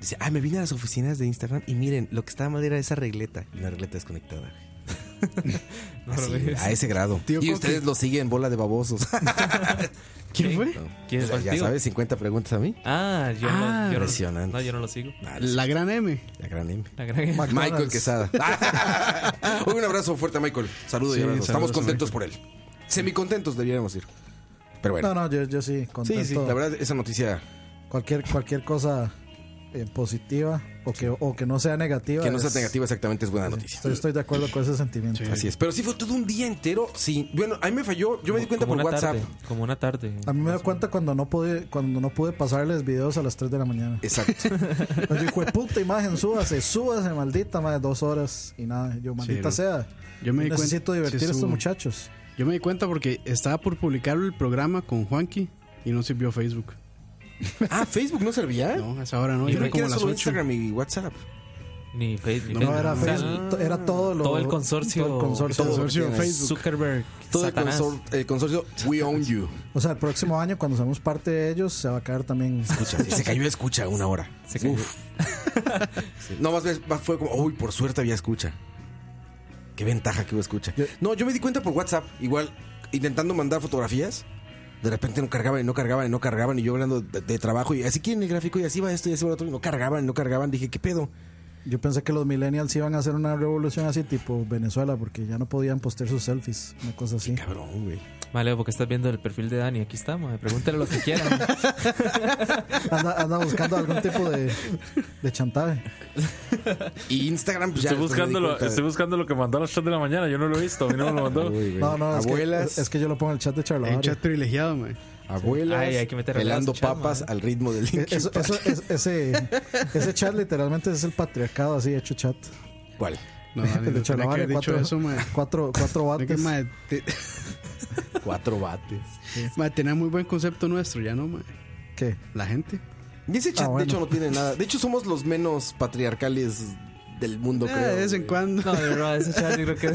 Dice, ay, me vine a las oficinas de Instagram y miren, lo que estaba mal era esa regleta. Y una regleta desconectada.
No
Así,
lo vi.
a ese grado.
Tío
y
Coqui.
ustedes lo siguen, bola de babosos.
¿Quién fue?
¿Quién es
ya, ya
contigo?
sabes, 50 preguntas a mí.
Ah, yo,
Ah,
no, yo, no,
impresionante.
no, yo no lo sigo.
Ah, la,
La gran M.
gran M.
La gran-
Michael
McDonald's.
Quesada. Hoy un abrazo fuerte a Michael. Saludos y
Sí,
abrazos. Estamos
saludos a
contentos por él. Semicontentos deberíamos ir. Pero bueno.
No, no, yo, yo sí, contento.
sí, sí, la verdad, esa noticia
Cualquier, cualquier cosa eh, positiva o que, o que no sea negativa.
que no sea
es-
negativa exactamente es buena noticia.
Estoy, estoy de acuerdo con ese sentimiento.
Así es. Pero sí fue todo un día entero. Sí. Bueno, a mí me falló. Yo me di cuenta
Como
por
una
WhatsApp.
tarde, como una tarde.
A mí me da cuenta cuando no pude, cuando no pude pasarles videos a las 3 de la mañana.
Exacto.
Yo dije, puta imagen, súbase, súbase, maldita, más de dos horas y nada. Yo, maldita
¿no?
sea.
Yo me di cuenta.
necesito divertir
sí
a estos
estuvo.
muchachos.
Yo me di cuenta porque estaba por publicar el programa con Juanqui y no sirvió Facebook.
ah, Facebook no servía.
No, a esa hora no.
Yo
Yo
creo que
como
era
las
solo
8.
Instagram y WhatsApp.
Ni Facebook.
No,
No, era
O sea,
Facebook, to- era todo lo.
todo el consorcio.
todo el consorcio.
Todo.
Consorcio
Todo.
Facebook.
Zuckerberg.
Todo el,
Satanás.
consor- el consorcio We Own You.
O sea, el próximo año, cuando seamos parte de ellos, se va a caer también.
Escucha, sí, se cayó escucha una hora.
Se cayó.
Sí. No, más bien más fue como, uy, por suerte había escucha. Qué ventaja que hubo escucha.
Yo-
No, yo me di cuenta por WhatsApp, igual intentando mandar fotografías. De repente no cargaban y no cargaban y no cargaban. Y yo hablando de, de trabajo y así quieren el gráfico y así va esto y así va lo otro. Y no cargaban y no cargaban. Dije, ¿qué pedo?
Yo pensé que los millennials iban a hacer una revolución así, tipo Venezuela, porque ya no podían postear sus selfies, una cosa así.
Cabrón, güey.
Vale, porque estás viendo el perfil de Dani. Aquí estamos. Pregúntale lo que quieran.
Anda, anda buscando algún tipo de, de chantaje.
Y Instagram, pues ya.
estoy,
después me di
buscando lo,
cuenta de-
estoy buscando lo que mandó a las 3 de la mañana. Yo no lo he visto. A mí no me lo mandó.
Uy, güey.
No, no, es que,
abuelas,
es que yo lo pongo en el chat de
Un
Charlavaria.
Eh, chat privilegiado, man.
abuelas,
Ay, hay que meter
pelando
abuelas, chama,
papas
eh.
al ritmo del
E-, Eso, eso- es- ese, ese chat literalmente es el patriarcado así hecho chat.
¿Cuál?
No, vale,
El
no
de
tenía que
Chalabane,
haber dicho
cuatro,
eso, mae.
cuatro, cuatro
Creo que,
bates.
mae, te-
Cuatro bates.
mae, tenía muy buen concepto nuestro, ya no, mae.
¿Qué?
La gente.
Y ese chat,
Ah, bueno.
de hecho, no tiene nada. De hecho, somos los menos patriarcales del mundo,
Eh,
creo.
de vez en
güey.
cuando.
No, de verdad, ese chat yo creo que.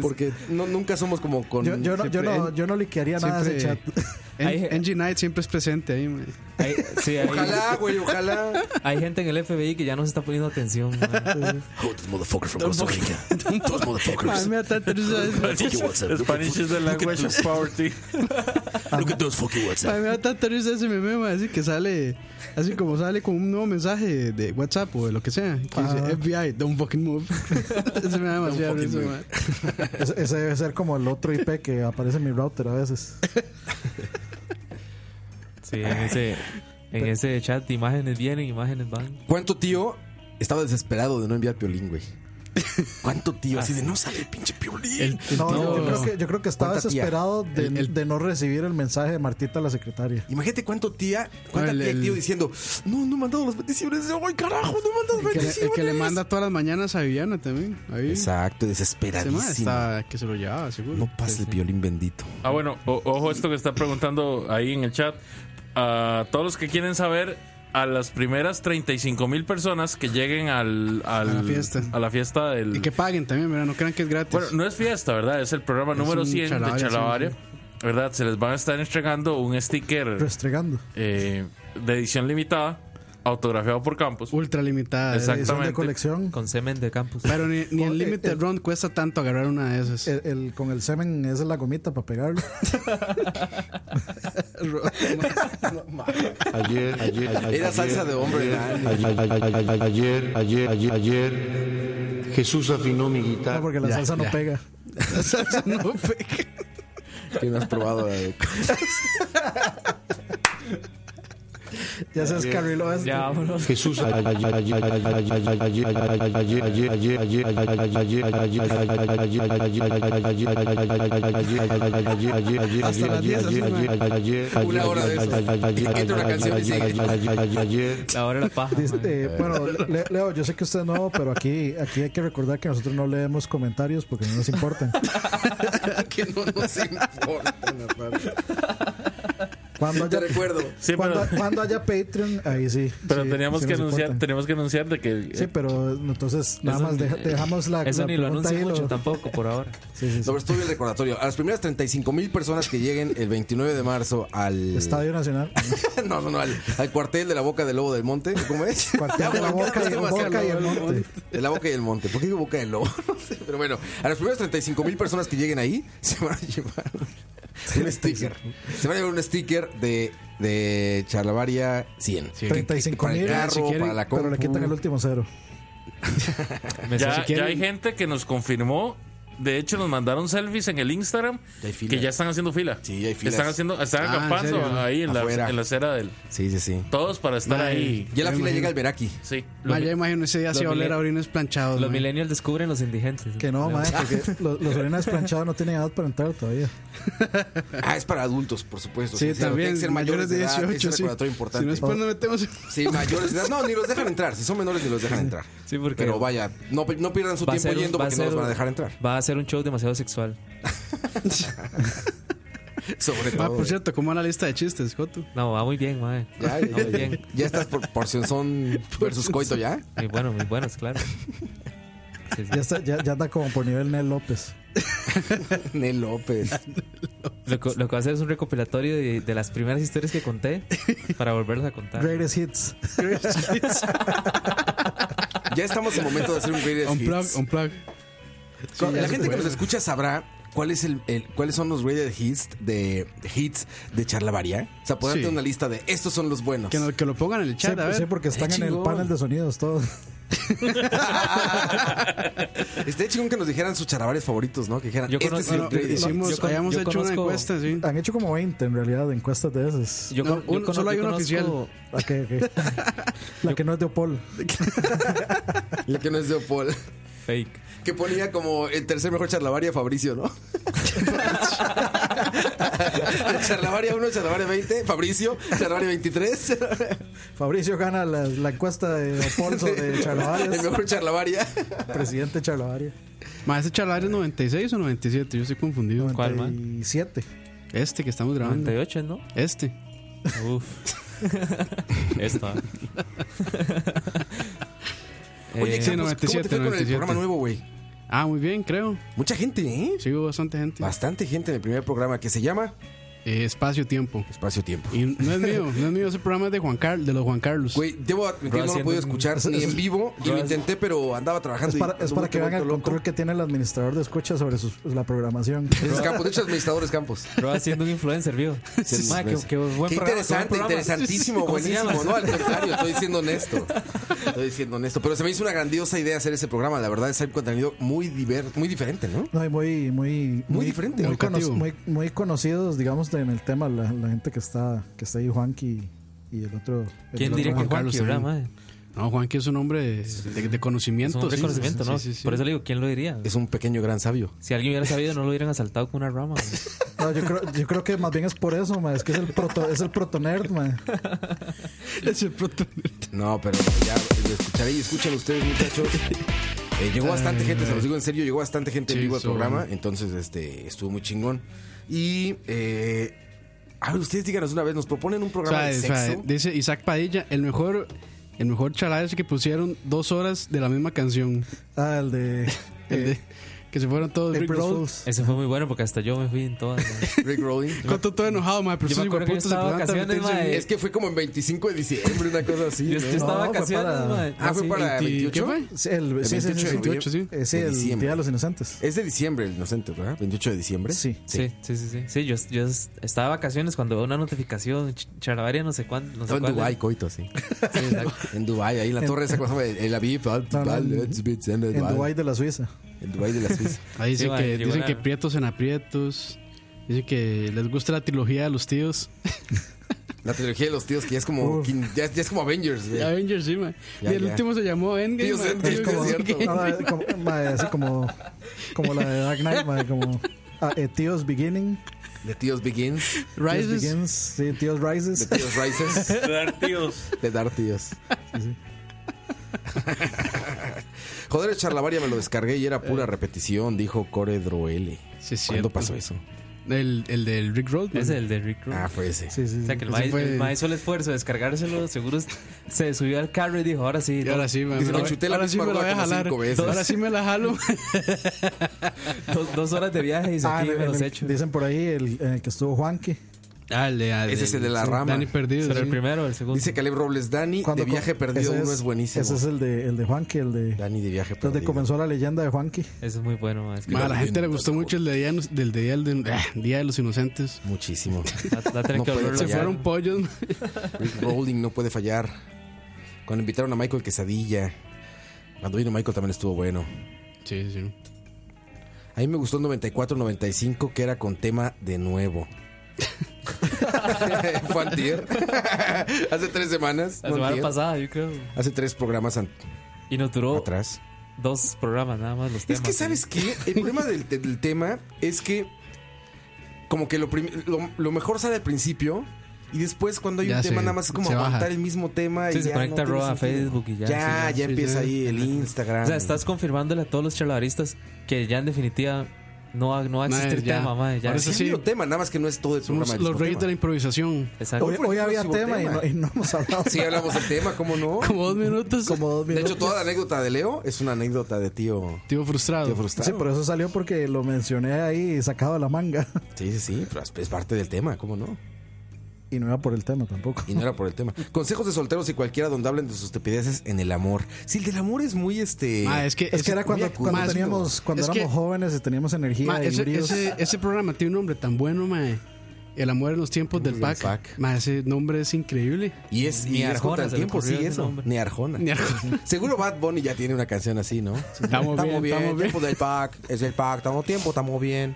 Porque no, nunca somos como con.
Yo, yo no, yo,
siempre-
no, yo no liquearía nada de ese chat.
Siempre- En-
Hay-
NG Night siempre es presente ahí, mae.
Hay, sí, hay,
Ojalá, güey, ojalá.
hay gente en el FBI que ya no se está poniendo atención. man.
Oh, this motherfucker from Costa Rica. Those
Mae,
motherfuckers.
me da tanta risa eso.
Fucking WhatsApp.
Spanish is the language of poverty.
Look at those fucking WhatsApp.
Mae, me da tanta risa ese meme, mae, así que sale, así como sale con un nuevo mensaje de WhatsApp o de lo que sea, que dice FBI, don't fucking move. ese me da demasiado risa, mae.
Ese- Ese debe ser como el otro IP que aparece en mi router a veces.
Sí, en ese, en ese chat imágenes vienen, imágenes van.
¿Cuánto tío estaba desesperado de no enviar piolín, güey? ¿Cuánto tío? Así de no sale el pinche piolín.
No,
tío,
yo,
no.
creo que, yo creo que estaba
¿Cuánta tía?
desesperado de,
El- el-
de no recibir el mensaje de Martita, la secretaria.
Imagínate cuánto tía, cuánta
No, el-
tía y tío
el-
diciendo, no, no he mandado las peticiones. ¡Ay, carajo! No mandas
El que,
peticiones.
le, el que le manda todas las mañanas a Viviana también. Ahí.
Exacto,
Ese mae
desesperadísimo.
está que se lo llevaba, seguro.
No pasa el violín bendito.
Ah, bueno, o- ojo esto que está preguntando ahí en el chat. A todos los que quieren saber, a las primeras 35 mil personas que lleguen al, al-
A la fiesta.
a la fiesta del...
Y que paguen también, ¿verdad? No crean que es gratis.
Bueno, no es fiesta, ¿verdad? Es el programa
Es
número
un
100 de
chalabaria, sí,
Chalabaria. ¿Verdad? Se les van a estar entregando un sticker
Restregando.
eh, de edición limitada, autografiado por Campos.
Ultra limitada.
Exacto.
Edición de
Exactamente.
colección.
Con semen de campus.
Pero ni, ni en
Con-
Eh,
Limited
el-
Run cuesta tanto agarrar una de esas.
El, el- con el semen esa es la gomita para pegarlo.
Ayer, ayer, ayer.
Era salsa de hombre, ¿verdad?
Ayer, ayer, ayer, ayer, ayer, ayer, Jesús afinó mi
Ah,
No,
guitarra.
porque la
Ya,
salsa no
ya.
pega.
La salsa no pega.
¿Qué no has probado? eh?
Ya se descarriló Este, esto.
Ya, vámonos.
Jesús ayer, ayer, ayer, ayer, ayer, ayer, ayer, ayer, ayer, ayer, ayer,
La hora de la paja.
Dice,
man.
eh, bueno, Le- Leo, yo sé que usted no, pero aquí, aquí hay que recordar que nosotros no leemos comentarios porque no nos importan.
que no nos importa, la verdad.
Cuando
Te
haya,
recuerdo.
Sí, pero,
cuando, cuando haya Patreon, ahí sí.
pero
sí,
teníamos,
sí
que
nos
anunciar,
importan.
teníamos que anunciar de que...
Sí, pero entonces nada
Eso
más
ni-
deja- dejamos la,
Eso
la
ni lo
pregunta
anuncia
ahí,
mucho
lo-
tampoco por ahora.
sí, sí, sí.
Sobre todo el recordatorio. A las primeras 35 mil personas que lleguen el 29 de marzo al.
Estadio Nacional.
No, no, no, al, al cuartel de la boca del lobo del monte. ¿Cómo es?
Cuartel de la
bueno, ya
boca, y,
estoy más
boca y
cerca.
el monte.
De la boca y el monte. ¿Por qué digo boca del lobo? No sé, pero bueno, a las primeras 35 mil personas que lleguen ahí se van a llevar un sticker. Se van a llevar un sticker de, de Chalabaria 100.
Sí.
35
Para el
mil,
carro,
si quieren,
para la
pero le
compu.
quitan el último cero.
Ya,
Si quieren-
ya hay gente que nos confirmó. De hecho, nos mandaron selfies en el Instagram
Ya hay fila.
que ya están haciendo fila.
Sí, hay filas.
Están haciendo, están
Ah, ¿en
acampando
serio?
ahí en la,
Afuera.
en la acera del.
Sí, sí, sí.
Todos para estar
Ay.
ahí.
Ya la
Me
fila
imagino.
llega al Veraki.
Sí.
Ma, ya imagino ese día
Los
se va a oler
milen-
a orines planchados.
Los
ma.
millennials descubren los indigentes.
Que no, madre, porque los, los orinas planchados no tienen edad para entrar todavía.
Ah, es para adultos, por supuesto.
Sí,
o sea, Tienen
también.
que ser mayores de 18, edad. Es un
sí.
recordatorio importante. Oh.
Si no, después no metemos.
Sí, mayores de edad. No, ni los dejan entrar. Si son menores, ni los dejan entrar.
Sí, porque-
Pero vaya, no, no pierdan su
Va a
tiempo
ser un-
yendo
va a
porque no
ser
los van a
un-
dejar entrar.
Va a ser un show demasiado sexual.
Sobre todo.
Ah, por
eh.
cierto, ¿cómo va la lista de chistes, Joto?
No, va muy bien, madre.
Ya,
Va
ya,
muy
ya,
bien.
ya estás por porción versus coito ya.
Muy bueno, muy buenos, claro. Sí, sí.
Ya, está, ya, ya anda como por nivel Nel López.
Nel López.
Lo, que- lo que va a hacer es un recopilatorio de, de las primeras historias que conté para volverlas a contar.
Greatest Hits.
Ya estamos en momento de hacer un greatest
Un plug,
hits.
un plug.
Co-
Sí,
La
ya
gente
se
que
puede.
nos escucha sabrá cuál es el, el- cuáles son los greatest hits de hits de Charlavaria. O sea, poderte
Sí.
una lista de estos son los buenos.
Que, no- que lo pongan en el
Sí,
chat, a
sí,
ver.
porque están
Qué
en el
chingón.
panel de sonidos todos.
Estaría chingón que nos dijeran sus charlavarias favoritos, ¿no? Que dijeran,
Yo
este
conozco-
es el
Bueno,
greatest hit".
hicimos,
Yo con-
habíamos
yo
hecho una
conozco-
encuesta, sí.
Han hecho como 20 en realidad de encuestas de esas.
Yo,
No,
con- yo
un- solo hay
yo
uno
conozco-
Ok, ok. La que no es de Opol.
La que no es de Opol.
Fake.
Que ponía como el tercer mejor charlavaria Fabricio, ¿no? charlavaria 1, charlavaria 20, Fabricio, charlavaria 23.
Fabricio gana la, la encuesta de Alfonso de
El
Charlavarias.
mejor charlavaria.
presidente Charlavaria.
Ma, ese charlar es 96 o 97, yo estoy confundido.
¿Cuál, man?
97.
Este que estamos grabando.
98, ¿no?
Este.
Uf. Esta.
Oye,
Eh,
Campos,
sí,
¿cómo te
97,
fue con el
97.
programa nuevo, güey?
Ah, muy bien, creo.
Mucha gente, ¿eh?
Sí, hubo bastante gente.
Bastante gente en el primer programa que se llama
Eh, Espacio-tiempo.
Espacio-Tiempo.
Y no es mío, no es mío, ese programa es de, Juan Carlos de los Juan Carlos.
Güey, debo admitir,
Bro,
no lo he
haciendo
podido
un-
escuchar ni en vivo. Y lo intenté, pero andaba trabajando.
Ah, Es
y
para, es
ando
para
vuelto,
que vean el
vuelto loco.
control que tiene el administrador de escucha sobre sus- la programación.
Ese es Campos, de hecho, administradores Campos.
Bro, siendo un influencer, viejo.
Sí,
Ma, qué,
influencer.
qué buen
Qué
programa,
interesante,
qué buen programa.
interesantísimo,
¿Cómo se
buenísimo,
llama?
¿no? Al contrario, estoy diciendo honesto. Estoy diciendo honesto. Pero se me hizo una grandiosa idea hacer ese programa. La verdad, es un contenido muy, diver- muy diferente, ¿no?
No, y muy, muy,
Muy diferente,
muy,
educativo.
cono- muy, muy conocidos, digamos, en el tema, la, la gente que está, que está ahí, Juanqui y el otro. el
¿Quién
otro
diría que
Juan-
Juan
Carlos
Quiebra,
también.
ma?
No, Juan, que es un hombre de, de
Es
conocimiento.
un
sí,
reconocimiento,
sí,
¿no?
sí, sí.
Por eso le digo, ¿quién lo diría?
Es un pequeño gran sabio.
Si alguien hubiera sabido, no lo hubieran asaltado con una rama. ma.
No, yo, creo, yo creo que más bien es por eso, ma, es que es el proto, es el proto nerd, ma.
Es el proto-
No, pero ya lo escucharé y escuchen ustedes, muchachos. Eh, llegó bastante gente, se los digo en serio, llegó bastante gente en
Sí,
vivo al
sobre.
programa. Entonces, este, estuvo muy chingón. Y, eh, a ver, ustedes díganos una vez, ¿nos proponen un programa
Suave,
de sexo?
suave. Dice Isaac Padilla, el mejor, el mejor chalá es que pusieron dos horas de la misma canción.
Ah, el de.
El de-
eh,
que se fueron todos Rick
April
Roll.
Fools.
Ese fue muy bueno porque hasta yo me fui en todas. ma.
Rick Rolling.
Coto todo enojado, madre, pero
Yo me
esos
acuerdo que yo
hijueputas se
estaba de
levantan a
vacaciones,
meterse en-
mae.
Es que fue como en 25 de diciembre, una cosa así.
Yo, yo
¿no?
estaba de
No, fue
vacaciones,
para-
ma.
Ah, fue para
¿Y
28.
¿Qué fue?
Sí, el,
El
sí, sí,
28 de
sí,
noviembre.
28, sí. Es
De
el
diciembre.
Día de los Inocentes.
Es de diciembre el inocente, ¿verdad? 28 de diciembre.
Sí.
Sí, sí, sí, sí. Sí, yo, yo estaba de vacaciones cuando veo una notificación, ch- charavaria, no sé cuándo. No sé
Estaba en
cuál.
Dubái, coito, sí. en Dubái, ahí en la torre esa cosa de El Aviv. ah, En
No, no, en- En Dubái
Dubái.
de la Suiza.
En Dubái de la Suiza.
Ahí
Sí,
dicen,
mae,
que,
llegó
dicen
la-
que prietos en aprietos. Dicen que les gusta la trilogía de los tíos.
La trilogía de los tíos, que ya es como, quin- ya, ya es como Avengers. güey.
Avengers, sí, mae.
Ya,
y el
ya.
último se llamó Endgame.
Tíos
mae.
Endgame,
Tíos
es
Endgame.
cierto.
No, no, como, ma, así como, como la de Dark Knight, ma, como ah, eh, Tíos Beginning,
De tíos Begins,
Tíos
Rises.
Begins, sí, Tíos
de
Rises.
tíos Rises,
Dar tíos.
de Dar Tíos. Joder, el Charlavaria me lo descargué y era pura repetición, dijo Core Droele.
Sí, es
¿Cuándo
cierto.
pasó eso?
El, el del Rick Roll.
Es el de Rick Roll.
Ah, fue ese.
Sí, sí,
O
sí.
sea, que el
Ese
maestro
fue-
hizo el esfuerzo de descargárselo. Seguro se subió al carro y dijo: Ahora sí.
Y
todo-
ahora sí, mae,
Dice,
me
me
la-
chuté la
ahora sí
misma
me la voy a
rueda como
jalar.
cinco veces.
Ahora sí me la jalo.
dos, dos horas de viaje y dice,
Ah,
aquí
en el-
me los
en el-
echo.
Dicen por ahí el, en el que estuvo Juanqui.
Ah, el de-
Ese es el de la
sí,
rama.
Dani perdido.
Pero el
sí.
primero, el segundo.
Dice Caleb Robles, Dani,
Cuando
de viaje
co-
perdido
ese
uno es buenísimo.
Ese es el de, el de Juanqui, el de.
Dani de viaje perdido.
Donde comenzó la leyenda de Juanqui.
Eso es muy bueno, ma. Es que
Ma, a la
Bien,
gente le
bien,
gustó
bien.
mucho el de día, del de día, del- ah, día de los Inocentes.
Muchísimo.
va, va a tener
No
que
puede
volverlo a
ser.
Se
Ya.
hacer.
fueron pollos.
Rick Rowling no puede fallar. Cuando invitaron a Michael Quesadilla. Cuando vino Michael también estuvo bueno.
Sí, sí.
A mí me gustó el 94-95 que era con tema de nuevo. Fue antier. Hace tres semanas.
La
no
semana
antier.
pasada, Oh. yo creo.
Hace tres programas an-
Y nos duró
atrás.
dos programas nada más los
Es
temas.
que, ¿sabes qué? El problema del, te- del tema es que como que lo, prim- lo, lo mejor sale al principio y después cuando hay
Ya
un tema
se-
nada más es como
se baja.
aguantar el mismo tema y
Sí, se
ya
conecta
no
Roa
tiene
a
sentido.
Facebook y ya, sí,
Ya,
ya,
ya
sí,
empieza
ya.
ahí el Instagram.
O sea, estás confirmándole a todos los charlavaristas que ya en definitiva no va, no va a
Ma,
existir
ya.
tema, ma. Ya
Ahora
Sí,
sí.
hay un tema, nada más que no es todo el
Somos
programa. el
los
mismo
reyes de la
tema.
improvisación.
Ah,
Exacto.
Hoy, hoy había
hubo
tema, Y,
tema.
no, y no hemos hablado.
Sí, hablamos del tema, ¿cómo no?
Como dos minutos.
como dos
De hecho,
minutos.
toda la anécdota de Leo es una anécdota de tío,
Tío frustrado.
tío frustrado.
Sí, pero eso salió porque lo mencioné ahí sacado de la manga.
Sí, sí, sí, pero es- es parte del tema, ¿cómo no?
Y no era por el tema tampoco.
Y no era por el tema. Consejos de solteros y cualquiera donde hablen de sus estupideces en el amor. Sí, el del amor es muy este.
Ma, es que,
Es que era cuando,
ma,
cuando
es-
teníamos, cuando
es que-
éramos jóvenes y teníamos energía
ma,
y
ese,
bríos.
ese- ese programa tiene un nombre tan bueno, mae. El amor en los tiempos del
Tiempos
PAC.
del PAC.
Ma, ese nombre es increíble.
y es
Ni
y es
Arjona
contra el
se le
tiempo,
ocurrió
sí,
ese
eso.
nombre.
Ni Arjona.
Ni Arjona.
Seguro Bad Bunny ya tiene una canción así, ¿no?
Estamos bien, estamos bien.
tiempo del pack, es el pack, estamos tiempo, estamos bien.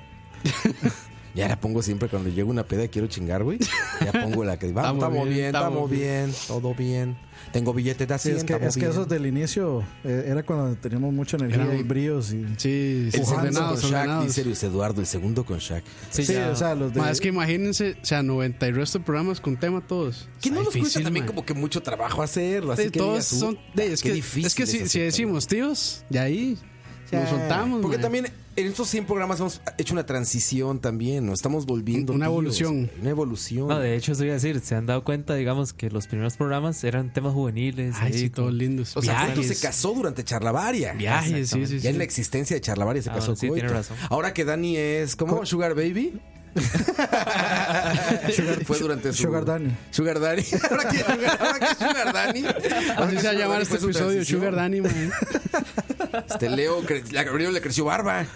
Ya la pongo siempre cuando llego a una peda y quiero chingar, güey. Ya pongo la que vamos,
Estamos
estamos
bien,
bien, estamos
estamos
bien, todo bien. Tengo billetes de así,
Sí, es que, es que eso del inicio eh, era cuando teníamos mucha energía
Era un-
y bríos. Y,
sí,
el segundo con Shaq, dice Luis Eduardo, el segundo con Shaq.
Sí,
ya.
o sea, es que imagínense, o sea, 90 y resto de programas con tema todos.
Que no nos
Está
cuesta
difícil,
también
mae.
como que mucho trabajo hacerlo. Así
Sí,
que
todos
digas, uh,
son. de- es,
qué
que,
difícil
es que si,
es
si
hacer
decimos tíos, y ahí nos
Ya.
soltamos.
Porque
mae.
también en estos 100 programas hemos hecho una transición también, ¿no? Estamos volviendo. Una evolución. Una evolución.
No, de hecho, eso iba a decir, se han dado cuenta, digamos, que los primeros programas eran temas juveniles.
Ay, sí,
todos
lindos.
o sea, Fruto se casó durante Charlavaria.
Viajes, sí, sí,
Ya en
sí.
la existencia de Charlavaria se
Ah,
casó
bueno, sí,
Coito.
tiene razón.
Ahora que Dani es, ¿cómo? Sugar Baby. Fue durante su...
Sugar Daddy.
Sugar Daddy. Ahora que Sugar, ahora que Sugar Daddy. Ahora
Así
que
se va a
Sugar
llamar
Daddy
este
fue su
episodio
transición.
Sugar Danny, mae.
Este Leo, cre- la Gabriel le creció barba.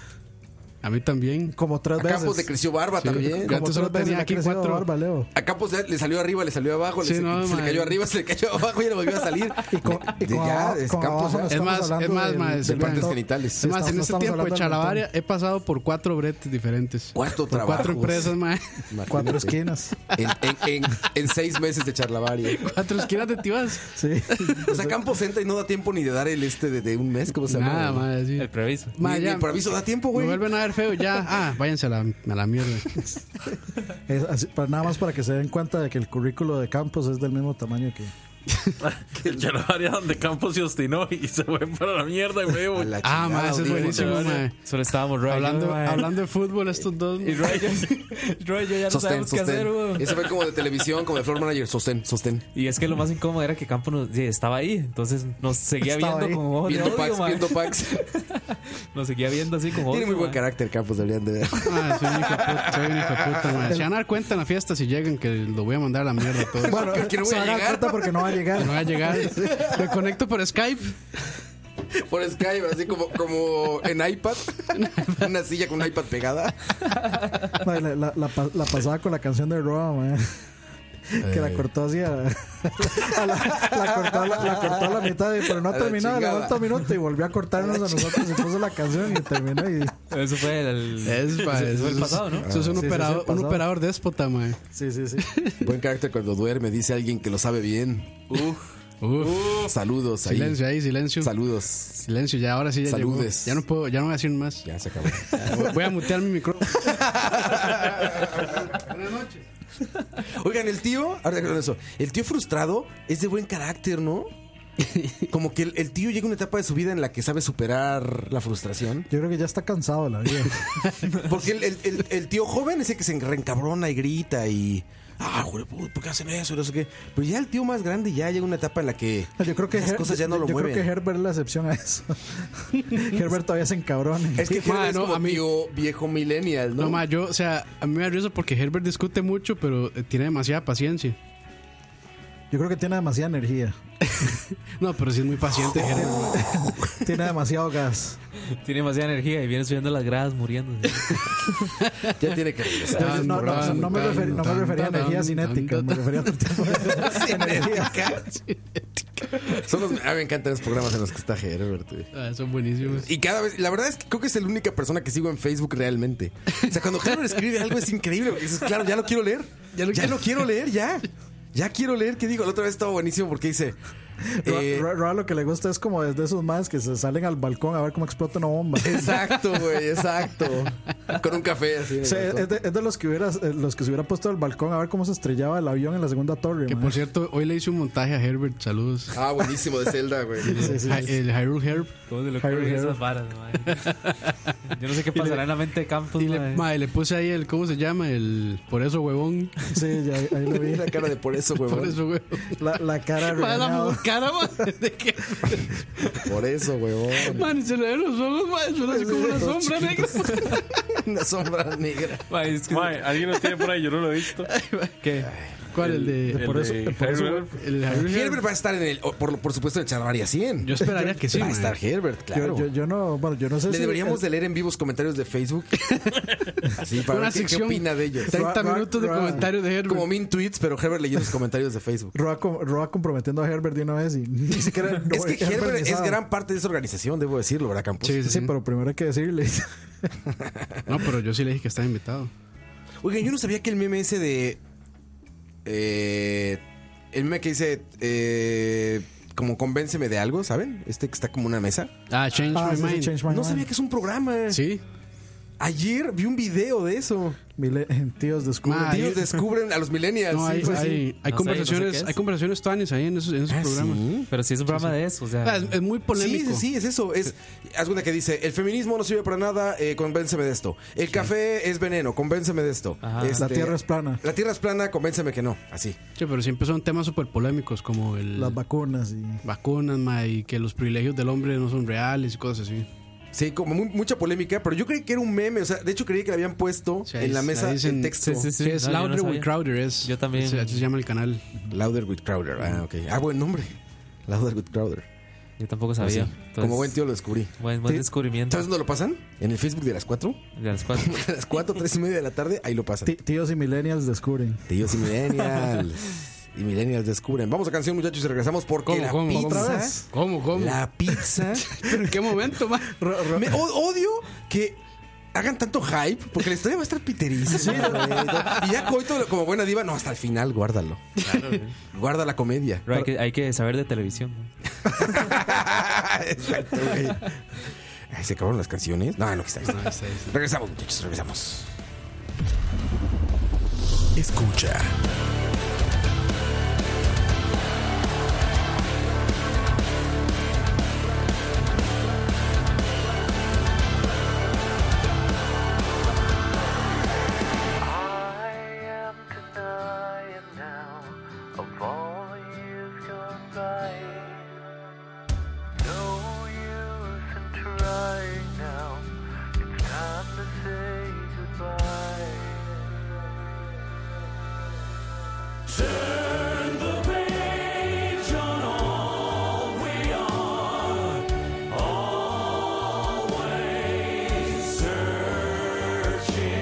A mí también.
Como tres
A Campos le creció barba
Sí,
también.
yo pues, antes solo tenía aquí cuatro.
A Campos le salió arriba, le salió abajo,
Sí,
le, se-
no,
se le
man.
cayó arriba, se le cayó abajo y le volvió a salir. De-
con
ya,
abajo-
es
con
Campos
abajo no
ya-
Es más, es más, mae,
de
se
partes
vean.
genitales.
Es más, en este tiempo de Chalabaria he pasado por cuatro bretes diferentes.
Cuatro
Por Cuatro
trabajos.
empresas, mae.
Imagínate. Cuatro esquinas. En, en- en- en seis meses de charlavaria.
Cuatro esquinas de tibas.
Sí.
O sea, Campos entra y no da tiempo ni de dar el este de, de un mes, ¿cómo se
Nada,
llama?
mae, sí.
El preaviso.
Ni- ni el preaviso da tiempo, güey.
Me vuelven a ver feo ya. Ah, váyanse a la, a la mierda.
Es así, para- nada más para que se den cuenta de que el currículo de Campos es del mismo tamaño que.
El Chalabaria donde Campos se obstinó y se fue para la mierda y me dijo,
Ah, mae, eso es buenísimo, mae.
Solo estábamos Roy,
Hablando,
yo, mae.
hablando de fútbol, estos dos. mae.
Roy, yo ya no
Sostén,
sabemos qué hacer,
sostén.
weón.
Ese fue como de televisión, como de floor manager. Sostén, sostén.
Y es que lo más incómodo era que Campo nos- sí, estaba ahí, entonces nos seguía
Estaba
viendo
ahí.
con ojos
Viendo
de odio,
packs,
mae.
viendo packs.
Nos seguía viendo así con ojos.
Tiene muy buen carácter, Campos, deberían de ver.
Ah, soy un hijo de puta, soy un hijo de puta, mae. Se van a dar cuenta en la fiesta si llegan que lo voy a mandar a la mierda a todos.
Bueno,
que no voy
se
a
van a dar
llegar.
cuenta porque no va a llegar.
No va a llegar. Me conecto por Skype.
Por Skype, así como, como en iPad. Una silla con un iPad pegada.
No, y La, la- la pa- la pasaba con la canción de Roa, mae. Que
Eh.
la cortó así a, a la, la cortó, a la, la cortó a la mitad, y- pero no
A la
terminaba,
chingada.
levantó un minuto y volvió a cortarnos a nosotros y puso la canción y terminó. Y,
Eso fue el,
Eh.
Es,
eso-
mae,
eso fue
eso
el
es-
pasado, ¿no?
Eso es un,
Sí, sí,
operador,
sí, pasado.
un operador déspota, mae.
sí, sí, sí.
Buen carácter cuando duerme, dice alguien que lo sabe bien.
Uf.
Saludos ahí.
Silencio ahí, silencio.
Saludos.
Silencio, ya ahora sí ya llegó.
Saludes.
Ya no puedo, ya no voy a decir más.
Ya se acabó.
Voy a mutear mi micrófono.
Oigan, el tío, ahora con eso, el tío frustrado es de buen carácter, ¿no? Como que el, el tío llega a una etapa de su vida en la que sabe superar la frustración.
Yo creo que ya está cansado de la vida.
Porque el, el- el- el tío joven es el que se reencabrona y grita y. Ah, joder, puta, ¿por qué hacen eso? Y No sé qué. Pero ya el tío más grande ya llega a una etapa en la que.
Yo creo que
Las
Her-
cosas ya no lo
yo
mueven.
creo que Herbert es la excepción a eso. Herbert todavía se encabrona.
Es que Herbert es
Ma, Ah, no,
como
a mí-
tío viejo millennial, ¿no?
No, ma, yo, o sea, a mí me da risa porque Herbert discute mucho, pero eh, tiene demasiada paciencia.
Yo creo que tiene demasiada energía.
No, pero sí es muy paciente, Herbert.
Tiene demasiado gas.
Tiene demasiada energía y viene subiendo las gradas muriendo.
ya tiene que regresar.
Yo- yo- No, no, o sea, no me,
Tan,
referi- no me
tan,
refería a
tan,
energía
tan,
cinética,
tan,
me refería a otro tipo de energía.
Son los- a mí me encantan los programas en los que está Herbert. güey.
Ah, son buenísimos.
Y cada vez, la verdad es que creo que es la única persona que sigo en Facebook realmente. O sea, cuando Herbert escribe algo es increíble. porque dices, claro, ya lo quiero leer. Ya lo, quiero leer, ya. Ya quiero leer. ¿Qué digo? La otra vez estaba buenísimo porque dice. eh,
Ra- Ra- Ra lo que le gusta es como desde esos más que se salen al balcón a ver cómo explota una bomba.
Exacto, güey, exacto. Con un café así. en el
O sea,
balcón.
es, de, es de los que hubiera, eh, los que se hubiera puesto al balcón a ver cómo se estrellaba el avión en la segunda torre.
Que
man.
por cierto, hoy le hice un montaje a Herbert. Saludos.
Ah, buenísimo de Zelda, güey.
Sí, sí,
Hi-
sí.
El Hyrule Herb.
¿Cómo se le
Harry
ocurren
Hero.
esas varas, mae? Yo no sé qué pasará en la mente de Campos,
Y le,
mae.
ma, y le puse ahí el, ¿cómo se llama? El, por eso, huevón.
Sí, ya, ahí lo vi.
La cara de por eso, güey.
Por eso, huevón.
La, la cara
Ma,
regañado.
la cara, ma, de que,
Por eso, güey.
man, se le ven los ojos, ma, son así como una sombra negra.
Una sombra negra.
Mae, es que-
Mae, alguien lo tiene por ahí, yo no lo he visto.
¿Qué?
¿Cuál? El de,
El
por eso,
de
por eso,
Herbert.
el Hyrule Herb.
Herbert va a estar en el, o por, lo- por supuesto, en el Charlavaria 100.
Yo esperaría que sí,
va a
ma.
estar Herbert, claro.
Yo, yo, yo no, bueno, yo no sé
Le
si
deberíamos de leer en vivos comentarios de Facebook. Así, para
Una
ver qué- qué,
sección.
opina de ellos.
30
Ra- ra-
minutos de
ra-
comentarios de Herbert.
Como min tweets, pero Herbert leyendo los comentarios de Facebook.
Roa, com- Roa comprometiendo a Herbert de una vez y ni siquiera. no,
Es que Herbert
ni
es
sabe.
gran parte de esa organización, debo decirlo, ¿verdad, Campos?
Sí, sí, sí.
Sí, pero primero hay que decirle.
No, pero yo sí le dije que estaba invitado.
Oigan, yo no sabía que el meme ese de. eh, el meme que dice. eh, como convénceme de algo, ¿saben? Este que está como una mesa.
Ah, Change
Ah,
My
sí, sí,
Mind.
Change My
No
Mind.
sabía que es un programa.
Sí.
Ayer vi un video de eso.
Mile- Tíos, descubren.
Ma, Ah,
Ellos
yo-
descubren a los millennials.
No, hay,
Sí, sí, sí.
hay, hay
No sé,
conversaciones,
no sé qué es.
hay conversaciones tuanis ahí en esos, en esos
Ah,
programas.
¿sí?
Pero sí es un programa de eso, o sea.
Ah, es, es muy
Sí,
polémico.
sí, sí, es eso. Es, haz cuenta que dice, el feminismo no sirve para nada, eh, convénceme de esto. El café es veneno, convénceme de esto.
Ajá.
Este,
La tierra es plana.
La tierra es plana, convénceme que no. Así.
Che, pero siempre son temas súper polémicos como el
Las vacunas y.
vacunas, ma, y que los privilegios del hombre no son reales y cosas así.
Sí, como mu- mucha polémica, pero yo creí que era un meme. O sea, de hecho creí que le habían puesto
Sí, ahí
en la
es-
mesa
ahí dicen-
el texto.
Sí, sí, sí.
Sí, es
No, yo no
Louder with
sabía.
Crowder, es.
Yo también.
es- así se llama el canal.
Louder with Crowder. Ah, ok. Ah, buen nombre. Louder with Crowder.
Yo tampoco
Así.
sabía.
pues como
Entonces,
buen tío lo descubrí.
Buen, buen
Sí.
descubrimiento
¿Sabes dónde lo pasan? En el Facebook de las 4.
de las cuatro.
De las 4, 3 y media de la tarde, ahí lo pasan.
Ti- Tíos y millennials descubren.
Tíos y millennials. y millennials descubren. Vamos a canción, muchachos, y regresamos porque
¿Cómo,
la
cómo, cómo?
pizza.
¿Otra vez? ¿Cómo, cómo?
¿Eh? La pizza.
¿Pero en qué momento, ma?
Me o- odio que hagan tanto hype porque la historia va a estar piterísima. güey. y ya Coito, como buena diva, no, hasta el final, guárdalo. Guarda la comedia.
Pero hay, que, hay que saber de televisión. ¿no?
Exacto, güey. Ay, ¿Se acabaron las canciones? No, no, que está.
No, está ahí, sí.
Regresamos, muchachos, regresamos. Escucha.
I am denying now of all the years gone by. No use in trying now. It's time to say goodbye. Turn the page on all we are. Always searching.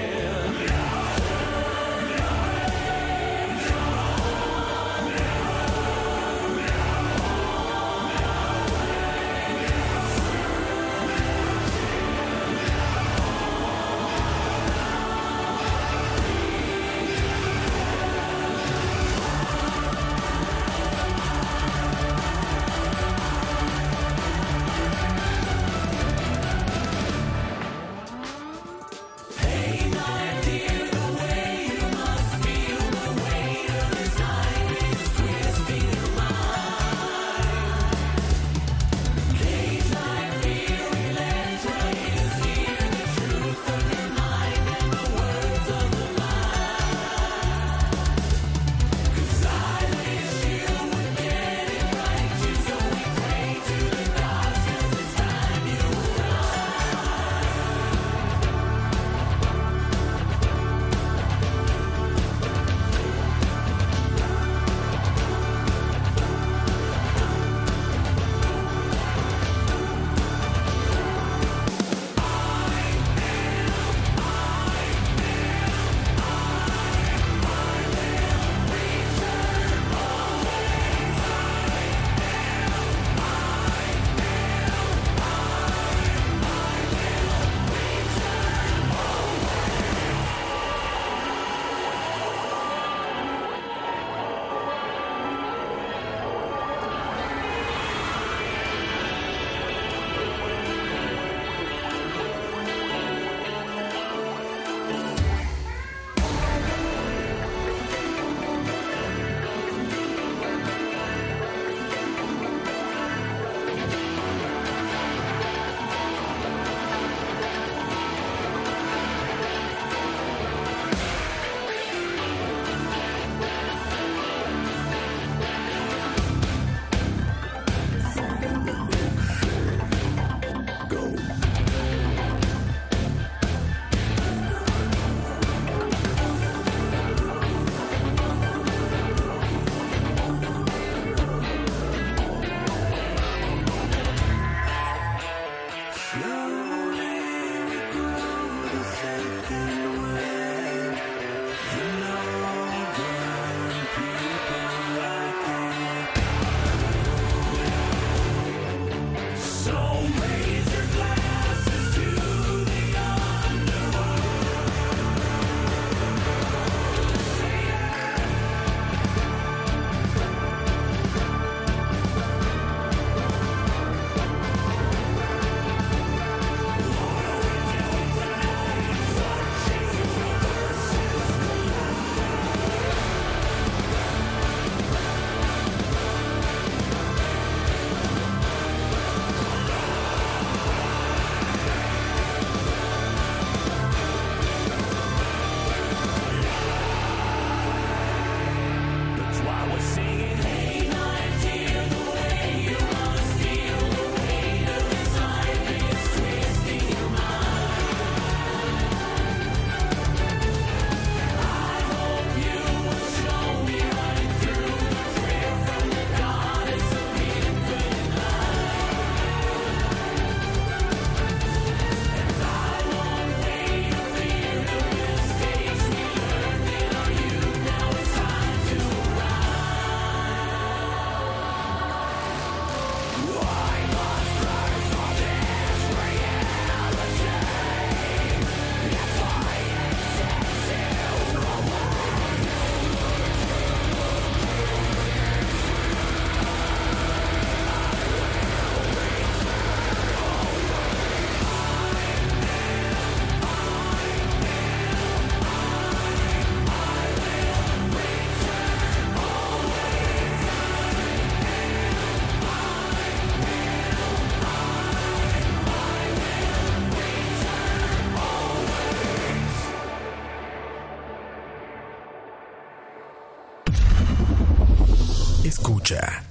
que escucha.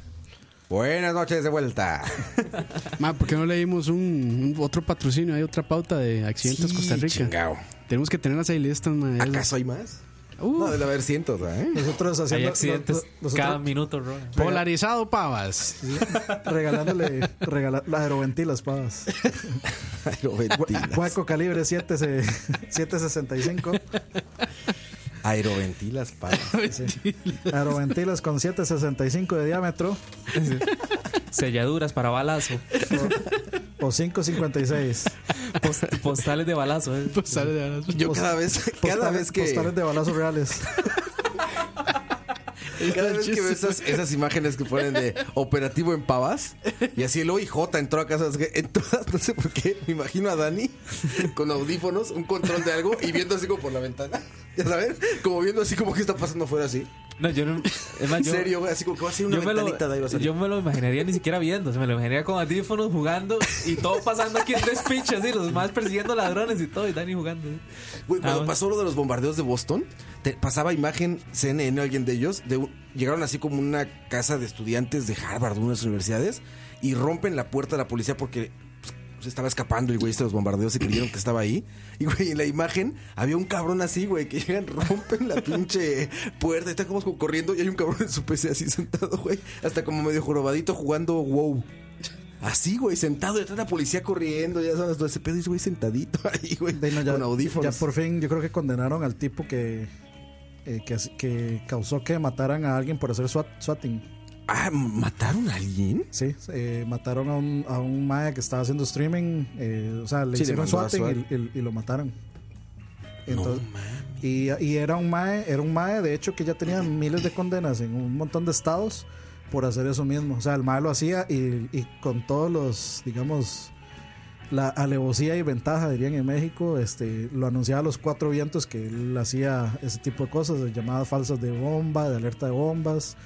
Buenas noches de vuelta.
Ma, ¿por qué no leímos un, un- otro patrocinio? Hay otra pauta de accidentes
Sí,
Costa Rica.
chingao.
Tenemos que tenerlas ahí listas, ma. esas.
¿Acaso hay más?
Uh.
No, debe haber cientos, ¿eh?
Nosotros
Hay
haciendo.
accidentes
nos-
cada
nosotros
minuto, Ron.
Polarizado, pavas.
regalándole regala, las aeroventilas pavas.
Aeroventila.
Hueco calibre 7, se- 765.
Aeroventilas, padre.
Aeroventilas con 765 de diámetro
Selladuras para balazo.
o 556.
Post- postales de balazo. eh.
Pues Sale de abrazo.
Yo cada vez, cada
Postales-
vez que,
Postales de balazos reales.
cada vez que veo esas, esas imágenes que ponen de operativo en Pavas, y así el OIJ entró a casa, es que en todas, no sé por qué, me imagino a Dani con audífonos, un control de algo y viendo así como por la ventana, ya sabes, como viendo así como que está pasando afuera así.
No, yo no. Es más,
En
yo,
serio, güey, así como que va a ser una
yo me,
ventanita de aire va a
lo,
salir.
yo me lo imaginaría ni siquiera viendo. Se me lo imaginaría con audífonos jugando y todo pasando aquí en despiche. Así, los más persiguiendo ladrones y todo. Y Dani jugando. ¿eh?
Güey, cuando
Ah,
pasó lo de los bombardeos de Boston, te- pasaba imagen CNN, alguien de ellos, de un- llegaron así como una casa de estudiantes de Harvard, de unas universidades, y rompen la puerta de la policía porque pues, se estaba escapando el güey este de los bombardeos y creyeron que estaba ahí. Y güey, en la imagen había un cabrón así, güey, que llegan, rompen la pinche puerta, y están como corriendo y hay un cabrón en su PC así sentado, güey, hasta como medio jorobadito jugando wow. Así, güey, sentado, detrás de la policía corriendo, ya sabes, todo ese pedo, y ese güey sentadito ahí, güey,
De ahí no, ya,
con audífonos.
ya por fin, yo creo que condenaron al tipo que, eh, que, que causó que mataran a alguien por hacer swat, swatting.
Ah, ¿mataron a alguien?
Sí, eh, mataron a un, a un mae que estaba haciendo streaming. eh, o sea, le
Sí, le
hicieron
mandó a
swatting
SWAT.
y, y- y lo mataron. Entonces, y, y era un mae, era un mae, de hecho, que ya tenía miles de condenas en un montón de estados por hacer eso mismo. O sea, el mae lo hacía y, y con todos los, digamos, la alevosía y ventaja, dirían en México, este, lo anunciaba a los cuatro vientos que él hacía ese tipo de cosas, de llamadas falsas de bomba, de alerta de bombas,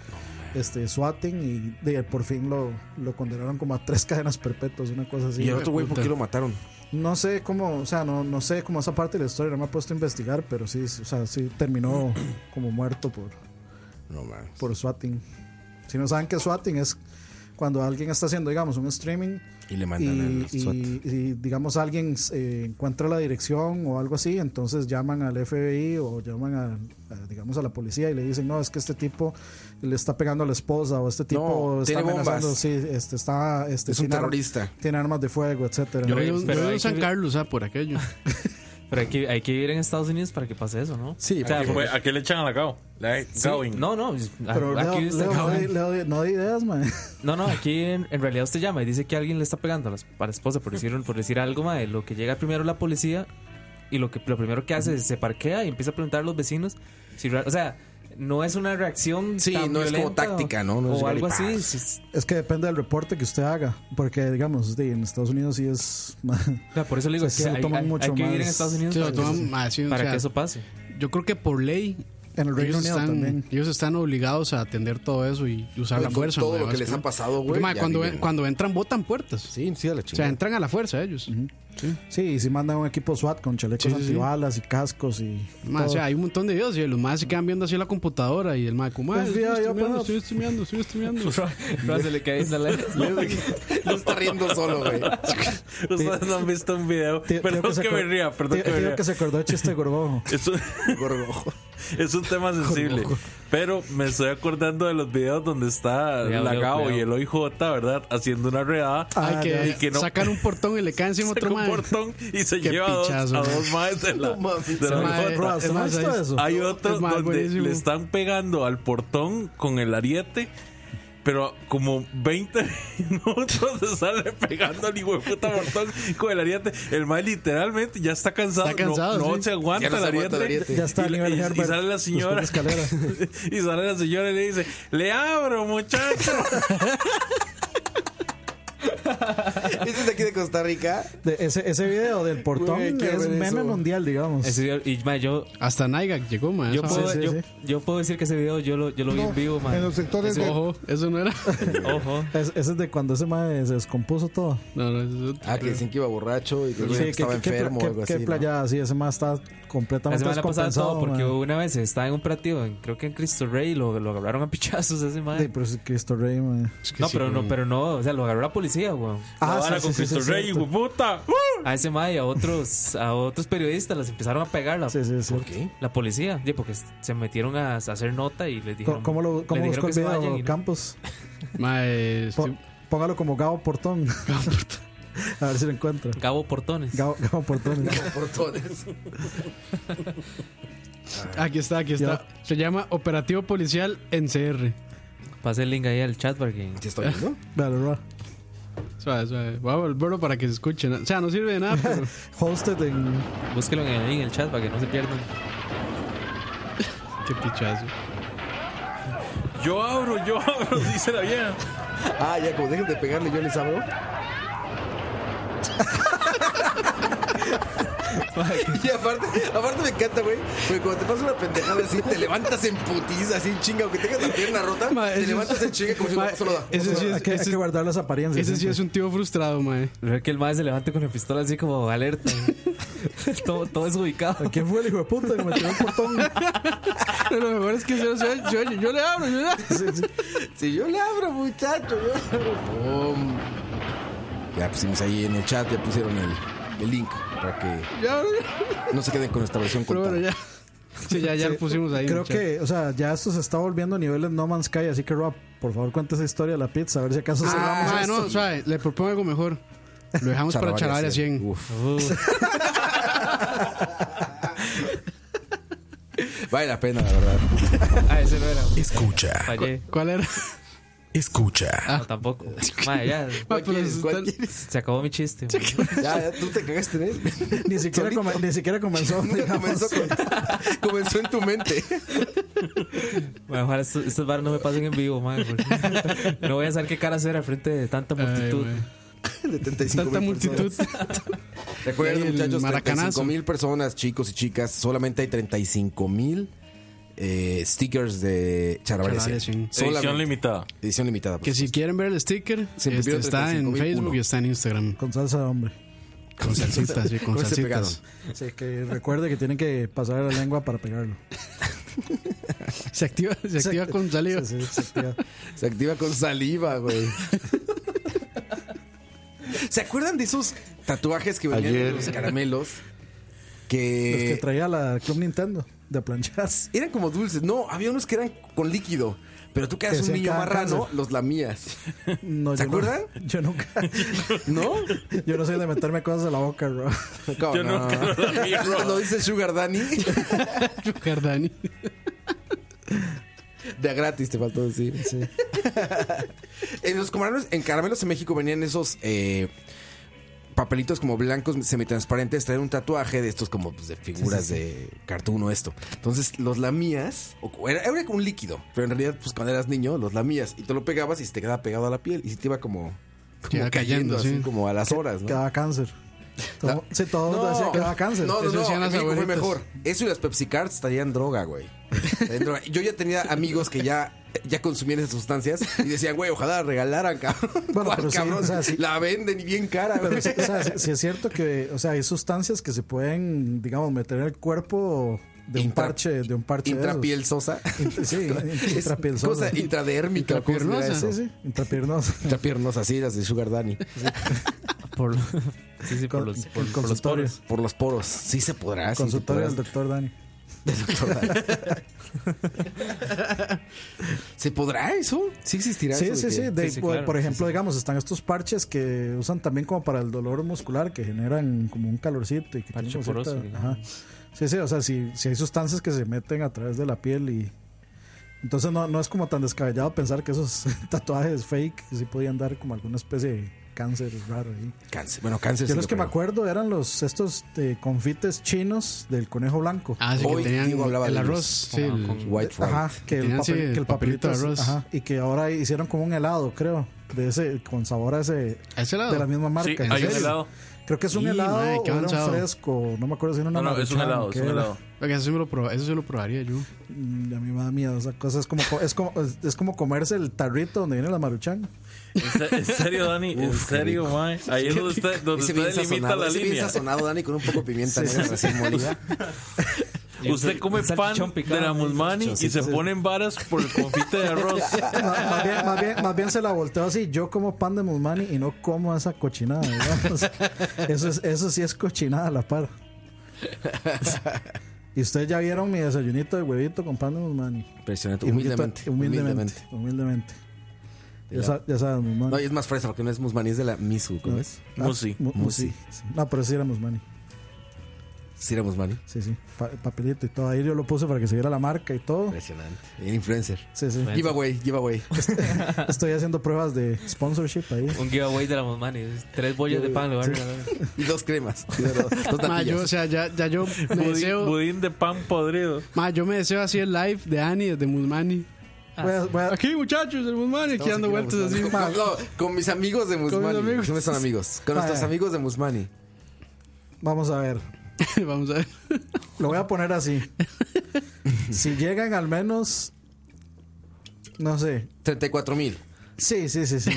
este, swatting y de- por fin lo, lo condenaron como a tres cadenas perpetuas, una cosa así.
¿Y el otro güey por
puta.
qué lo mataron?
No sé cómo, o sea, no, no sé cómo esa parte de la historia, no me he puesto a investigar, pero sí, o sea, sí terminó como muerto por,
No, man.
por swatting. Si no saben qué es swatting es cuando alguien está haciendo, digamos, un streaming
Y le
y,
mandan al
y-
SWAT.
y, digamos alguien eh, encuentra la dirección o algo así, entonces llaman al FBI o llaman a, a, digamos a la policía y le dicen, no, es que este tipo le está pegando a la esposa o este tipo
No,
está
tiene
amenazando,
bombas.
sí, este, está, este,
Es un
tiene ar-
terrorista.
Tiene armas de fuego, etcétera.
Yo
Pero-
vivo
pero
yo vivo
hay
en San
que-
Carlos, ah, por aquello.
Pero hay que, hay que vivir en Estados Unidos para que pase eso, ¿no?
Sí,
O sea,
porque-
Fue- ¿A qué le echan a la cao? La
sí,
Gawin.
No, no. ah,
Pero Leo,
aquí está
Leo, no,
Gawin.
di- Leo di- no di ideas, man.
No, no, aquí en, en realidad usted llama y dice que alguien le está pegando a la, a la esposa por decir, por decir algo, mae. Lo que llega primero la policía y lo, que, lo primero que hace es se parquea y empieza a preguntar a los vecinos si real- O sea, no es una reacción.
Sí,
tan
no es como
violenta o-
táctica, ¿no? No es
o
llegar y
algo así.
¡paz!
sí, sí.
Es que depende del reporte que usted haga, porque digamos, di, en Estados Unidos sí es...
O sea, por eso le digo,
O sea, sí
que
lo
hay,
toman
hay- hay
mucho
que vivir en
más-
Estados Unidos
Sí, lo
para,
toman
que, eso-
más, sí, o
para
sea,
que eso pase.
Yo creo que por ley
En el Reino
ellos
Unido
están,
también.
ellos están obligados a atender todo eso y usar
Güey,
la
con
fuerza.
todo
ma,
lo que les ha
básicamente.
pasado, güey,
Porque, ma,
ya
cuando,
viven.
cuando entran, botan puertas.
Sí, sí, a la
O sea,
chingada.
entran a la fuerza ellos.
Sí, si mandan un equipo SWAT con chalecos
Sí, sí, sí.
antibalas y cascos y...
Ma, o sea, hay un montón de videos y los más se quedan viendo así la computadora y el ma, como, "Ah,
Pues,
estoy
ya, ya,
streameando,
pero-
estoy streameando, estoy streameando.
No, se le cae esa la-
No está riendo solo, güey.
Ustedes no han visto un video.
Tío- tío
perdón que,
se
me
acor-
ría, perdón
tío-
que me
tío
ría.
que se acordó el chiste de Gorgojo.
Es un,
Gorgojo.
es un tema sensible. Pero me estoy acordando de los videos donde está
Cuidado,
la
cuidado,
Gao y
cuidado.
el OIJ, ¿verdad? Haciendo una redada.
Ah,
Hay que,
y que no-
sacar un portón y le caen encima
Saca
otro
un
ma.
portón y se
Qué
lleva a dos-
pichazo,
a dos,
man.
maes de la, de la
ma,
OIJ.
eh,
Bro, ¿usted no ha
es más,
visto
ahí-
eso?
Hay otro
Es más,
donde
buenísimo.
le están pegando al portón con el ariete. Pero como 20 minutos se sale pegando al hijo de puta portón con el ariete. El mae literalmente ya está cansado.
Está
no-
cansado,
no,
sí.
se aguanta
Ya no
el
se aguanta
ariete.
el ariete.
Ya está
y,
a nivel
y- y
Herbert,
sale la
después de
señora.
escalera.
y sale la señora y le dice: Le abro, muchacho.
¿Este es de aquí de Costa Rica?
De ese, ese video del portón
Güey, qué
es
bueno
meme
eso.
mundial, digamos.
Ese video- y, mae, yo,
Hasta Naiga llegó, man.
yo,
esa
puedo,
vara.
yo, yo puedo decir que ese video yo lo, yo lo vi
No,
en vivo, mae.
en los sectores
Ese-
de-
Ojo, eso no era.
Ojo.
Es- ese es de cuando ese mae se descompuso todo.
No, no, eso es otro.
Ah, que decían que iba borracho y que,
Sí,
que
que-
estaba
que- que-
enfermo
que-
o algo
que
así. ¿no?
playada, sí, ese mae está
La
completamente
semana pasada
descompensado.
todo, porque
mae.
una vez estaba en un partido, en- creo que en Cristo Rey, y lo, lo agarraron a pichazos a ese mae.
Sí, pero es Cristo Rey, mae.
no, pero no, pero no, o sea, lo agarró la policía, weón.
Ah, sí, sí,
con
sí, sí,
Cristo
es
Rey,
cierto.
hijo puta.
A ese mae y a otros, a otros periodistas les empezaron a pegar la,
Sí, sí, es cierto.
la policía. Sí, porque se metieron a, a hacer nota y les dijeron.
¿Cómo, cómo lo, cómo
les dijeron
buscó el
que se vayan
video,
y no.
Campos?
Mae,
Po-
estoy-
Póngalo como Gabo Portón. A ver si lo encuentro.
Gabo Portones.
Gabo, Gabo Portón.
Aquí está, aquí está. Se llama Operativo Policial en CR.
Pase el link ahí al chat para que.
estoy viendo?
Dale, bro.
Suave, suave. Voy a volverlo para que se escuchen. O sea, no sirve de nada, pero.
Hosted en.
Búsquelo en el, en el chat para que no se pierdan.
Qué pichazo.
Yo abro, yo abro, dice la vieja.
Ah, ya, como dejen de pegarle, yo les abro. y aparte, aparte me encanta, güey. Porque cuando te pasa una pendejada así, te levantas en putiza, así en chinga, aunque tengas la pierna rota,
Ma,
te
eso
levantas
es-
en chinga como si
Ma,
fuera solo da.
Ese sí
hay,
es,
que, hay
ese
que
es-
guardar las apariencias.
ese sí es un tío frustrado, mae.
Creo que el mae se levante con la pistola así como alerta. todo, todo es ubicado.
¿Quién fue el hijo de puta que me tiró el portón?
Pero lo mejor es que se lo sé. Yo, yo, yo le abro, yo le abro.
Si yo le abro, muchacho, yo le abro. Pum. Ya pusimos ahí en el chat, ya pusieron el, el link para que
yo abro.
no se queden con esta versión
Pero bueno,
cortada.
ya. Sí, ya, ya lo pusimos ahí.
Creo
muchachos.
que, o sea, ya esto se está volviendo a niveles No Man's Sky, así que Rob, por favor, cuenta esa historia de la pizza, a ver si acaso
Ah,
cerramos
mae,
esto.
no, suave. Le propongo algo mejor. Lo dejamos para Charavaria 100.
Uf.
Uh,
Vale la pena, la verdad.
ah, ese no era. Ah,
Escucha,
Fallé.
¿Cuál era?
escucha.
No, tampoco. Mae, ya.
Mae, pero
quieres? ¿Cuál
están-
quieres?
Se acabó mi chiste. mae.
Ya, ya, tú te cagaste en él.
Ni siquiera, come- ni siquiera comenzó. digamos.
comenzó, con- comenzó en tu mente.
Mae, ojalá estos, estos bares no me pasen en vivo, mae. porque No voy a saber qué cara hacer al frente de tanta
Ay,
multitud.
mae.
De 35
Tanta
mil
multitud.
Recuerden,
Y el
muchachos,
maracanazo.
35 mil personas, chicos y chicas. Solamente hay 35 mil eh, stickers de Charavaria 100.
Charavaria 100.
Edición
Solamente.
limitada.
Edición limitada. pues. por
Que si
supuesto.
quieren ver el sticker,
Se
este,
pidieron
está en
35.000
Facebook
uno.
y está en Instagram.
Con salsa de hombre.
Con salsitas, sí, con
¿Cómo se
salsitas.
Así que recuerde que tienen que pasar la lengua para pegarlo.
Se activa, se activa con saliva.
Sí, sí, se activa.
Se activa con saliva, güey. ¿Se acuerdan de esos tatuajes que venían
Ayer.
en los caramelos?
Los
Que,
que traía la Club Nintendo de planchas.
eran como dulces. No, había unos que eran con líquido. Pero tú que eras
Que
un
hacían
niño
cada
marrano,
cáncer.
los lamías.
No,
¿Se
yo no-
acuerdan?
yo nunca.
¿No?
Yo no soy de meterme cosas a la boca, bro.
¿Cómo
Yo
no?
nunca lo lamía, bro.
¿No dice Sugar Danny?
Cardani.
De a gratis, te faltó decir.
Sí.
En los caramelos, en caramelos en México venían esos eh, papelitos como blancos semitransparentes, traer un tatuaje de estos como pues, de figuras de cartoon o esto. Entonces los lamías, o era, era como un líquido, pero en realidad pues cuando eras niño los lamías y tú lo pegabas y se te quedaba pegado a la piel y se te iba como, como
Queda
cayendo,
cayendo,
así
sí.
como a las horas, ¿no?
Cada cáncer. Todo, sí, todo
No.
decía que daba cáncer.
No, no,
Eso
no,
hacían
en
las
México fue
abuelitas.
mejor. Eso y las Pepsi Cards traían droga, güey. Traían droga. Yo ya tenía amigos que ya, ya consumían esas sustancias y decían, güey, ojalá la regalaran, cabrón.
Bueno,
¿Cuál,
pero sí,
cabrón?
o sea, sí.
La venden y bien cara, güey.
Pero sí, o sea, sí- sí es cierto que, o sea, hay sustancias que se pueden, digamos, meter en el cuerpo de un
Intra-
parche, de un parche. de esos.
Intrapiel sosa.
Int- sí,
Es
in- intrapielzosa.
Cosa intradérmica. ¿cómo se dirá
Intrapiernosa.
eso?
Sí, sí, intrapiernosa.
Intrapiernosa, sí, las de Sugar Daddy.
Por, sí, sí, por
Con-
los,
el
por, por los
consultorio.
poros.
Por los poros. Sí se podrá. Ah, sí se
Consultorio
podrá.
del doctor Dani.
¿Se podrá eso? ¿Sí existirá
Sí,
eso?
sí,
de
sí.
que-
de-
sí,
por-
claro,
por
sí,
ejemplo,
sí.
digamos, están estos parches que usan también como para el dolor muscular, que generan como un calorcito y que
Parche
tienen como
poroso,
cierta-
digamos.
ajá. Sí, sí, o sea, si, si hay sustancias que se meten a través de la piel y... Entonces no, no es como tan descabellado pensar que esos tatuajes fake sí podían dar como alguna especie de cáncer raro ahí.
Cáncer. Bueno, cáncer.
Yo
sí
los
lo
que me
creo.
acuerdo eran los estos eh, confites chinos del conejo blanco.
Ah, sí,
Hoy
que tenían
Diego hablaba
el
de
arroz.
los-
Sí, el-
White Friday.
Eh, Ajá, que el,
Tenían, sí,
papel- que el
el papelito
papelito
de
es-
arroz.
ajá, y que ahora hicieron como un helado, creo. de ese, con sabor a ese,
¿A ese helado?
de la misma marca.
Sí,
¿en
hay un
serio?
helado.
Creo que es un
Sí,
helado,
mae, qué
o era
avanzado.
un fresco, no me acuerdo si era una
No, no, es un
maruchan,
helado, es
¿qué
un
era?
helado.
Oiga, eso, sí me lo proba- eso sí lo probaría yo.
Mm, A mí me da miedo esa cosa. Es como, co- es como, es, es como comerse el tarrito donde viene la maruchan.
¿En, se- en serio, Dani? ¿En
Uf, qué
serio, mae? Ahí es donde usted, donde
Ese
usted
bien
limita
sazonado,
la
ese bien
línea.
sazonado, Dani, con un poco de pimienta negra recién molida.
Usted come pan
salchichón picado,
de la
sí,
Musmani y se ponen varas por el confite de arroz.
Ma- Más, bien, más bien- más bien se la volteó así. Yo como pan de musmani y no como esa cochinada. digamos. Eso, es, eso sí es cochinada a la par. Y ustedes ya vieron mi desayunito de huevito con pan de musmani.
Impresionante,
Y un poquito-
humildemente.
Humildemente.
humildemente.
Humildemente.
De
Ya,
la-
sa- ya sabes, musmani.
No, y es más fresa porque no es musmaní, es de la misu,
Mm.
¿cómo es?
Ah,
Musi.
mu-
Musi.
sí. No, pero sí era musmani.
Sí, era musmaní.
Sí, sí. Pa- papelito y todo. Ahí yo lo puse para que se viera la marca y todo.
Impresionante. Era influencer.
Sí, sí.
Giveaway, giveaway.
Estoy haciendo pruebas de sponsorship ahí.
Un giveaway de la Mosmani. Tres bollas de pan le van a regalar.
Y dos cremas. Dos
Ma, yo, o
tapillas.
sea, ya, ya yo me
Budín,
deseo.
budín de pan podrido.
Ma, yo me deseo así el live de Ani desde Musmani.
Voy a- voy a-
Aquí, muchachos, el Musmani, aquí dando vueltas así.
Con, no, con mis amigos de Musmani.
mis amigos.
No son amigos. Con nuestros
Ah.
amigos de Musmani.
Vamos a ver.
Vamos a ver.
Lo voy a poner así. Si llegan al menos. No sé.
34 mil.
Sí, sí, sí, sí.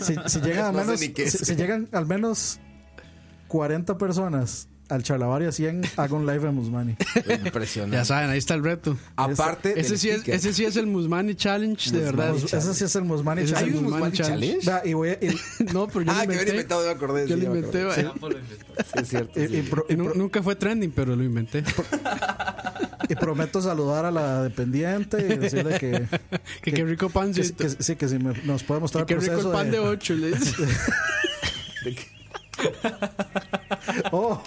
Si, si llegan al
No sé
menos.
ni qué es.
si, si llegan al menos 40 personas al Chalabaria 100, hago un live en Musmani.
Ya
Impresionante.
saben, ahí está el reto.
Aparte
Ese
del
sí, es,
sticker.
ese sí es el Musmani Challenge, de verdad.
Mus- Ese sí es el Musmani
Ese es el
Challenge.
¿Hay un
Musmani
Musmani Challenge?
Vea, y voy a- y-
No, pero yo
Ah, que
lo
habían
inventé.
inventado, yo me acordé.
Yo
sí,
lo
ya me
inventé,
acordé.
ma.
Sí, es cierto.
y-
sí.
y pro-
Y
y
nu-
pro-
nunca fue trending, pero lo inventé.
y prometo saludar a la dependiente y decirle que.
Que qué rico
que si-
pancito.
que si- sí, que si me- nos puede mostrar
Que
el
qué rico el
proceso
pan de
de-
ocho. le dice.
Oh,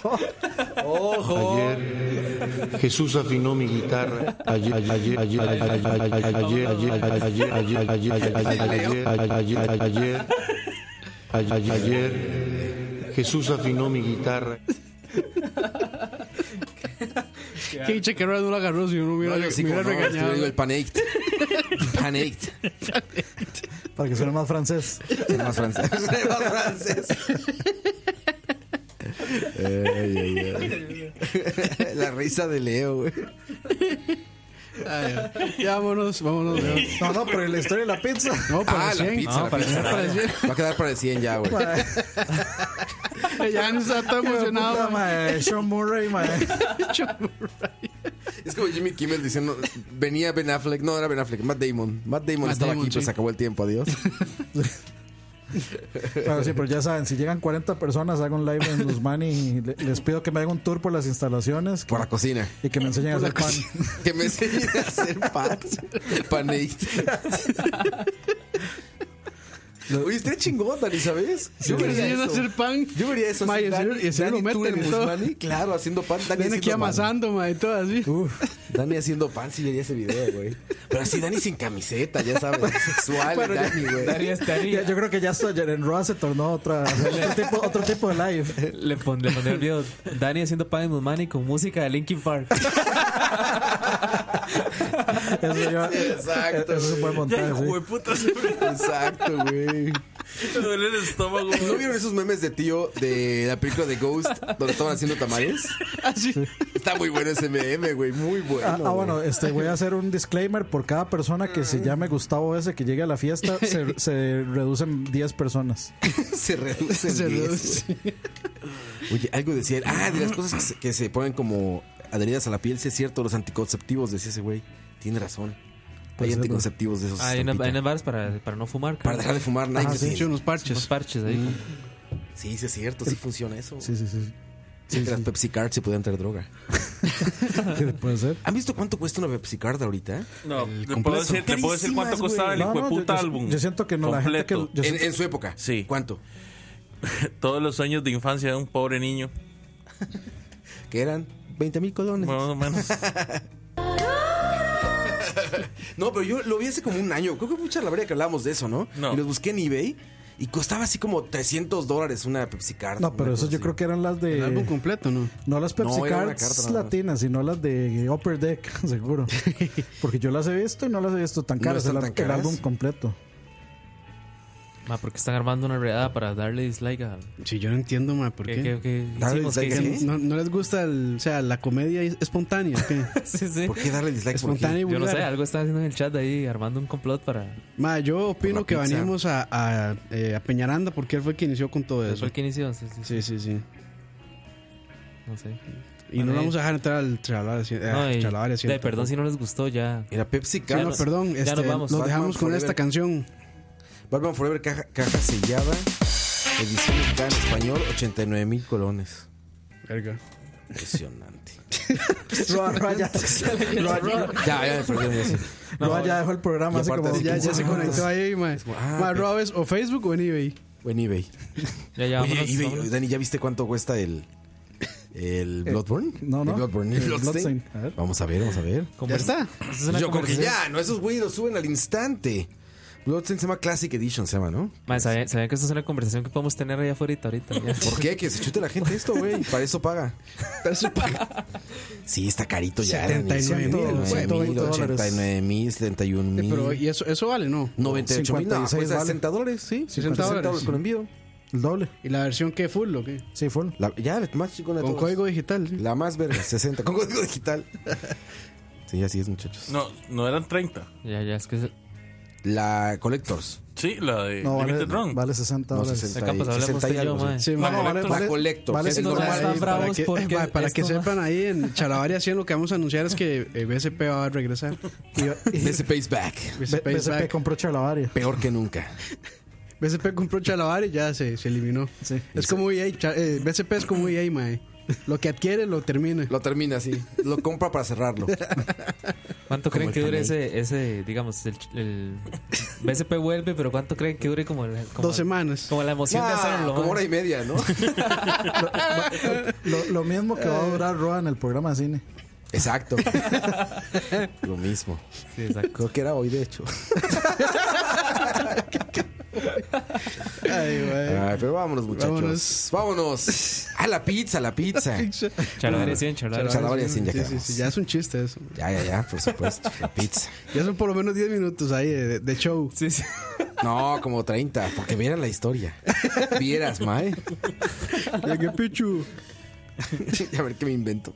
oh.
Ayer Jesús afinó mi guitarra. Ayer, ayer, ayer, ayer, ayer, ayer, ayer, ayer, ayer, ayer, ayer, ayer, ayer, ayer, Jesús afinó mi guitarra.
Que chequero no lo agarró si uno hubiera,
No, yo sí,
me
como
hubiera
no,
regañado.
yo digo el Panaked. Panaked.
Para que suene más francés.
Es más francés. Es más francés. Ay, ay, ay. La risa de Leo, güey.
Ay, ay. ya, vámonos, vámonos. Leo.
No, no, pero la historia de la pizza.
No, para
Ah, la
100.
pizza, la pizza. Va a quedar para el 100 ya, güey.
Ya no está tan emocionado.
Puta,
man.
mae, Sean Murray, mae.
Es como Jimmy Kimmel diciendo, venía Ben Affleck, no era Ben Affleck, Matt Damon. Matt Damon
Matt
estaba
Damon,
aquí, pero
sí.
se acabó el tiempo, adiós.
Pero sí, pero ya saben, si llegan 40 personas, hago un live en Guzmán y le- les pido que me hagan un tour por las instalaciones que-
Por la cocina.
y que me enseñen a hacer pan.
Que me enseñe a hacer pan. Panaked. Oye, estaría chingón, Dani, ¿sabes?
Yo me enseñan a
eso.
hacer pan.
Yo vería eso.
Ma,
así,
y en serio-
Dani-
y en serio
Dani,
lo
tú
meten
en
y todo.
Musmani, Claro, haciendo pan. Dani
Viene aquí
haciendo pan.
amasando, man, y todo así.
Uf, Dani haciendo pan, sí vería ese video, güey. Pero así Dani sin camiseta, ya sabes. Sexual, Dani, güey.
Daría estaría.
Ya- yo creo que ya esto en Raw se tornó otra, otro, tipo, otro tipo de live.
Le, pon, le pondré el video. Dani haciendo pan de Musmani con música de Linkin Park.
Eso, yo-
Sí, exacto,
eso es un buen montaje. sí.
Hueputa, se me
Exacto, güey.
duele el estómago.
¿No vieron esos memes de tío de la película de Ghost donde estaban haciendo tamales?
Así.
Está muy bueno ese meme, güey. Muy bueno.
Ah, ah,
güey.
bueno, este, voy a hacer un disclaimer. Por cada persona que se llame Gustavo ese que llegue a la fiesta, se, se reducen 10 personas.
Se reduce. en
Se
10,
reduce.
güey. Oye, algo decía. él. Ah, de las cosas que se, que se ponen como adheridas a la piel, sí es cierto. Los anticonceptivos, decía ese güey. Tiene razón. Hay
Puede ser,
anticonceptivos de esos.
Ah, hay, unas,
estampita.
hay unas barras para, para no fumar.
Para
creo.
dejar de fumar, nadie
Ah,
se
sí,
tiene.
hecho unos
Unos
parches.
parches Mm. ahí.
Sí, sí es cierto. Sí funciona eso.
Sí, sí, sí.
Sí, que las Pepsi Card se podían traer droga.
Sí, puede ser.
¿Han visto cuánto cuesta una Pepsi Card ahorita?
No,
El
te puedo
completo.
decir, te puedo decir
Carísimas,
cuánto costaba Pues
No,
el
no, yo-
hijueputa
yo-
álbum.
yo siento que no, la gente que-
completo.
Yo
En,
siento-
en su época.
Sí.
¿Cuánto?
Todos los sueños de infancia de un pobre niño.
Que eran 20 mil colones.
Más o menos.
No, pero yo lo vi hace como un año. Creo que fue un charlaveria que hablábamos de eso, ¿no?
No.
Y los busqué en eBay y costaba así como 300 dólares una Pepsi Card.
No, pero eso yo creo que eran las de.
El álbum completo, ¿no?
No las Pepsi
No, era una
Cards
carta nada más.
latinas, sino las de Upper Deck, seguro. Porque yo las he visto y no las he visto tan
¿No
caras.
están
el,
tan
el
caras?
álbum completo.
Ma, ¿por qué Ah, están armando una redada para darle dislike a.?
Sí, yo no entiendo, ma, ¿por
¿Qué-
qué?
qué- qué Darle hicimos? ¿Qué dislike a hicimos? qué?
¿No, no les gusta el- o sea, la comedia es- espontánea? o qué?
¿Por
qué darle dislike?
¿Por qué?
Espontáneo y
Yo no
vulgar.
sé, algo está haciendo en el chat de ahí, armando un complot para.
Ma, yo
Por
opino
la
que
pizza.
venimos a, a, eh, a Peñaranda porque él fue el que inició con todo eso.
fue el que inició, sí, sí.
Sí, sí, sí.
No sé.
Y no
Bueno,
lo
eh.
vamos a dejar entrar al charlar así.
No, y- de,
No,
perdón si no les gustó ya.
Era Pepsi
Sí, no, perdón,
ya
este,
nos vamos. Ah,
lo dejamos con esta canción.
Batman Forever, caja, caja sellada, edición mexicana en español, 89 mil colones.
Verga.
Impresionante.
Roa, Roa, ya. Roa,
ya, ya me perdí. me decía.
Roa ya dejó el programa
Y
hace
aparte
como.
así
Ya, ya se
Ah,
conectó ahí, ma.
ah,
Ma,
ok.
Robes, o Facebook o en eBay.
En eBay.
Ya, ya,
Oye,
vámonos,
eBay,
vámonos.
Dani, ¿ya viste cuánto cuesta el. el
Eh,
Bloodborne?
no,
El
no.
Bloodborne.
El
El Bloodstained.
Bloodstained. A ver.
Vamos a ver, vamos a ver.
Ya está.
Esa es una
Yo creo que
conversación.
ya, ¿no? Esos güeyes lo suben al instante. Bloodstained se llama Classic Edition, se llama, ¿no?
Ma, ¿sabían, sabían que esta es una conversación que podemos tener allá afuera ahorita? ya?
¿Por qué? Que se chute la gente esto, güey. Para eso paga.
Para eso paga.
Sí, está carito ya.
79
79 mil,
mil, 120 dólares.
89 mil, 71
Eh, Pero,
mil.
¿y eso, eso vale, no?
98 mil, no,
56
cuesta
vale.
60 dólares, sí.
60 dólares.
con envío.
El doble.
¿Y la versión que full o qué?
Sí, full.
La- ya, la más chingona de
Con
todas.
código digital. sí.
La más verga, 60. Con código digital. Sí, así es, muchachos.
No, no eran 30.
Ya, ya, es que. se-
La Collectors.
Sí, la de
No, vale,
eh, Limited Run.
vale 60
No,
dólares.
60
Acá, pues,
y-
hablamos
60 y
usted y yo,
algo,
mae.
sí.
Sí, ma,
Vale,
vale,
vale,
La
vale.
Collectors.
vale
es
cinco
Estos
normal.
ma están
Para
bravos
que,
porque.
ma, para que
esto, ma-
sepan ahí en Chalabaria 100 lo que vamos a anunciar es que eh, BSP va a regresar.
Y- y-
BSP is back.
BSP,
B- BSP compró Charlavaria.
Peor que nunca.
BSP compró Chalabaria y ya se, se eliminó.
Sí.
Es como EA. cha- eh, BSP es como EA, mae. Lo que adquiere lo termina.
Lo termina así. Lo compra para cerrarlo.
¿Cuánto
Como
creen
el
que dure
Caney.
ese, ese digamos, el, el BSP vuelve, pero cuánto creen que dure como, el- como,
Dos semanas.
como la emoción de
Ah,
hacerlo?
como
ma?
hora y media, ¿no?
Lo, lo mismo que va a durar Roa en el programa de cine.
Exacto. Lo mismo.
Sí, exacto.
Creo que era hoy, de hecho.
Ay,
Ah.
mae.
Ay, pero vámonos, muchachos.
Vámonos.
Vámonos. A la pizza, a la pizza.
Charlavaria 100, charlavaria
Charlavaria. Chalabaria 100, ya
Sí, sí,
quedamos.
sí, ya es un chiste eso.
Ya, ya, ya, por supuesto. La pizza.
Ya son por lo menos 10 minutos ahí de, de show.
Sí, sí.
No, como 30, porque vieran la historia. Vieras, Mae.
Ya que pichu.
A ver qué me invento.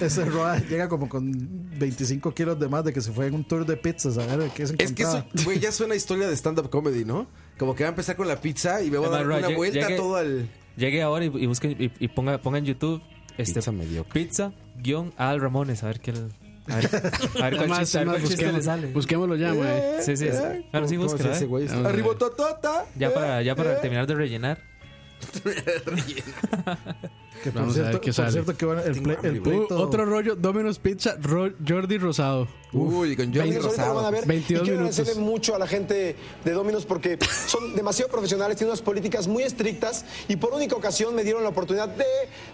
Ese Roa llega como con 25 kilos de más de que se fue en un tour de pizzas a ver de qué se
Es que eso,
encontraba.
güey, ya suena historia de stand-up comedy, ¿no? Como que va a empezar con la pizza y me va a
Es
dar
más,
una
Roy,
vuelta
llegue-
todo al.
Llegue ahora y, y busquen y, y ponga, ponga en YouTube este,
Pizza mediocre.
pizza guión Al Ramones, a ver qué. A ver, a ver cuál
Además,
chiste, a ver
además,
cuál chiste le
busquemos-
sale.
Busquémoslo ya, mae.
Sí, sí, sí. Claro, sí,
¿Cómo se
búsquelo,
hace,
eh.
güey?
Vamos a ver.
Arribototota.
Ya para, ya para terminar de rellenar.
Que por
Vamos a ver
cierto,
qué
por
sale.
cierto que bueno, el,
Tengo
ple- el
hambre, güey.
pleito.
Uh, otro rollo, Domino's Pizza, Ro- Jordi Rosado.
Uy, con Johnny
Domino's, ahorita lo van a
Rosado.
ver.
22
y quiero
minutos.
agradecerle mucho a la gente de Dominos porque son demasiado profesionales, tienen unas políticas muy estrictas y por única ocasión me dieron la oportunidad de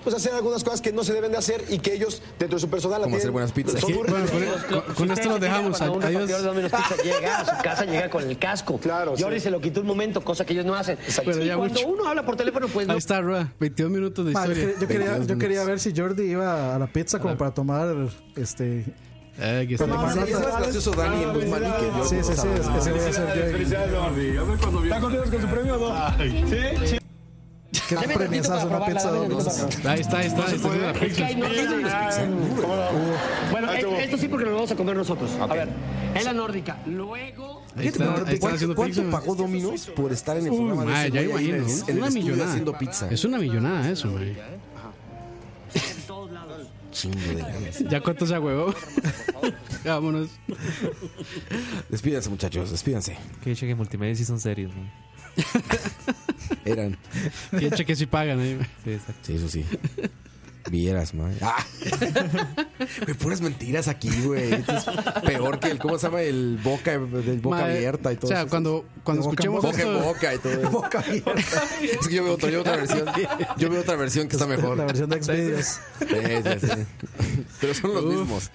pues, hacer algunas cosas que no se deben de hacer y que ellos dentro de su personal la
Como hacer
tienen-
buenas pizzas.
son
Aquí,
duros.
bueno, con, con- con esto nos dejamos.
Cuando un
Adiós.
repartidor de Domino's Pizza llega a su casa, llega con el casco.
Claro,
Jordi
sí.
se lo quitó un momento, cosa que ellos no hacen.
Pero
y
ya
cuando
mucho.
uno habla por teléfono, pues no.
Ahí está, Roa. 22 minutos de
Ma, yo,
historia.
quería- yo quería,
22
yo quería ver si Jordi iba a la pizza como para tomar este.
Eh, que está.
Pero
Es más gracioso Dani en Guzmán y que yo.
Sí, sí, sí, es- ese voy a ser yo.
¿Están contentos con su premio o no?
Qué
Deme tantito para
premiazazo una
probarla,
pizza
dame
de
tantito para
Ahí
dos.
está, ahí está. ahí está la
Es que
pizza.
hay norte. Bueno, esto, esto sí porque lo vamos a comer nosotros. A ver, es la nórdica. Luego.
Ahí está, ahí están haciendo
¿Cuánto, cuánto
pizza.
pagó Dominos por estar en el programa de
ma,
ese
ya
güey ahí en el-
imagino,
en el
una
estudio
millonada.
haciendo pizza?
Es una millonada eso, mae.
En todos lados.
Chingo de ganas.
Ya cuánto se huevo. Vámonos.
Despídanse, muchachos, despídanse.
Que cheque multimedia si son serios. ¿no?
Eran.
Y cheque si pagan eh. ahí. mae.
Sí, exacto.
Sí, eso sí. Vieras, man. ¡Ah! Güey, puras mentiras aquí, güey. Esto es peor que el, ¿cómo se llama? El boca, del boca
Mae,
abierta y todo
O sea,
eso.
cuando, cuando
Boca en
escuchemos
Boca en
esto.
boca y todo eso. Boca abierta. Es que yo veo, otra, yo veo otra versión. Yo veo otra versión que está mejor.
La versión de Xvideos.
Sí, sí, sí. Pero son los mismos.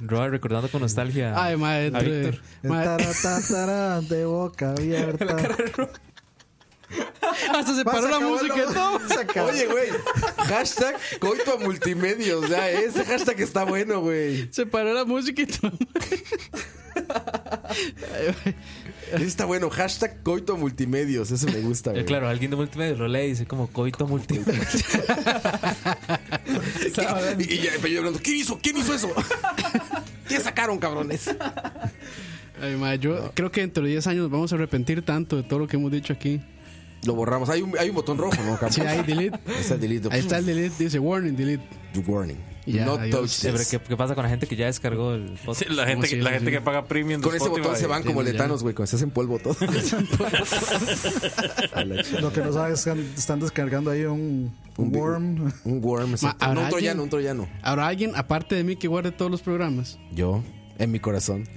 Roa recordando con nostalgia.
Ay, mae,
A
entre-
Víctor.
mae,
Taratatatarán de boca abierta.
Hasta se paró
Vas a
la
acabar
música y todo.
Oye, güey. Hashtag coito a multimedios. Ya, ese hashtag está bueno, güey.
Se paró la música y todo.
Ese está bueno. Hashtag coito multimedios. Ese me gusta, güey.
Eh, claro, alguien de multimedia lo lee y dice como coito multimedia.
Y, y ya estoy hablando. ¿Quién hizo? ¿Quién hizo eso? ¿Qué sacaron, cabrones?
Ay, ma, yo creo que dentro de 10 años nos vamos a arrepentir tanto de todo lo que hemos dicho aquí.
Lo borramos. Hay un, hay un botón rojo, ¿no? Campos?
Sí, ahí delete.
Ahí está el delete.
Ahí está el delete, dice warning, delete.
warning.
Ya,
no
adiós.
touch
Sí, pero
this.
¿qué, qué pasa con la gente que ya descargó el podcast?
Sí, la gente, que- la gente que paga premium. de
Con ese
Spotify.
botón se van como letanos, güey. Cuando se hacen polvo todo.
Lo que no sabes, están, están descargando ahí un, un worm.
Un worm, exacto.
Ma,
No,
¿habrá
un troyano,
alguien?
un troyano.
¿Habrá alguien, aparte de mí, que guarde todos los programas?
Yo, en mi corazón.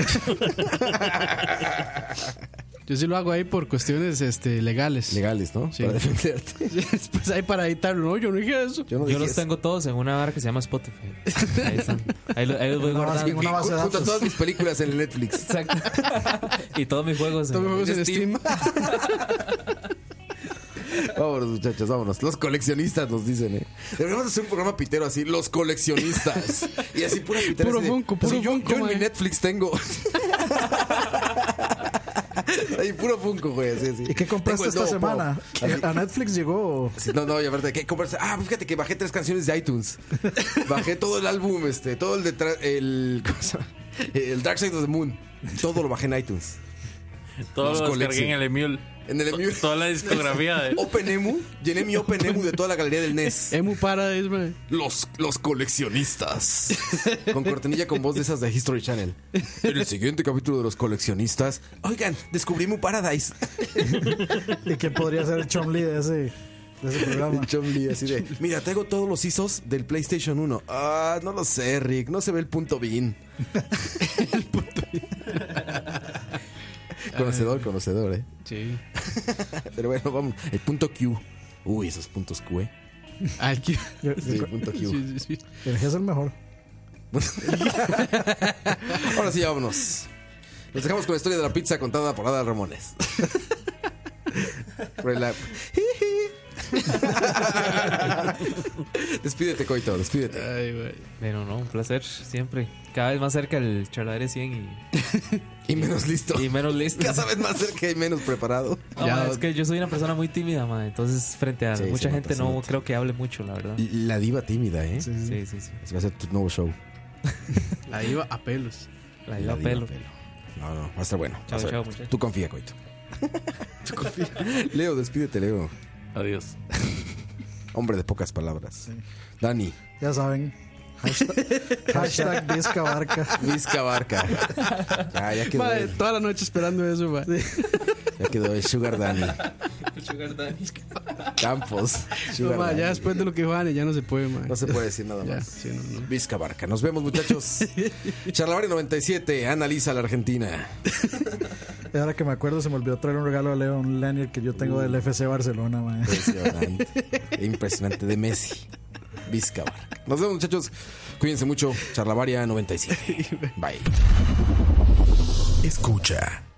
Yo sí lo hago ahí por cuestiones este, legales.
Legales, ¿no?
Sí.
Para defenderte.
pues ahí para editarlo. No, yo no dije eso.
Yo no
Yo
dije
los
eso.
tengo todos en una barra que se llama Spotify. Ahí están. Ahí, lo- ahí los voy
Una base-
guardando.
una base de
Junto a
datos.
todas mis películas en el Netflix.
Exacto. Y todos mis juegos. en-
Todos mis juegos en Steam.
Vámonos, muchachos, vámonos. Los coleccionistas nos dicen, ¿eh? Deberíamos hacer un programa pitero así, los coleccionistas. Y así pura pitera.
Puro
así de-
Funko, puro
así, yo,
Funko,
yo en mi
man.
Netflix tengo. Ahí puro Funko, güey, así, así.
¿Y qué compraste
Tengo
esta
el nuevo
semana? Ah.
Pop. Así.
A Netflix llegó.
Sí, No, no, y aparte, ¿qué compraste? Ah, fíjate que bajé tres canciones de iTunes. Bajé todo el álbum, este, todo el detrás, el, ¿cómo se llama? El Dark Side of the Moon. Todo lo bajé en iTunes. Los
Todos los
coleccion-
descargué en el Emule.
En el
To-
Emule.
Toda la discografía de.
OpenEmu, llené mi OpenEmu de toda la galería del E NES.
Emu Paradise, man.
Los, los coleccionistas. Con cortinilla con voz de esas de History Channel. En el siguiente capítulo de los coleccionistas. Oigan, descubrí Mu Paradise.
¿Y quién podría ser el Chomli de ese, de ese programa?
El Chum Lee así de. Mira, tengo todos los ISOs del PlayStation 1. Ah, no lo sé, Rick. No se ve el punto bin. conocedor, conocedor, eh.
Sí.
Pero bueno, vamos. El punto Q. Uy, esos puntos Q, eh.
Al que-
Yo-
Sí,
yo-
punto Q.
sí, sí, sí.
El que es el mejor.
Ahora sí, ya vámonos. Nos dejamos con la historia de la pizza contada por Ada Ramones. Por el- despídete, Coito, despídete.
Ay, güey.
Pero no, un placer siempre. Cada vez más cerca el Charladere 100 y,
Y menos listo.
y menos listo.
Cada vez más cerca y menos preparado.
No,
Ya.
ma, es que yo soy una persona muy tímida, ma, entonces frente a
Sí, se
mucha
nota,
gente
se
no
nota.
creo que hable mucho, la verdad.
La diva tímida, ¿eh?
Sí, sí, sí.
Sí, sí, sí.
Así va a ser tu nuevo show.
La iba a pelos.
La la
diva
pelo.
No, no, va a estar bueno. va a
Chao,
estar
chao,
bueno.
muchachos.
Tú confía, Coito. Leo, despídete, Leo.
Adiós.
Hombre de pocas palabras. Dani,
Ya saben. Hashtag, hashtag Disca Barca.
Vizca Barca. Ya, ya quedó,
Madre,
el-
toda la noche esperando eso, man.
ya quedó el Sugar Dani. Campos. Sugar
No, ma,
Dani.
ya después de lo que dijo Vane, ya no se puede, man.
No se puede decir nada
Ya,
más.
sí, no, no.
Vizca Barca. Nos vemos, muchachos. Charlavaria 97, analiza a la Argentina.
Y ahora que me acuerdo, se me olvidó traer un regalo a Leo, un lanyard que yo tengo del FC Barcelona, man.
Impresionante. Impresionante de Messi. Vizca Barca. Nos vemos, muchachos. Cuídense mucho. Charlavaria 97. Bye.
Escucha,